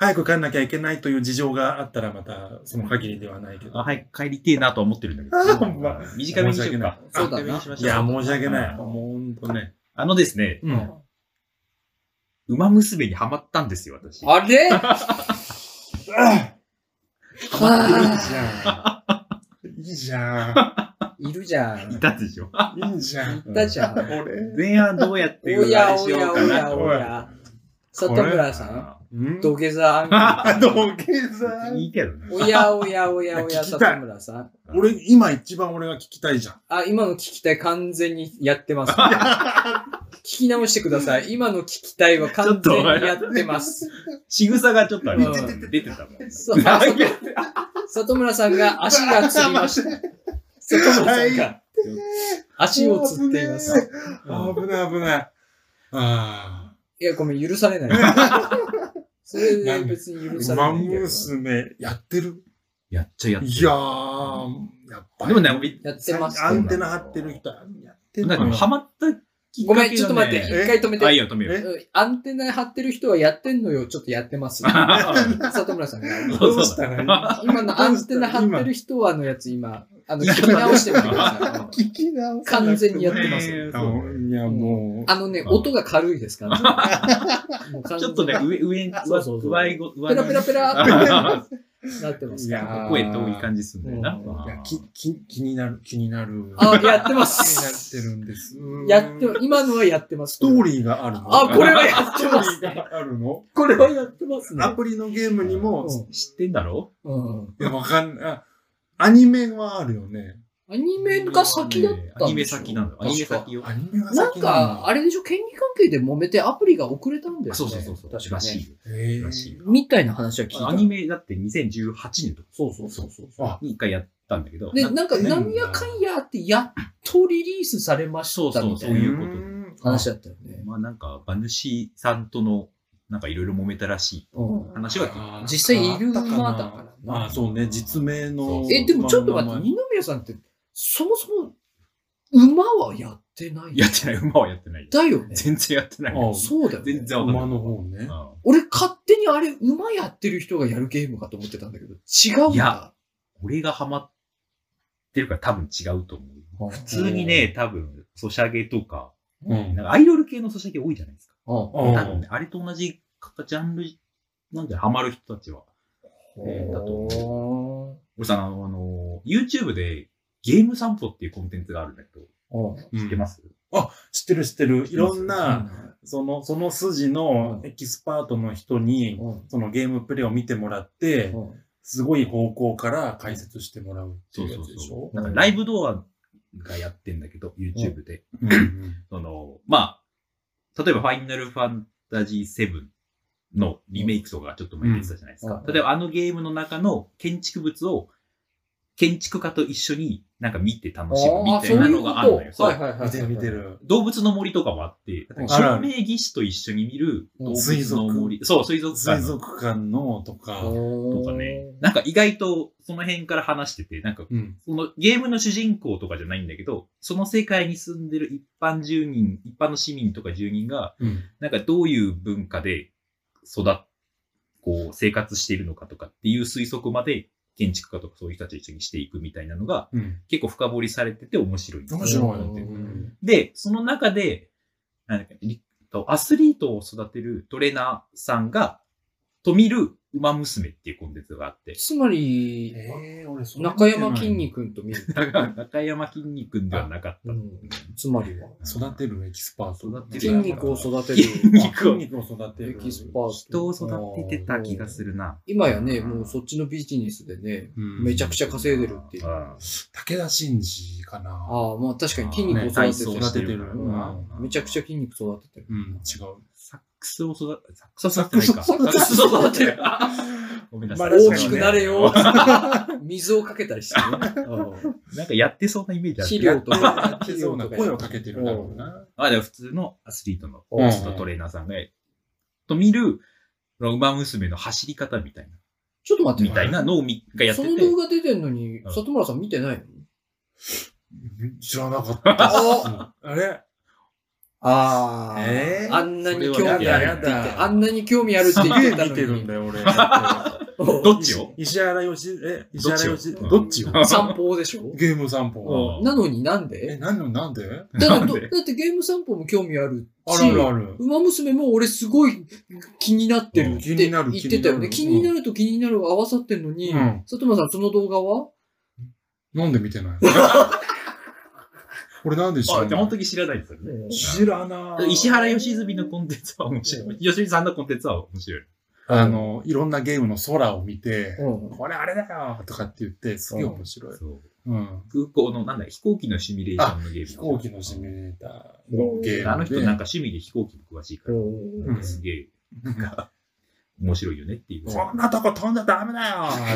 S1: 早く帰んなきゃいけないという事情があったらまた、その限りではないけど。
S3: あ、はい、帰りてえなとは思ってるんだけ
S1: あ
S3: ど。
S1: まあ
S3: 短めにし
S2: 申し
S3: ようか。
S2: 訳ないそうだな
S3: 短めにしまし
S1: い
S3: ょう
S1: や、申し訳ない。
S3: あ
S1: もうほんとね。
S3: あのですね、
S1: うん。
S3: 馬娘にハマったんですよ、私。
S2: あ
S1: いい
S2: れ
S1: じゃん。いいじゃん。
S2: いるじゃん。
S3: いたでしょ。
S1: いいじゃん。
S2: いたじゃん。
S4: 俺
S3: 前半どうやって
S2: お
S3: 裏
S2: や
S3: 返
S2: お
S3: しよ
S2: や
S3: う
S2: お
S3: かな
S2: や
S3: と。
S2: おや。里村さん、
S1: うん
S2: 土下座アンケート。
S4: 土下座
S3: いいけどね。
S2: おやおやおやおや、
S1: 聞きたい
S2: 里村さん。
S1: 俺、今一番俺が聞きたいじゃん。
S2: あ、今の聞きたい完全にやっ
S1: [LAUGHS]
S2: てます。聞き直してください。今の聞きたいは完全にやってます。
S3: 仕草がちょっとあれ
S2: う
S3: 出てたもん。
S2: そうあそう里村さんが足がつりました。里村さんが足をつっています。
S1: あ危ない危ない。あ
S2: いや、ごめん、許さ
S1: [LAUGHS]
S2: れない。それで別に許
S1: あ。
S2: さ
S1: ウ
S2: れな
S1: マ
S2: いんだよ。
S1: 娘、やってる
S3: やっちゃやっ
S1: い
S3: ち
S1: や
S3: ゃ。
S1: ー、やっぱり。
S3: でもね、
S2: やってます。
S1: アンテナ張ってる人、やってる
S3: なんかハマったきっかけ
S2: ごめん、ちょっと待って、
S1: え
S2: 一回止め
S3: あ、いい
S2: て。
S3: よ、止めよう。
S1: え
S2: うんアンテナ張ってる人はやってんのよ、ちょっとやっ
S1: [LAUGHS]
S2: てます。里村さんが。
S3: そ
S4: ど
S3: う
S4: うしたらいい
S1: [LAUGHS]
S2: 今のアンテナ張ってる人はのやつ今、あの、聞き直してみてください。
S4: 聞き直さなく
S2: 完全にやっ
S4: も
S2: てます。
S3: えー
S1: あ
S3: そう
S1: いや、もう。
S2: [LAUGHS] あのね、音が軽いですから。もう完
S3: ち
S2: 全
S3: ょっ
S2: に
S3: とね、上、上に、
S2: そうそうそう
S3: 上に、上
S2: ペラペラペラって
S3: ラ。
S2: なってます
S1: い
S2: か
S1: や
S2: ら。
S3: 声遠い感じすんだよな。
S1: いやきき [LAUGHS] 気になる、気になる。
S2: あ、やってま
S1: 気になっ
S2: す。
S1: てるんです。
S2: やって、今のはやってます。
S1: ストーリーがあるの
S2: あ、これはやっ
S1: ス
S2: て
S1: トー
S2: ま
S1: リー
S2: す。
S1: があるの
S2: これはやってますね
S1: ア。プリのゲームにも、
S2: うん
S3: 知ってんだろ
S2: うん
S1: いや、わかんないあ。アニメはあるよね。
S2: アニメが先だったんでしょ
S3: アニメ先なんだ。アニメ先よ。
S1: アニメが
S2: なん
S1: 先
S2: か、あ
S1: れ
S2: れでしょ、権利関係で揉めてアプリが遅れたんだよね。
S3: そうそうそうそう。
S2: 確
S3: ら
S2: か
S3: し
S2: に。
S3: いよ。
S1: え
S3: らしいよ
S2: みたいな話は聞いた。
S3: アニメだって2018年とか
S2: そうそうそうそう。
S1: あ、
S3: に一回やったんだけど。
S2: で、
S3: なんか
S2: なんか、
S1: なんか
S2: なんやかんやって、やっとリリースされましたみた
S3: そう
S2: い
S3: い
S2: な
S3: うこと
S1: と
S2: 話だったよね。
S3: まあなんか、馬主さんとの、なんかいろいろ揉めたらしい
S2: うん
S3: 話は聞いた
S2: 実際イルマだからな
S1: まあそうね、実名の。
S2: え、でもちょっと待って、二宮さんって、そもそも、馬はやってない
S3: やってない、馬はやってない。
S2: だよね。
S3: 全然やってない。
S1: あ
S2: そうだよ、ね
S3: 全。然わかんない
S1: 馬。の方ね。
S3: う
S2: 俺勝手にあれ、馬やってる人がやるゲームかと思ってたんだけど、違うん
S3: いや
S2: だ。
S3: 俺がハマってるから多分違うと思う。
S2: 普
S3: 普通にね、多分、ソシャゲとか、
S1: うん
S3: なんかアイドル系のソシャゲ多いじゃないですか。
S2: うん
S1: うん
S3: 多分ねあれと同じジャンル、なんでハマる人たちは。えーだ
S2: と。
S3: 俺さ、あの、あの YouTube でゲーム散歩っていうコンテンツがあるんだけど、
S2: うん
S3: 知ってます、
S1: 知ってる知ってる。いろんな、
S2: う
S1: その、その筋のエキスパートの人に、
S2: ん
S1: そのゲームプレイを見てもらって、
S2: うん
S1: すごい方向から解説してもらうって
S3: そ
S1: いうう
S3: そ
S1: や
S3: う
S1: つでし
S3: そ
S1: ょ
S3: う。なんかライブドアがやってんだけど、YouTube で。
S1: うんうん
S3: その、まあ、例えばファイナルファンタジー7のリメイクとかがちょっと前に出てたじゃないですか。
S2: うんうん
S3: 例えばあのゲームの中の建築物を建築家と一緒になんか見て楽しむみたいなのがあるのよ。そう
S2: はいはいはい。
S1: 見てる見て。る。
S3: 動物の森とかもあって、
S1: あるあ
S3: 照
S1: る
S3: 明技師と一緒に見る動
S1: 水
S3: 物の
S1: 族
S3: 森。そう、水族
S1: 水
S3: 館の
S1: 族館のとか、
S2: と
S3: とかね。なんか意外とその辺から話してて、なんか
S1: うん
S3: そのゲームの主人公とかじゃないんだけど、その世界に住んでる一般住人、一般の市民とか住人が、
S1: うん
S3: なんかどういう文化で育っ、こう生活しているのかとかっていう推測まで建築家とかそういう人たちと一緒にしていくみたいなのが
S1: うん
S3: 結構深掘りされてて面白い。
S1: 面白い
S2: なって
S1: うん
S3: で、その中で、なんだっけリアスリートを育てるトレーナーさんが、と見る馬娘っていうコンテンツがあって、 [LAUGHS]
S2: つまり、
S1: えー俺それ見てな
S2: 中
S1: い
S2: 山きんに君と見る。
S3: [LAUGHS] だから中山筋肉ではなかった。
S2: つまりは、
S1: 育てるエキスパート。
S3: 育て
S2: 筋
S3: る
S2: 肉を育て
S3: 筋
S1: [LAUGHS]
S2: る
S3: 肉を
S1: 筋肉を育て
S2: エ
S1: る。
S2: キスパー
S3: 人を
S2: ト。
S3: 育ててた気がするな。
S2: 今やね、もうそっちのビジネスでね、
S1: うん
S2: めちゃくちゃ稼いでるっていう。あ
S3: ん
S1: 武田真治かな。
S2: あ、まあ確かに筋肉を育
S3: 体
S2: て
S3: 操
S2: て
S3: し
S2: る。
S3: てるから
S2: う
S3: な。
S2: んめちゃくちゃ筋肉育ててる。
S1: うん、違う。
S3: サックスを育て、サックスを育てないか。サ
S1: サ
S3: ックスを育
S2: [LAUGHS]
S3: てる。ごめんなさい。
S1: まあ
S2: 大きくなれよ。 [LAUGHS] 水をかけたりしてね。うん
S3: なんかやってそうなイメージある
S2: 肥
S3: けど。
S2: 料とか。
S1: 手相な声をかけてるだろうな。
S3: あ、でも普通のアスリートの
S1: うん
S3: ちょっとトレーナーさんが、と見る、その馬娘の走り方みたいな、
S2: ちょっと待って
S3: みたいなのをみがやっ
S2: そ
S3: て
S2: の
S3: て
S2: 動、画出てんのに、
S3: うん
S2: 里村さん見てないの
S1: 知らなか [LAUGHS] った。あれ
S2: あ
S1: ーえー
S2: あんなに興味あるって言
S3: それはや
S1: だ
S2: って、
S1: やだ
S2: あんなに興味あるって
S1: すげ
S2: 言ってた
S1: え見て
S2: の
S1: るん
S2: に
S1: だ、よ、俺。
S3: どっちを
S1: [LAUGHS] 石原良純、え、石
S3: どっち
S1: 原
S3: を
S1: 良純、どっちを
S2: 散歩でしょ
S1: [LAUGHS] ゲーム散歩。
S3: うん
S2: なのになん
S1: え、
S2: で
S1: 何の、なんで
S2: だから
S3: なん
S2: どだ
S3: で
S2: ってゲーム散歩も興味ある
S1: あ
S2: し、
S1: るある
S2: 馬娘も俺すごい気になってるって
S1: うん気
S2: 言
S1: になる
S2: ってたよね。気
S1: 気
S2: に
S1: に
S2: な
S1: な
S2: ると気になるが合わさってんのに
S1: うん、
S2: 里村さんその動画は
S1: [LAUGHS] ある。なんで見てないこれなんでしょう
S3: あ、じゃあ
S1: ね
S3: 本当に知らないですよね。
S5: 知らなー
S3: 石原良純のコンテンツは面白い。良純さんのコンテンツは面白い。
S1: あの、いろんなゲームの空を見て、
S2: うん。
S1: これあれだよとかって言って、すげえ面白い。
S3: そう
S1: うん。
S3: 空港の、なんだ、飛行機のシミュレーションのゲーム。
S1: 飛行機のシミュレーターのゲームで。
S3: あの人なんか趣味で飛行機も詳しいから、
S1: ん
S3: なんかすげえ、なんか、面白いよねっていう。
S1: こんなとこ飛んじゃダメだ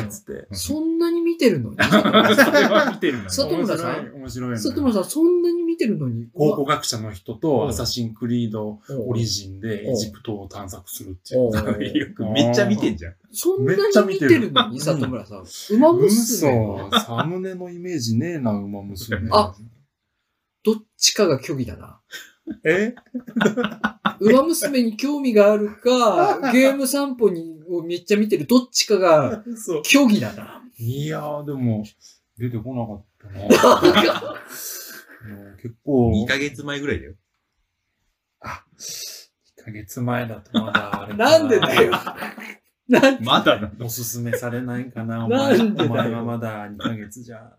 S1: よつって。
S2: そんなに見てるのに
S3: それは見てるんだ
S2: 外
S3: ね。
S2: 村さん
S1: 面白い面
S2: 佐
S1: 白い
S2: 藤
S1: のよ。
S2: さん、そんなに見てるのに。
S1: 考古学者の人とアサシンクリード
S2: うん [LAUGHS]
S1: オリジンでエジプトを探索するっていう。
S3: よくめっちゃ見てんじゃん。
S2: そんなに見てるのに、
S1: めっちゃ
S2: 里
S1: 見て
S2: 村さん。馬娘。
S1: 嘘サムネのイメージねえな、馬娘。
S2: あどっちかが虚偽だな。
S1: え
S2: 馬娘に興味があるか、ゲーム散歩にをめっちゃ見てる、どっちかが
S1: 嘘。
S2: 虚偽だな。
S1: いやー、でも、出てこなかったな。もう結構、
S3: 2ヶ月前ぐらいだよ。
S1: あ、1ヶ月前だとまだあれか
S2: [LAUGHS] なん
S1: [LAUGHS]
S2: でだよ。なん
S3: まだな。
S1: おすすめされないかな。お
S2: なん
S1: 前
S2: でだ
S1: お
S2: よ
S1: 前はまだ2ヶ月じゃ。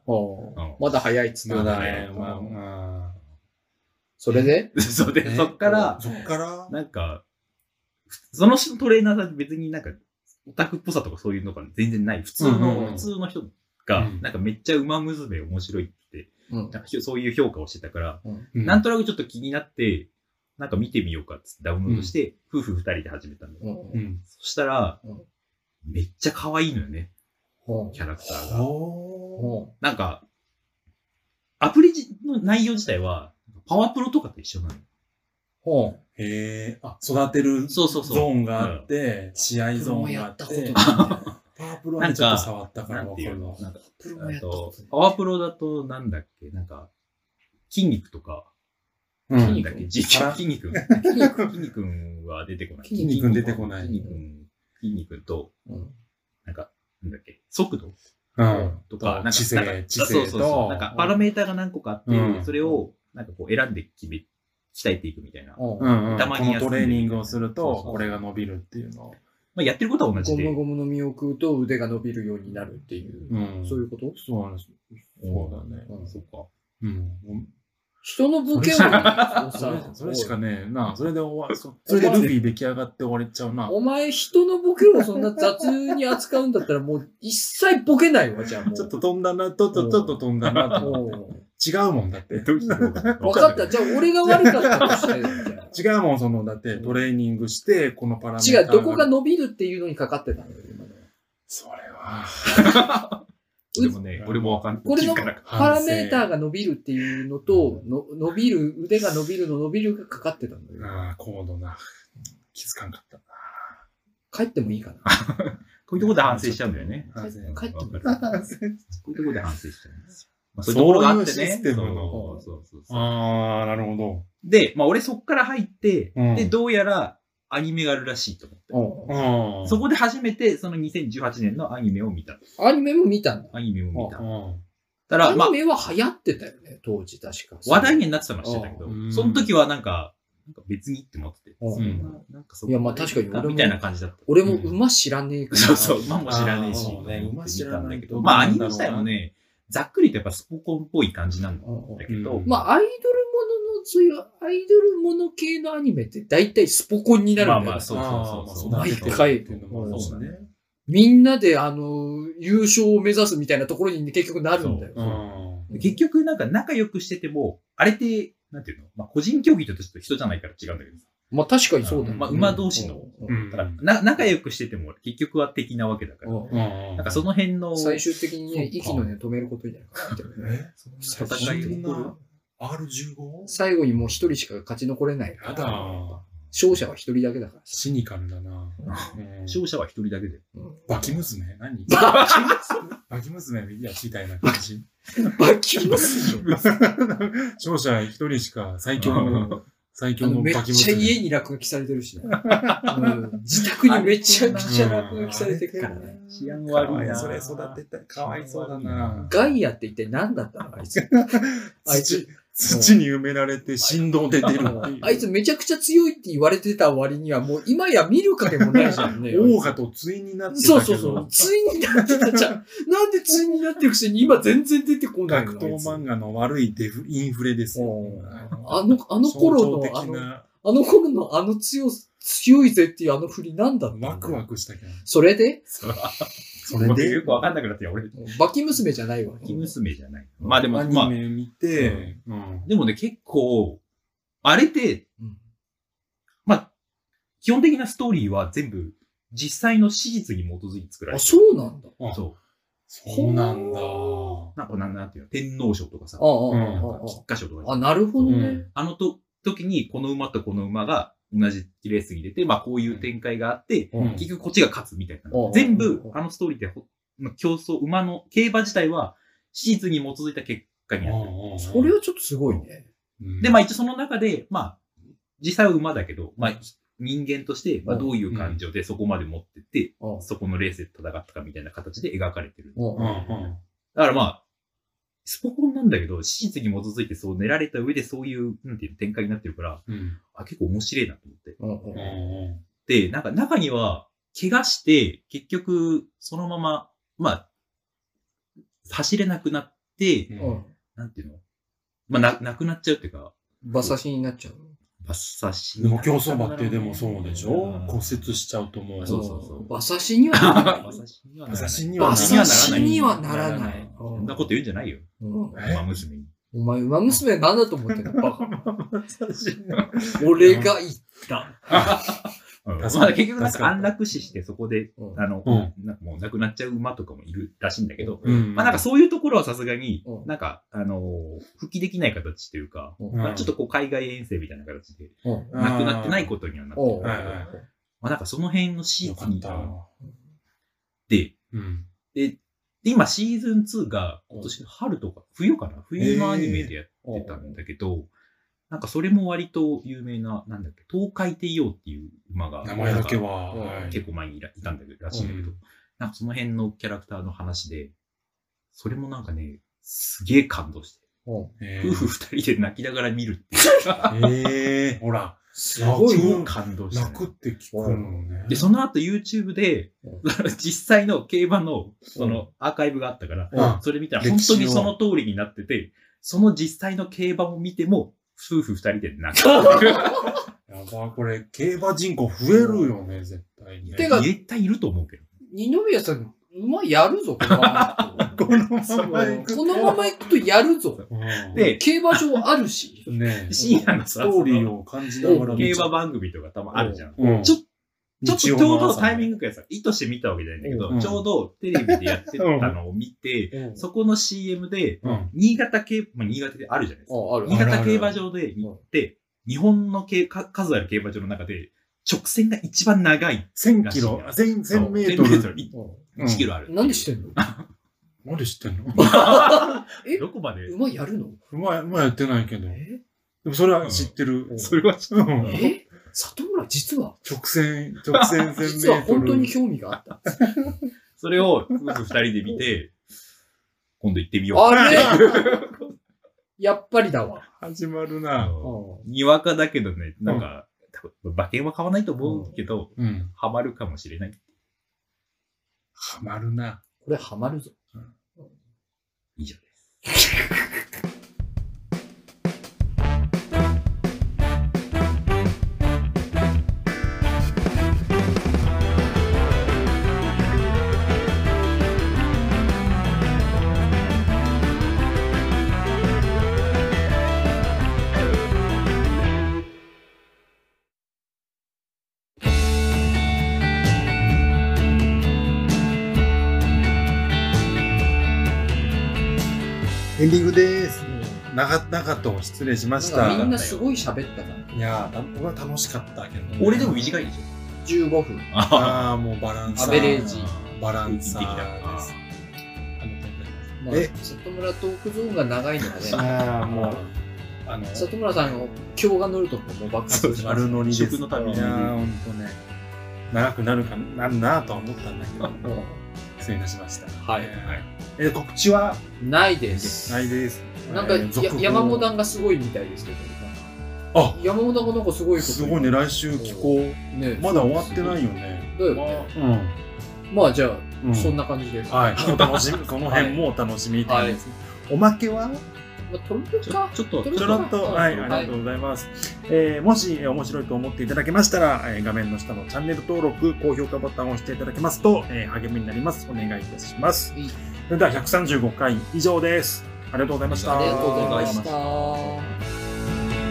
S2: まだ早いっつって
S1: ま
S2: ん
S1: だ
S2: だ
S1: ね
S2: ね、。
S1: まあ、まあ
S2: それで
S3: そうで、
S1: ね
S3: そっから、
S1: そっから、
S3: なんか、その人のトレーナーさん別になんか、オタクっぽさとかそういうのが全然ない。普通
S1: うんうんう
S3: の、
S1: ん
S3: 普通の人が
S1: う、ん
S3: なんかめっちゃ馬娘面白いって、
S2: うん
S3: なんかそういう評価をしてたから、
S1: うん
S3: なんとなくちょっと気になって、なんか見てみようかっつってダウンロードして、夫婦二人で始めたんだよ。
S2: うん
S1: うん。
S3: そしたら
S2: うん、
S3: めっちゃ可愛いのよね、
S2: ほ
S3: キャラクターが。
S1: ほ
S2: う
S3: なんか、アプリの内容自体は、パワープロとかと一緒なの。
S2: ほう
S1: う。へえ、あ、育てるゾ
S3: そうそうそ
S1: ー
S3: う。
S1: ンがあって、試合ゾーンがあって
S2: 俺もやっ、
S1: パワープロはねちょっと触ったから
S3: なん
S1: わ
S3: て
S1: か
S3: いう
S1: る
S3: の
S1: わ。
S3: なんか
S2: プロもや
S3: あ
S2: ったこととない
S3: パワープロだと、なんだっけなんか、筋肉とか、
S1: う
S3: 筋
S1: ん。
S3: 肉だっけ
S2: うん
S3: 実
S1: あ
S3: は筋肉。筋肉筋肉は出てこない。
S2: 筋
S1: 肉出てこない
S3: 筋肉、筋肉と、
S2: うん
S3: なんか、なんだっけ速度
S1: うん。
S3: とか、なんか、
S1: 知
S3: なんか
S1: 性、知性と。
S3: そうそうそう。なんか、パラメーターが何個かあって、
S1: うん
S3: それを、なんかこう、選んで決め、鍛えていくみたいな。ま
S2: ほう
S1: うんうん、
S3: たまに
S1: この
S3: やつね
S1: トレーニングをする
S3: そうそう
S1: と、
S3: そう
S1: これが伸びるっていうの。
S3: あ、やってることは同じ
S2: ゴ
S3: で
S2: ム。ゴムの実を食うと腕が伸びるようになるっていう。
S1: うん
S2: そういうこと
S1: そうなんです。そうだね。
S2: うん
S3: そっか。
S1: うん。
S2: 人のボケをさ
S1: それそれしかねえな。それで終わそそれでルフィ出来上がって終われちゃうな。
S2: お前、人のボケをそんな雑に扱うんだったら、もう一切ボケないわ、じゃあもう。
S1: ちょっと飛んだな、と、と、ちょっと飛んだなと思って。
S2: も
S1: 違うもんだって。
S3: どうしたの
S2: う。わかった。じゃあ、俺が悪かったとしてじゃ
S1: 違うもん、その、だってトレーニングして、このパラメーター
S2: あ。違う、どこが伸びるっていうのにかかってたのよ、今のは。
S1: それは、
S3: でもね、俺もわかんない。
S2: これの
S3: 気づかなかっ
S2: パラメーターが伸びるっていうのと、の伸びる、腕が伸びるの伸びるがかかってたのよ。
S1: ああ、高度な。気づかんかった
S2: 帰ってもいいかな。
S3: たこういうところで反省しちゃうんだよね。
S1: な。完
S2: 帰っ
S1: 全に
S2: 帰ってもいいか
S3: わか
S2: な。
S3: るこういうところで反省しちゃうんですよ。まあ
S1: そう
S3: そういうところがあってね。
S1: そういうシステムの
S3: そうそうそうそう
S1: ああ、なるほど。
S3: で、まあ俺そっから入って、
S1: うん
S3: で、どうやらアニメがあるらしいと思って。
S1: うん。
S3: そこで初めてその2018年のアニメを見た。
S2: アニメも見たんだ。
S3: アニメを見た。
S1: うん。
S3: た
S2: ア
S3: ら、まあ
S2: ニ、メは流行ってたよね、当時確か。
S3: 話題にはなってたのは知ってたけど
S1: う、ん
S3: その時はなんか、なんか別にって思ってて。
S2: うん
S3: なんかそ
S2: いやまあ確かに俺も
S3: みたいな感じだった。
S2: 俺も馬知らねえから。
S3: そうそう、馬も知らねえし。
S1: あーそうね馬知らないと
S3: まあ、アニメ自体もね、ざっくりとやっぱスポコンっぽい感じなんだけど、
S1: うん
S2: まあ、アイドルものの、そういうアイドルもの系のアニメって大体スポコンになるんだ
S3: まあ
S2: よ、
S3: まあ、そうそうそう。
S2: あーまあそうだね
S3: そう
S2: 毎回
S1: っていうのもそうだね。
S2: みんなで、あの、優勝を目指すみたいなところに結局なるんだよ。
S1: うん。
S3: 結局、なんか仲良くしてても、あれって、なんていうのまあ、個人競技とちょっと人じゃないから違うんだけどさ
S2: まあ確かにそうだよ、ね。
S3: まあ馬同士の
S2: うん
S3: だからな仲良くしてても、結局は敵なわけだから。
S2: うん
S1: な
S3: なんかその辺の、
S2: 最終的にね、
S1: そうか
S2: 息のね、止めることになるからっていうね
S1: え
S2: 戦
S3: 戦い
S2: い
S3: が
S2: 起
S3: 起
S2: こ
S3: こ
S2: る
S3: る。
S1: R15?
S2: 最後にもう一人しか勝ち残れないから。
S1: やだ。
S2: 勝者は一人だけだから。
S1: シニカルだな。うん
S3: 勝者は一人だけで。
S2: うん
S1: バキ娘
S2: [LAUGHS]
S1: 何バキ娘いや、みたいな感じ。
S2: [LAUGHS] バキムス
S1: 勝者一人しか最強の、最強の
S2: め
S1: バ
S2: っ
S1: キ
S2: ちゃ
S1: 娘。
S2: 家に落書きされてるしね。うん自宅にめちゃくちゃ落書きされてるからね。
S3: 治安
S1: かわ
S3: 悪い
S1: い
S3: な。
S1: それ育てた。かわいそうだな。
S2: ガイアって一体何だったのあいつ。あい
S1: 土
S2: つ、
S4: 土に埋められて振動で出るっていう。
S2: あいつめちゃくちゃ強いって言われてた割には、もう今や見る影もないじゃんね。
S4: 王がと対になってたけ
S2: そ
S4: ど
S2: うそうそう。ついになってたじゃん。なんでついになってるくせに今全然出てこないの
S4: 格闘
S2: あい
S4: 漫画の悪いデフインフレですよ。
S2: つあの、あの頃
S4: 象徴
S2: の、あ
S4: 的
S2: の、
S4: な
S2: あの頃のあの強す、強いぜっていうあの振りなんだったの
S4: ワクワクしたけど。
S2: それで
S4: そ
S3: 俺
S4: れ
S3: で
S4: で
S3: よくわかんなくなって、俺、
S2: バキ娘じゃないわ。
S3: 木娘じゃない。まあでも、
S4: ア
S3: ま
S4: ニ
S3: あ、
S4: メ見て、うん
S3: でもね、結構、あれって、
S2: うん
S3: まあ、基本的なストーリーは全部、実際の史実に基づいて作られ
S2: あ、
S3: て
S2: そうなんだ。
S6: あ
S3: る。そう。
S6: そうなんだ。
S3: なんか、なんなんていうの、天皇賞とかさ、
S2: ああ、あ
S6: うん
S3: なんか菊花賞と
S2: あ、ああ、
S3: か、
S2: なるほど
S6: う
S2: ね
S6: ん。
S3: あのと時にこの馬とこの馬が同じレースに出て、まあこういう展開があって、
S6: うん
S3: 結局こっちが勝つみたいな
S2: うん。
S3: 全
S2: う
S3: 部、
S2: ん
S3: あのストーリーってほ、まあ競争、馬の、競馬自体は史実に基づいた結果になってる。
S2: それはちょっとすごいね。
S3: で、まあ一応その中で、まあ、実際は馬だけど、まあ人間として、まあ
S2: うん
S3: どういう感情でそこまで持ってって、
S2: ああ
S3: そこのレースで戦ったかみたいな形で描かれてる。
S2: ああ
S6: あ、
S3: だからまあ、スポコンなんだけど、史実に基づいてそう練られた上でそういう、なんていうの展開になってるから、
S6: うん。
S3: あ、結構面白いなと思って。
S2: うんうん
S3: で、なんか中には、怪我して、結局、そのまま、まあ、走れなくなって、
S2: うん
S3: なんていうのまあ、な、なくなっちゃうっていうか、
S2: 馬刺しになっちゃう。
S3: バッサシ。
S6: でも競走馬ってでもそうでしょ
S3: うん
S6: 骨折しちゃうと思う。
S3: そうそうそう
S2: 馬刺しにはなら
S3: 馬 [LAUGHS]
S2: ない。
S3: 刺しにはなら
S4: 馬
S3: な
S4: 刺
S3: い。
S4: しには
S2: 馬
S4: な
S3: 馬
S4: ら
S3: 刺
S2: 刺
S4: ない。
S2: しにはならない。
S3: そんなこと言うんじゃないよ。
S2: うん
S4: え
S3: 馬娘に。
S2: お前、馬娘なんだと思ってんのバカ。
S4: 馬刺しに
S2: 俺が言った。
S3: うんまあ
S4: 助かる
S3: 結局なん
S4: 助
S3: か
S4: かる
S3: 安楽死してそこで、
S2: うん
S3: あの、
S6: う
S3: なんかもう亡くなっちゃう馬とかもいるらしいんだけど、
S6: うん
S3: まあなんかそういうところはさすがに
S2: う、ん
S3: なんか、あのー復帰できない形というか、
S2: うん
S3: まあちょっとこう海外遠征みたいな形で、
S2: うん
S3: なくなってないことにはなってる
S2: うん
S3: ま
S6: はいはい
S3: あなんかその辺のシ
S6: よ
S3: ー
S6: か
S3: ズン
S6: っ
S3: に
S6: た。
S3: あって、
S6: うん。
S3: で今シーズン2が今年の春とか、冬かな冬のアニメでやってたんだけど、なんかそれも割と有名な、なんだっけ、東海帝王っていう馬が、
S6: 名前だけは、
S2: うん
S6: はい
S3: 結構前にいらいたんだけど、らしいんだけど、
S6: うん
S3: なんかその辺のキャラクターの話で、それもなんかね、すげえ感動して、
S2: うん
S6: え
S3: 夫婦
S6: ー
S3: 二人で泣きながら見るってい
S6: [LAUGHS]
S3: う
S4: え
S6: ほら、
S2: すごい
S6: うん
S2: よ。
S3: 感動した
S6: 泣
S3: ね、
S6: くって聞くのね。
S3: で、その後 YouTube で
S2: うん、
S3: [LAUGHS] 実際の競馬の、そのアーカイブがあったから、
S6: うん
S3: それ見たら本
S6: 歴史
S3: 当
S6: を
S3: にその通りになってて、その実際の競馬を見ても、夫婦二人で泣
S6: [LAUGHS]
S3: くっていう。
S6: やば、これ、競馬人口増えるよね、絶対に。
S2: てか
S3: 絶対いると思うけど。
S2: 二宮さん、馬やるぞ、このまま
S4: このま
S2: こ
S4: ま行くと
S2: のまま行くとやるぞ。
S6: うん
S3: で、
S2: 競馬場あるし。
S6: ね
S3: 深夜の
S6: ス
S3: さ、
S6: トーリーを感じながら
S3: 競馬番組とか多分あるじゃん。
S6: うん
S3: ちょっちょっとちょうどタイミン
S4: グ。
S3: グがさ、意図して見たわけじゃないんだけど、
S6: うん
S3: ちょうどテレビでやってたのを見て、
S2: うん
S3: そこの CM で、
S6: うん
S3: 新潟競、まあ、新潟であるじゃないですか。
S2: あ、ある
S3: 新
S2: ある。
S3: 潟競馬場で行って、日本の競か数ある競馬場の中で、直線が一番長い。
S4: 1000キロ、1000、1000メートル。
S3: ル。
S2: う
S3: 1キロある。
S2: んなんでしてんの
S6: なんで知ってんの
S2: え
S3: どこまで
S2: 馬やるの
S6: まあ、まあやってないけど。で
S2: え
S6: もそれは知ってる。
S3: それはちょっと。
S6: うん
S2: え里村実は、
S6: 直線、直線1000メートル。
S2: 実は本当に興味があった。
S3: それを夫婦二人で見て、今度行ってみよう。
S2: あれやっぱりだわ。
S6: 始まる
S3: あ
S6: な。
S3: の
S2: う
S3: にわかだけどね、なんか、多分馬券は買わないと思うけど、
S6: うん。
S3: ハマるかもしれない。
S6: ハマるな。
S2: これハマるぞ。
S3: 以上です。
S4: エンディングです。長々と失礼しま
S2: なん
S4: し
S2: か
S4: た。
S2: みんなすごい喋ったから。
S4: いやー、僕は楽しかったけど、
S3: 俺でも短いでしょ。
S2: 15分。
S3: あ
S4: ああ、もうバランサー。
S2: アベレージ
S4: バランサ
S3: 的な
S4: ーです。ありがとうございます
S2: ま
S4: え
S2: あ、里村トークゾーンが長いので、ね、
S4: ああ、もう、あの、
S2: 里村さんの今日が乗るとこもう爆発します。
S4: 丸乗りです。
S3: 食のために
S4: いやー、ほんとね、長くなるかなるなとは思ったんだけど、
S2: も
S4: 失礼いたしました。
S2: はい
S4: えーえー告知は
S2: うないです。
S4: ないです。
S2: なんか、
S1: えー続報
S2: や山本団がすごいみたいですけど。
S1: あ
S2: 山本団がなんかすごいこと
S1: すごいね、来週寄稿。
S2: ね
S1: まだ終わってないよね。
S2: だよね。
S1: うん。
S2: まあじゃあ、
S1: うん
S2: そんな感じです。。
S1: はい
S2: [LAUGHS]
S1: い。お楽しみ、この辺もお楽しみと
S2: は
S1: いう
S2: い。
S7: おまけは
S2: まあ、トルコ
S3: ちょ
S2: か。
S3: ちょっと、
S2: ち
S3: ち
S2: ょ
S3: ょ
S2: っ
S3: っ
S2: と
S3: と
S1: ちょろっと、はい、あ
S2: はい
S1: りがとうございます。えーもしえー面白いと思っていただけましたら、えー画面の下のチャンネル登録、高評価ボタンを押していただけますと、えー励みになります。お願いいたします
S2: はい。
S1: それでは135回以上です。ありがとうございました。
S2: ありがとうございました。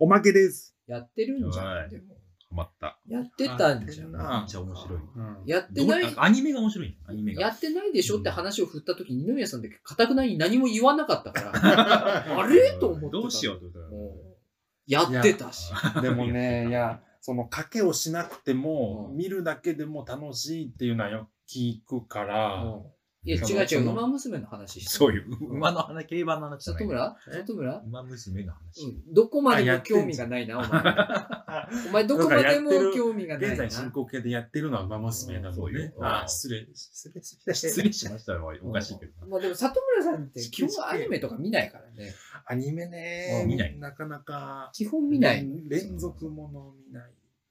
S7: おまけです。
S2: やってるんじゃ
S3: は
S2: ん。
S3: い
S2: でも
S3: ハマった。
S2: やってたんじゃん。
S3: めっちゃ面白い。
S1: うん
S2: やって
S3: どう
S2: ない。
S3: あアニメが面白い。アニメ
S2: や
S3: が。
S2: ってないでしょって話を振った時に、二宮さんだけかたくなに何も言わなかっ
S1: [LAUGHS]
S2: たから、あれと思って。
S3: どうしようと
S2: う
S3: 思っ
S2: ん。やってたし。
S1: [LAUGHS] でもね、いや、その賭けをしなくても、
S2: うん
S1: 見るだけでも楽しいっていうのはよく聞くから、
S2: いや、
S1: そ
S2: 違
S1: の
S2: う違、
S1: そうの
S2: 馬娘の話して。
S3: そういう、馬の話、競馬の話じゃな
S2: 里
S3: い。
S2: 村里村
S3: 馬娘の話。
S2: うんどこまでも興味がないな、お前。 [LAUGHS] お前、どこまでも興味がな
S1: 現
S2: いな
S1: 在。進行形でやってるのは馬娘なの
S3: そう
S1: で
S3: よ、
S1: あー失礼、失礼しました
S3: 失礼しましたよ。おかしいけどな。
S2: まあでも、里村さんって基本アニメとか見ないからね。
S1: アニメね、
S3: うん見ない
S1: なかなか
S2: 基本見ない。
S1: 連連続もの見ない。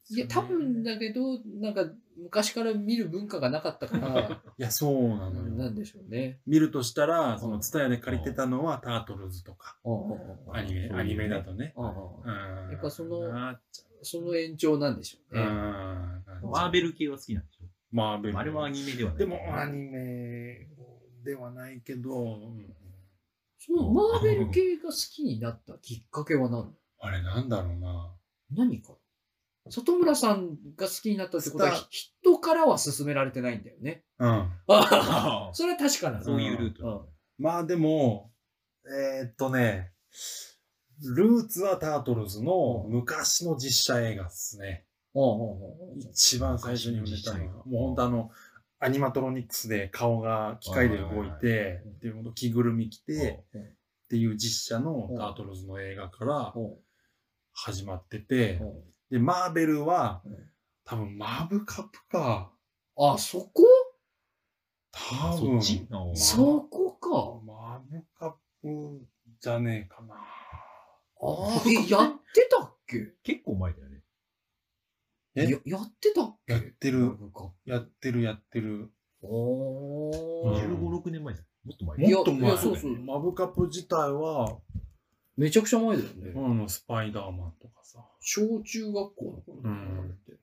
S2: いや、多分だけど、なんか、昔から見る文化がなかったから、
S1: いや、そうなのよ。
S2: なんでしょうね。
S1: 見るとしたら、そのツタヤで借りてたのはタートルズとか、
S2: うんうんうん
S1: アニメ、
S3: そういうね
S1: アニメだとね。
S2: うんうん
S1: うん。や
S2: っぱその
S1: なっち
S2: その延長なんでしょう
S1: ゃう
S2: ね。
S1: うん。
S3: マーベル系は好きなんでしょ
S1: マーベル。
S3: あれはアニメではない。
S1: でも、アニメではないけど、うん
S2: そのマーベル系が好きになったきっかけは何
S1: あれなんだろうな。
S2: 何か里村さんが好きになったってことは
S1: スター
S2: ひ人からは勧められてないんだよね。
S1: うん。
S3: あ
S2: それは確かな
S3: あ
S2: の。
S3: [LAUGHS] そういうルー
S2: う
S3: ト。
S2: ん
S1: まあでも、えーっとね、ルーツはタートルズの昔の実写映画ですね。
S2: うんうんうん
S1: 一番最初に埋めたのが
S3: 昔の実写映画
S1: もう本当あの、アニマトロニクスで顔が機械で動い
S3: はいはい
S1: て、っていうほんと着ぐるみ着て、
S2: うん
S1: っていう実写の
S2: うん
S1: タートルズの映画から
S2: うん
S1: 始まってて
S2: う、ん
S1: で、マーベルは
S2: うん、
S1: 多分マーブカップか。
S2: あ、そこ
S1: 多
S3: そ
S1: 分
S3: っ、ちの
S2: そこ
S1: マーブカップじゃねえかな。
S2: か。あーえ、やってたっけ
S3: 結構前だよね。
S1: え
S2: ややってたっけ
S1: やって
S2: マー
S1: る、
S2: ブか
S1: やってる、やってる。
S2: お
S1: う
S2: ー
S1: ん
S3: 15、6年前じゃん。もっと前だよ。
S1: もっと
S2: い
S1: 前
S2: やそうそう
S1: マブカップ自体は、
S2: めちゃくちゃ前だよね。
S1: あのスパイダーマンとかさ。
S2: 小中学校の頃だよね
S1: うん
S2: あれって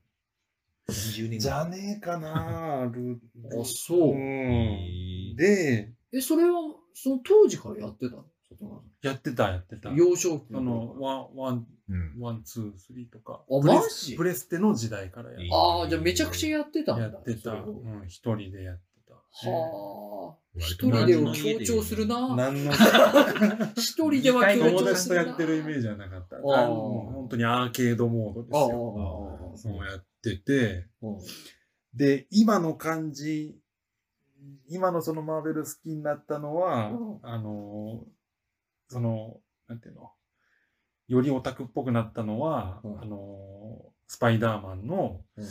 S3: 20年
S1: じゃねえかな、ルー
S2: あ、そう
S1: ん。
S2: う。
S3: 前。
S1: で、
S2: え、それは、その当時からやってたの里村さん
S1: やってた、やってた。あ
S2: 幼少期
S1: の、ワン、ワン、
S3: うん。
S1: ワン、ツー、スリーとか。
S2: あ
S1: プレ
S2: マジ
S1: プレステの時代からや
S3: いい
S2: ああ、じゃあめちゃくちゃやってたんだ。
S1: やってた。
S2: それ
S1: う
S2: を
S1: ん、一人でやってた。
S2: はあ。
S3: 割
S2: 一
S3: と
S2: 人でを強調する
S1: あ
S2: な。 [LAUGHS]
S1: 何の
S2: 一人では強
S1: 友
S2: 調
S1: 達
S2: す
S1: と
S2: るな。
S1: やってるイメージはなかった。
S2: あー
S1: あのもう本当にアーケードモードです
S2: ああああ
S1: よ。
S2: ああ
S1: そうやってて。
S2: うん
S1: で、今の感じ、今のそのマーベル好きになったのは、
S2: うん
S1: あの、その、なんていうの、よりオタクっぽくなったのは、
S2: うん
S1: あの、スパイダーマンの、
S2: うん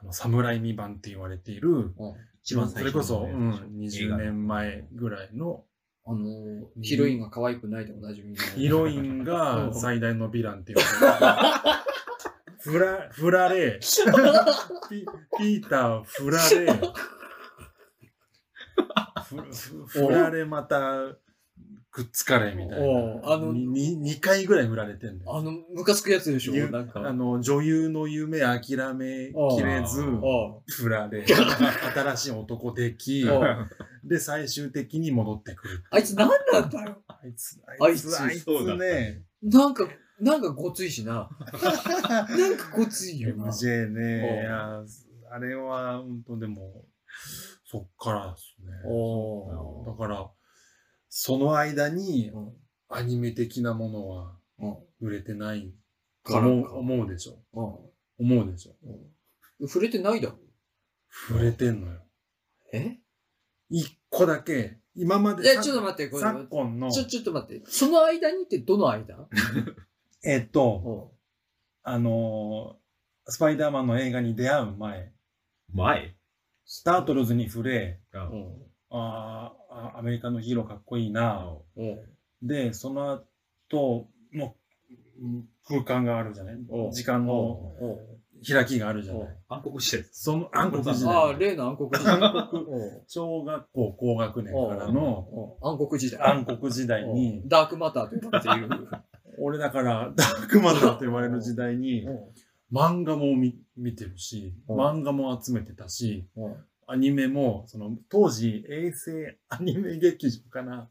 S1: あの、サムライミ版って言われている、
S2: うん
S3: 一番最
S1: それこ
S3: 初
S1: そ、
S3: の
S1: う
S3: ね
S1: ん、
S3: 映
S1: 20
S3: 画
S1: 年前ぐらいの、
S2: あのー、ヒロインが可愛くないでおなじみの。
S1: [LAUGHS] ヒロイン
S2: う
S1: が
S2: ん
S1: 最大のヴィランって言われ
S3: [LAUGHS]
S1: てる。フラ、フラレー。ピピーター、フラレー。ふふ振られまたくっつかれみたい
S2: おう
S1: な。
S2: あの
S1: にに二回ぐらい振られてんだよ。
S2: [LAUGHS] あの、ムカつくやつでしょ
S1: ゆ
S2: なんか。
S1: あ
S2: あ
S1: の、女優の夢諦めきれず、
S2: あ
S1: 振られ、新しい男でき、
S2: あ
S1: で、最終的に戻ってくる。
S2: あいつ何なんだよ。
S1: あいつ、
S2: あ
S1: あ
S2: い
S1: い
S2: つ
S1: つ、あいつ
S3: そうだった
S1: ね
S3: ね。
S2: なんか、なんかごつい
S1: [LAUGHS]
S2: しな。なんかごついよな。
S1: MJ
S2: おう
S1: ね、いやあれは、本当でも、そっからですね。
S2: お
S1: だから、その間に
S2: ーうん
S1: アニメ的なものは
S2: うん
S1: 売れてないと
S2: から
S1: 思う
S2: か
S1: 思うでしょ。
S2: う
S1: 思うでしょ。
S2: んうん触れてないだろ
S1: 触れてんのよ。
S2: え
S1: 一個だけ、今まで。
S2: え、ちょっと待って、これ。
S1: 昨今の、
S2: ちょ、ちょっと待って。その間にってどの間
S1: えっと、
S2: お
S1: あのースパイダーマンの映画に出会う前、
S3: [LAUGHS] 前
S1: スタートルズに触れ、
S3: が、
S2: う
S3: うん
S2: ん
S1: あーあ、アメリカのヒーローかっこいいな。
S2: うん
S1: で、その後のうん空間があるじゃない
S2: お
S1: 時間の
S2: お
S1: 開きがあるじゃない
S3: 暗黒時代 [LAUGHS] です。
S1: その暗黒時
S2: あ
S1: 代
S2: あ、。例の暗黒時代。
S1: 暗黒
S2: うん
S1: 小学校高学年からの
S2: うん暗黒時代。
S1: 暗黒時代
S2: う
S1: に
S2: ん、ダークマターと呼ばれている。
S1: 俺だからダークマターと言われる時代に
S2: う、
S1: 漫画も見見てるし、
S2: うん
S1: 漫画も集めてたし、
S2: んうん
S1: アニメも、その当時、衛星アニメ劇場かな、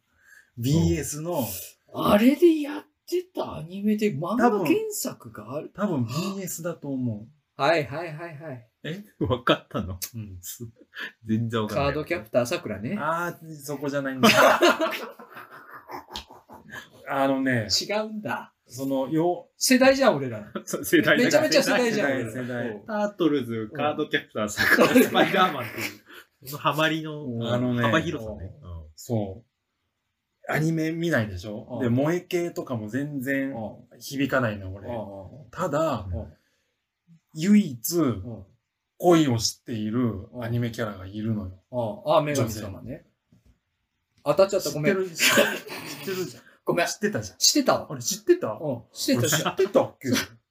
S1: BS の、
S2: あれでやってたアニメで漫画
S1: 多分
S2: 原作がある。
S1: 多分 BS だと思
S2: はいはいはいはい。
S3: え分かったの
S1: う。うん、
S3: 全然わかん
S2: カ
S3: ない。
S2: ードキャプターさくらね。
S1: ああ、そこじゃない [LAUGHS] んだ。あのね、
S2: 違うんだ。
S1: その、よ、
S2: 世代じゃん、俺ら。
S3: [LAUGHS] そう世代
S2: めちゃめちゃ世
S3: 世代
S2: 代じゃん。
S1: 世代
S2: 俺ら
S1: 世代
S2: うん
S3: タートルズ、カードキャプター、サ
S2: [LAUGHS]
S3: クラ、スパイダーマンっていう、そのハマりの
S2: うん
S1: あのね
S3: 幅広さね。
S1: そう、アニメ見ないでし
S2: う
S1: ょ
S2: ん
S1: で、萌え系とかも全然響かないの、俺
S2: う。んうん
S1: ただ
S2: うん、
S1: 唯一
S2: うん
S1: 恋を知っているアニメキャラがいるのよ。
S2: ああ、女神様ね。当たっちゃった、
S1: 知
S2: ご
S1: っ
S2: め
S1: て
S2: ん。
S1: る、知ってるじゃん。
S2: ごめん
S1: 知。ってたじゃん。
S2: してたわ。
S1: 俺知ってた
S2: うん、してた
S1: 俺
S2: し
S1: 知。ってたっけ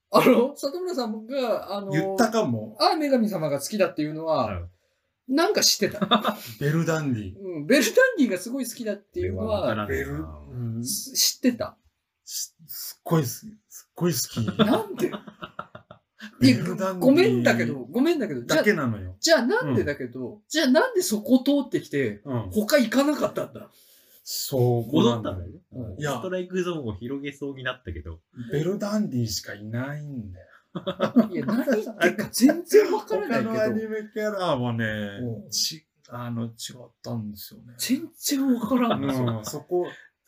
S2: あの、里村さんが、あの、
S1: 言ったかも。
S2: ああ、女神様が好きだっていうの
S3: う
S2: は、
S3: ん
S2: なんか知ってた。
S1: ベルダンディ。
S2: うん、ベルダンディがすごい好きだっていうの
S3: これわから
S2: は、
S3: ない
S1: ベ
S3: な
S1: ル、うん、す
S2: す知ってた。
S1: すっごいす、すっごい好き。
S2: [LAUGHS] なんで
S1: ベルダンディ
S2: ごめんだけど、ごめんだけど、じゃ
S1: だ
S2: あ
S1: けなのよ。
S2: じゃあなんでだけど、じゃあなんでそこ通ってきて、
S1: うん。
S2: 他行かなかったんだ。
S1: そう、
S3: 戻ったんだよ
S1: よ。
S3: ね。
S2: うん
S1: いや
S3: ストライクゾーンを広げそうになったけど、
S1: ベルダンディしかいないんだよ。
S2: いや、何言ってるか全然わから
S1: 他の
S2: な
S1: ア
S2: いけ
S1: ニ
S2: ど、
S1: メキャラは
S2: う
S1: ね
S2: ん、
S1: ち、あの、違ったんですよね。
S2: 全然わからん。
S1: うん、そこ、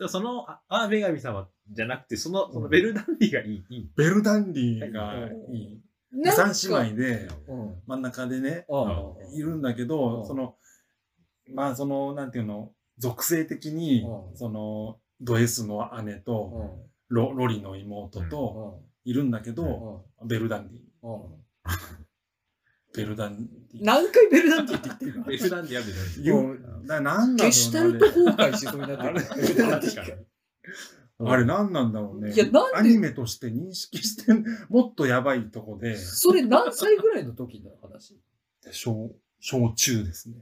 S3: その、ああ、女神様じゃなくて、その、そのベルダンディがいい。い
S2: [LAUGHS]
S3: い
S1: ベルダンディがいい。
S2: なんか
S1: 三姉妹で、
S2: うん。
S1: 真ん中でね、
S2: あ
S1: いるんだけ
S2: うん
S1: ど、その、まあ、その、なんていうの、属性的に
S2: う、ん
S1: その、ド S の姉
S2: あ
S1: と、ロロリの妹と、いるんだけど、ベルダンディ。ベルダンディ。
S2: 何回ベルダンディって言ってるの
S3: ベルダンディはベルダンディ。
S1: 言
S2: も
S1: う
S2: う
S1: ななんだろ
S2: ゲシュタル
S1: う
S2: ト
S1: ね
S2: 崩壊しそうになってる。ベルダンディが
S1: あれあれ何なんだろうね
S2: いやなんで
S1: アニメとして認識して [LAUGHS] んもっとやばいとこで
S2: それ何歳ぐらいの時の話
S1: 小小中ですね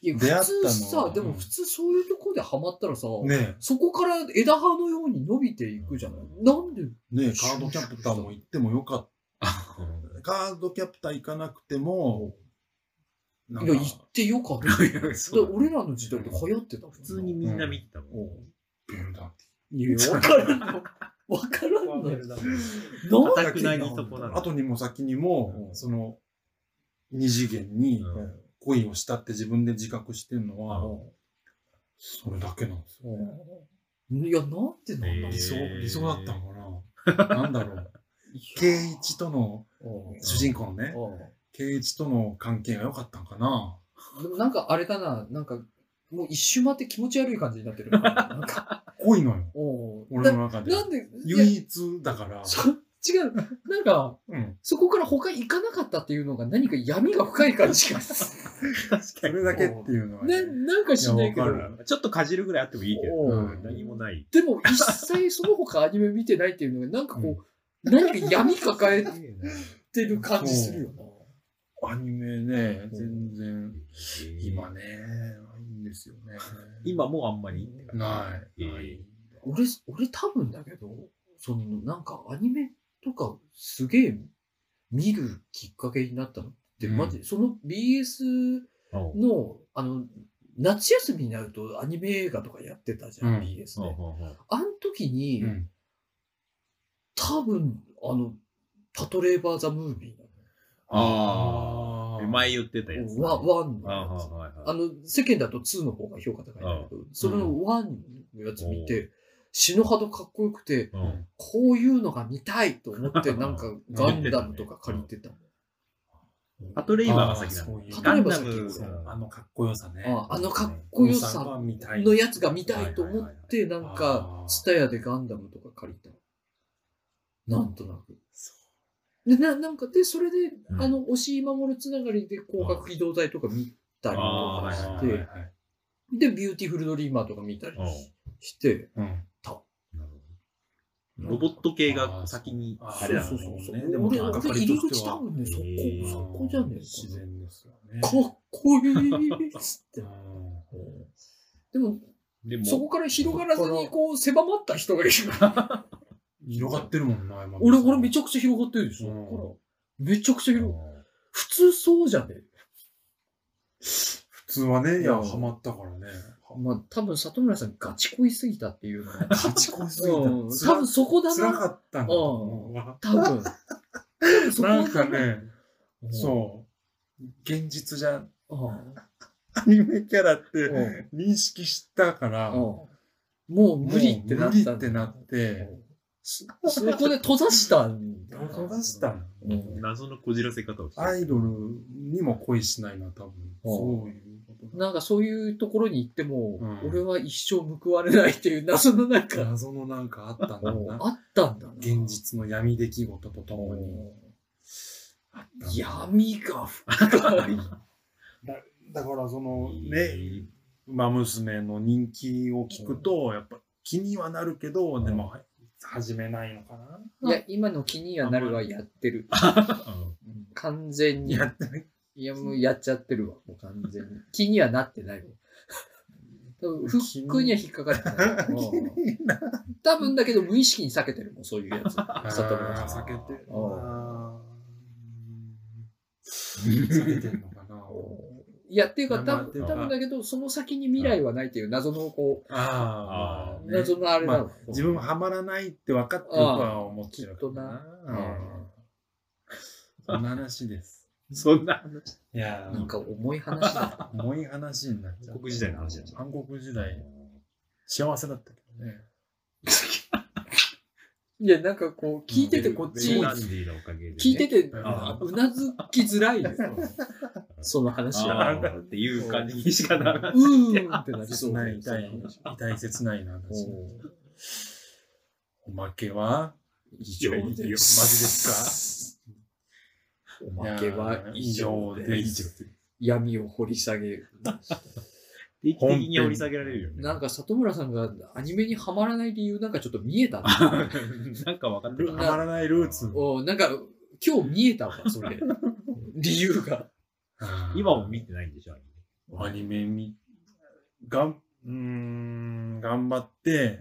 S2: いや、普
S1: 出会ったの
S2: 通さ、でも普通そういうとこでハマったらさ、
S1: ね
S2: そこから枝葉のように伸びていくじゃない。なんで
S1: えねえカードキャプターも行ってもよかっ
S3: あ
S1: たカードキャプター行かなくてもなん
S2: い
S1: か
S2: や、行ってよ [LAUGHS] かった。だ
S3: うん
S2: から俺らの時代って流行ってたもんな。普
S3: 普通にみんな見てたもん。
S1: ベルダン
S2: いや、わからんの。わからんのよ。 [LAUGHS] なん
S3: かくなにそこ
S1: ディ
S3: なの。
S1: 後にも先にも
S2: うん
S1: その二次元に
S3: うん
S1: 恋をしたって自分で自覚してるのはそれだけなんですよ
S2: うんいや、なんでなんだろう
S3: えー
S1: 理想、理想だったのかななんだろ [LAUGHS] う。圭一との、
S2: うん
S1: 主人公のね、
S2: うん
S1: 圭一との関係が良かったのかな
S2: でもなんかあれだな、なんか、もう一周回って気持ち悪い感じになってる。なんか、
S1: 濃いのよ、
S2: [LAUGHS] おう
S1: 俺
S2: な
S1: の中で。
S2: なんで、いや
S1: 唯一だから。
S2: そ違う。なんか、
S1: うん。
S2: そこから他行かなかったっていうのが何か闇が深い感じがす
S1: それだけっていうのは
S2: る。
S1: ね。
S2: ななんかしないけど
S1: いやわ。か
S3: ちょっとかじるぐらいあってもいいけど、
S2: お
S3: う
S2: うん
S3: 何もない。
S2: でも一切その他アニメ見てないっていうのが、なんかこう、何か闇抱えてる感じするよな。
S1: アニメね、全然、今
S3: 今、
S1: ね、ないんですよね。
S3: 今もうあんまり。
S1: ない。
S3: ええ
S1: ない
S2: 俺、俺多分だけど、その、なんかアニメとかすげえ見るきっかけになったのって、
S1: うん
S2: マジで、その BS
S3: うんうん
S2: の、あの、夏休みになるとアニメ映画とかやってたじゃん、
S1: うん
S2: BS で。
S3: うん
S2: あの時に、
S1: うん
S2: 多分、あの、パトレーバー・ザ・ムービーなの
S1: あ
S2: あー
S3: 前言ってたやつ。
S2: ワワンの
S3: あ
S2: や
S3: ー
S2: つ。
S3: はいはい
S2: あの、世間だと2の方が評価高いんだけど、それのワンのやつ見て、死ぬほどかっこよくて、
S3: うん
S2: こういうのが見たいと思
S3: [LAUGHS]
S2: って、なんかガンダムとか借りてた。
S3: パトレイバーが先なんだ。
S1: そういう
S2: パ
S3: ガ
S2: トレイ
S3: ン
S2: バー
S3: ダ
S2: 先
S3: ム
S1: そうあのかっこよさね。
S2: ああのかっこよ
S1: お
S2: さ
S1: 魚みたい
S2: のやつが見たいと思
S3: はい
S2: っ
S3: はいは
S2: て、なん
S1: あ、
S2: か
S1: ー
S2: ツタヤでガンダムとか借りた。なんとなく。でななんか、で、それで、
S3: うん
S2: あの、押し守るつながりで広角機動隊とか見たりと
S3: あー
S2: か
S3: はい
S2: し
S3: はい
S2: て、で、ビューティフルドリーマーとか見たり
S3: うん
S2: して、
S1: うん
S3: なるほどロボット系が先にあれだからね
S1: そうそうそう
S2: 俺、
S1: でもなんか
S2: 俺
S1: 借
S2: 入
S1: り
S2: り
S1: とし
S2: 口
S1: て
S2: 多
S1: は
S2: 分ね、そこ
S3: へー、
S2: そこじゃね
S1: 自
S2: え
S1: 然ですよね。
S2: かな。かっこ [LAUGHS] いいっつって。
S1: うん
S2: でも、
S3: でも、
S2: そこから広がらずに、こう、狭まった人がいるから。
S1: 広がってるもんな、今。
S2: [LAUGHS] 俺、俺めちゃくちゃ広がってるでしょ。
S1: うん
S2: ほらめちゃくちゃ
S3: うん
S2: 広が普通そうじゃね
S1: 普通はね、いや、
S2: うん
S1: ハマったからね。
S2: まあ、多分里村さんガチ恋すぎたっていうのは。
S1: 勝ち越しすぎた。
S2: うん、 [LAUGHS] 多分そこだ
S1: 辛
S2: な。
S1: かったんだと思うわ。
S2: 多分。そこだ
S1: なんかね、
S2: うん
S1: そう。現実じゃ、
S2: うん
S1: アニメキャラっ
S2: うん
S1: て認識したから、
S2: うん
S1: も
S2: もう
S1: う
S2: 無理ってな
S1: 無
S2: ったん
S1: 理
S2: だ
S1: ってなって、
S2: そこで閉ざしたんだな
S1: 顔出したの。
S2: うん
S3: 謎のこじらせ方をして
S1: アイドルにも恋しないな、多分。そういうことだ。
S2: なんかそういうところに行っても、
S1: うん
S2: 俺は一生報われないっていう謎のなんか、
S1: 謎のなんかあったんだ
S2: うん
S1: な。
S2: あったんだな。
S1: 現実の闇出来事とともに。
S2: うん闇が深い。
S1: だからその
S3: う
S1: ね、馬娘の人気を聞くと、やっぱ気にはなるけど、でもは始めないのかな。
S2: いや、今の気にはなるはやってる。うん完全に。
S1: やってない。
S2: いや、もうやっちゃってるわ、もう完全に。気にはなってないわ。多分フックには引っかかってない。
S1: [LAUGHS]
S2: うん多分だけど無意識に避けてるもん、そういう
S1: [LAUGHS]
S2: やつ。里村さん。
S1: 避けてるな
S2: おう
S1: ぁ。避けてんのかな。
S2: いや、っていうか、
S1: まあま
S2: 多
S1: あで
S2: 分
S1: も
S2: 多分だけど、その先に未来はないっていう謎の、こ
S1: [LAUGHS] あ
S3: あ
S1: あ、
S2: う、謎のあれなの。
S1: ま自分はハマらないって分かってるとは思ってるから
S2: ああきっ
S1: うんそ
S2: とな
S1: んな話です。
S3: そんな、
S1: いや
S2: なんか重い話だ。
S1: ー、重い話になっちゃう。
S3: 韓国時代の話だった
S1: 韓国時代、幸せだったけどね。
S2: いや、なんかこう、聞いててこっち
S3: ベル、ランディのおかげでね。
S2: 聞いてて、
S3: あ
S2: うなずきづらいよ。その話は。
S3: あーっていう感じにしかならないう
S2: ーんってなりそ
S1: 切
S2: う
S1: な
S2: ね。
S1: い、痛い、痛い、切ないな話。おまけは
S2: 以上
S3: いやいやマジです
S2: かおまけは以上
S1: いや
S2: で
S1: 以
S2: す
S1: 上。
S2: 闇を掘り下げる。
S3: 定期的に掘り下げられるよね。
S2: なんか里村さんがアニメにはまらない理由なんかちょっと見えたな。
S3: [LAUGHS] なんか分かって
S1: ル
S3: る
S1: ハ
S2: な
S1: マらないルーツ。
S2: おなんか今日見えたわ、
S1: [LAUGHS]
S2: それ。理由が。
S3: 今も見てないんでしょ、アニ
S1: アニメ見、がん、うーん、頑張って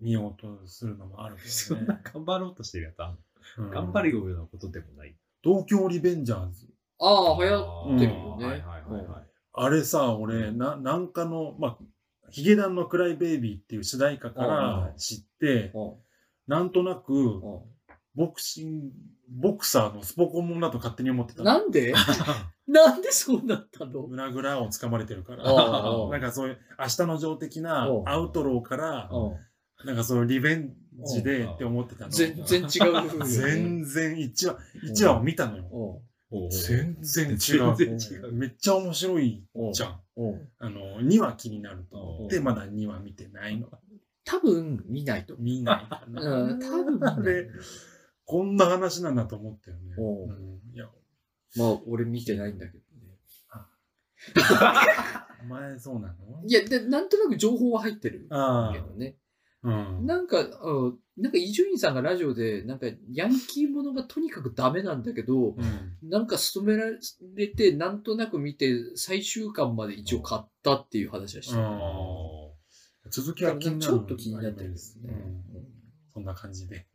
S1: 見ようとするのもあるけ
S3: メそ
S1: ど
S3: ん
S1: ね。
S3: な頑張ろうとしてるやつあんの
S1: うん
S3: 頑張るようなことでもない。
S1: 東京リベンジャーズ。
S2: ああ、流行ってるよね。
S3: あーはいはいはいはい。
S1: あれさ、俺、な、なんかの、まあ、ヒゲダンのクライベイビーっていう主題歌から知って、
S2: うん
S1: なんとなく、
S2: うん
S1: ボクシング、ボクサーのスポコモンだと勝手に思ってた。
S2: なんで [LAUGHS] なんでそうなったの
S1: [LAUGHS] 胸ぐらを掴まれてるから。
S2: あ
S1: [LAUGHS] なんかそういう、明日の情的な
S2: うん
S1: アウトローから、
S2: うん
S1: なんかそのリベンジでって思ってたの。
S2: 全然違う風よね
S1: 全然1話、一話を見たのよ。
S2: うん
S3: おうおう
S1: 全然違う。
S3: 全然違う
S1: めっちゃ面白い
S2: うん
S1: じゃん。
S2: うん
S1: あの、2話気になると思っ
S3: う
S1: て、まだ2話見てないの。
S2: 多分見ないと思。
S1: 見ないうな。
S2: うん、多分見な
S1: [LAUGHS]
S2: い
S1: あれこんな話なんだと思ったよね。
S2: おう
S1: うんいや、
S2: まあ、俺見てないんだけどね。
S1: お前そうなの
S2: いや、でなんとなく情報は入ってる
S1: あ
S2: けどね。
S1: あ。うん。
S2: なんか、うんなんか伊集院さんがラジオで、なんかヤンキーものがとにかくダメなんだけど、
S1: うん
S2: なんか勤められて、なんとなく見て、最終巻まで一応買ったっていう話はして
S1: う
S2: た。
S1: ん続きは気にな
S2: ち
S1: る。
S2: ょっと気になってるんですね。
S1: うん
S2: うん
S1: そんな感じで。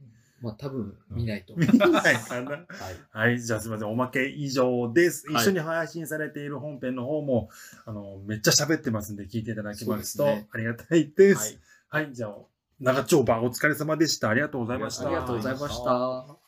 S2: まあ、多分見ないと思
S1: 見
S2: う。
S1: ないかな。
S2: はい。
S1: はい、じゃあすみません。おまけ以上です。
S3: はい
S1: 一緒に配信されている本編の方も、あの、めっちゃ喋ってますんで、聞いていただきますと、
S2: そうですね
S1: ありがたいです。はい、じゃあ、長丁場お疲れ様でした。ありがとうございました。
S2: ありがとうございました。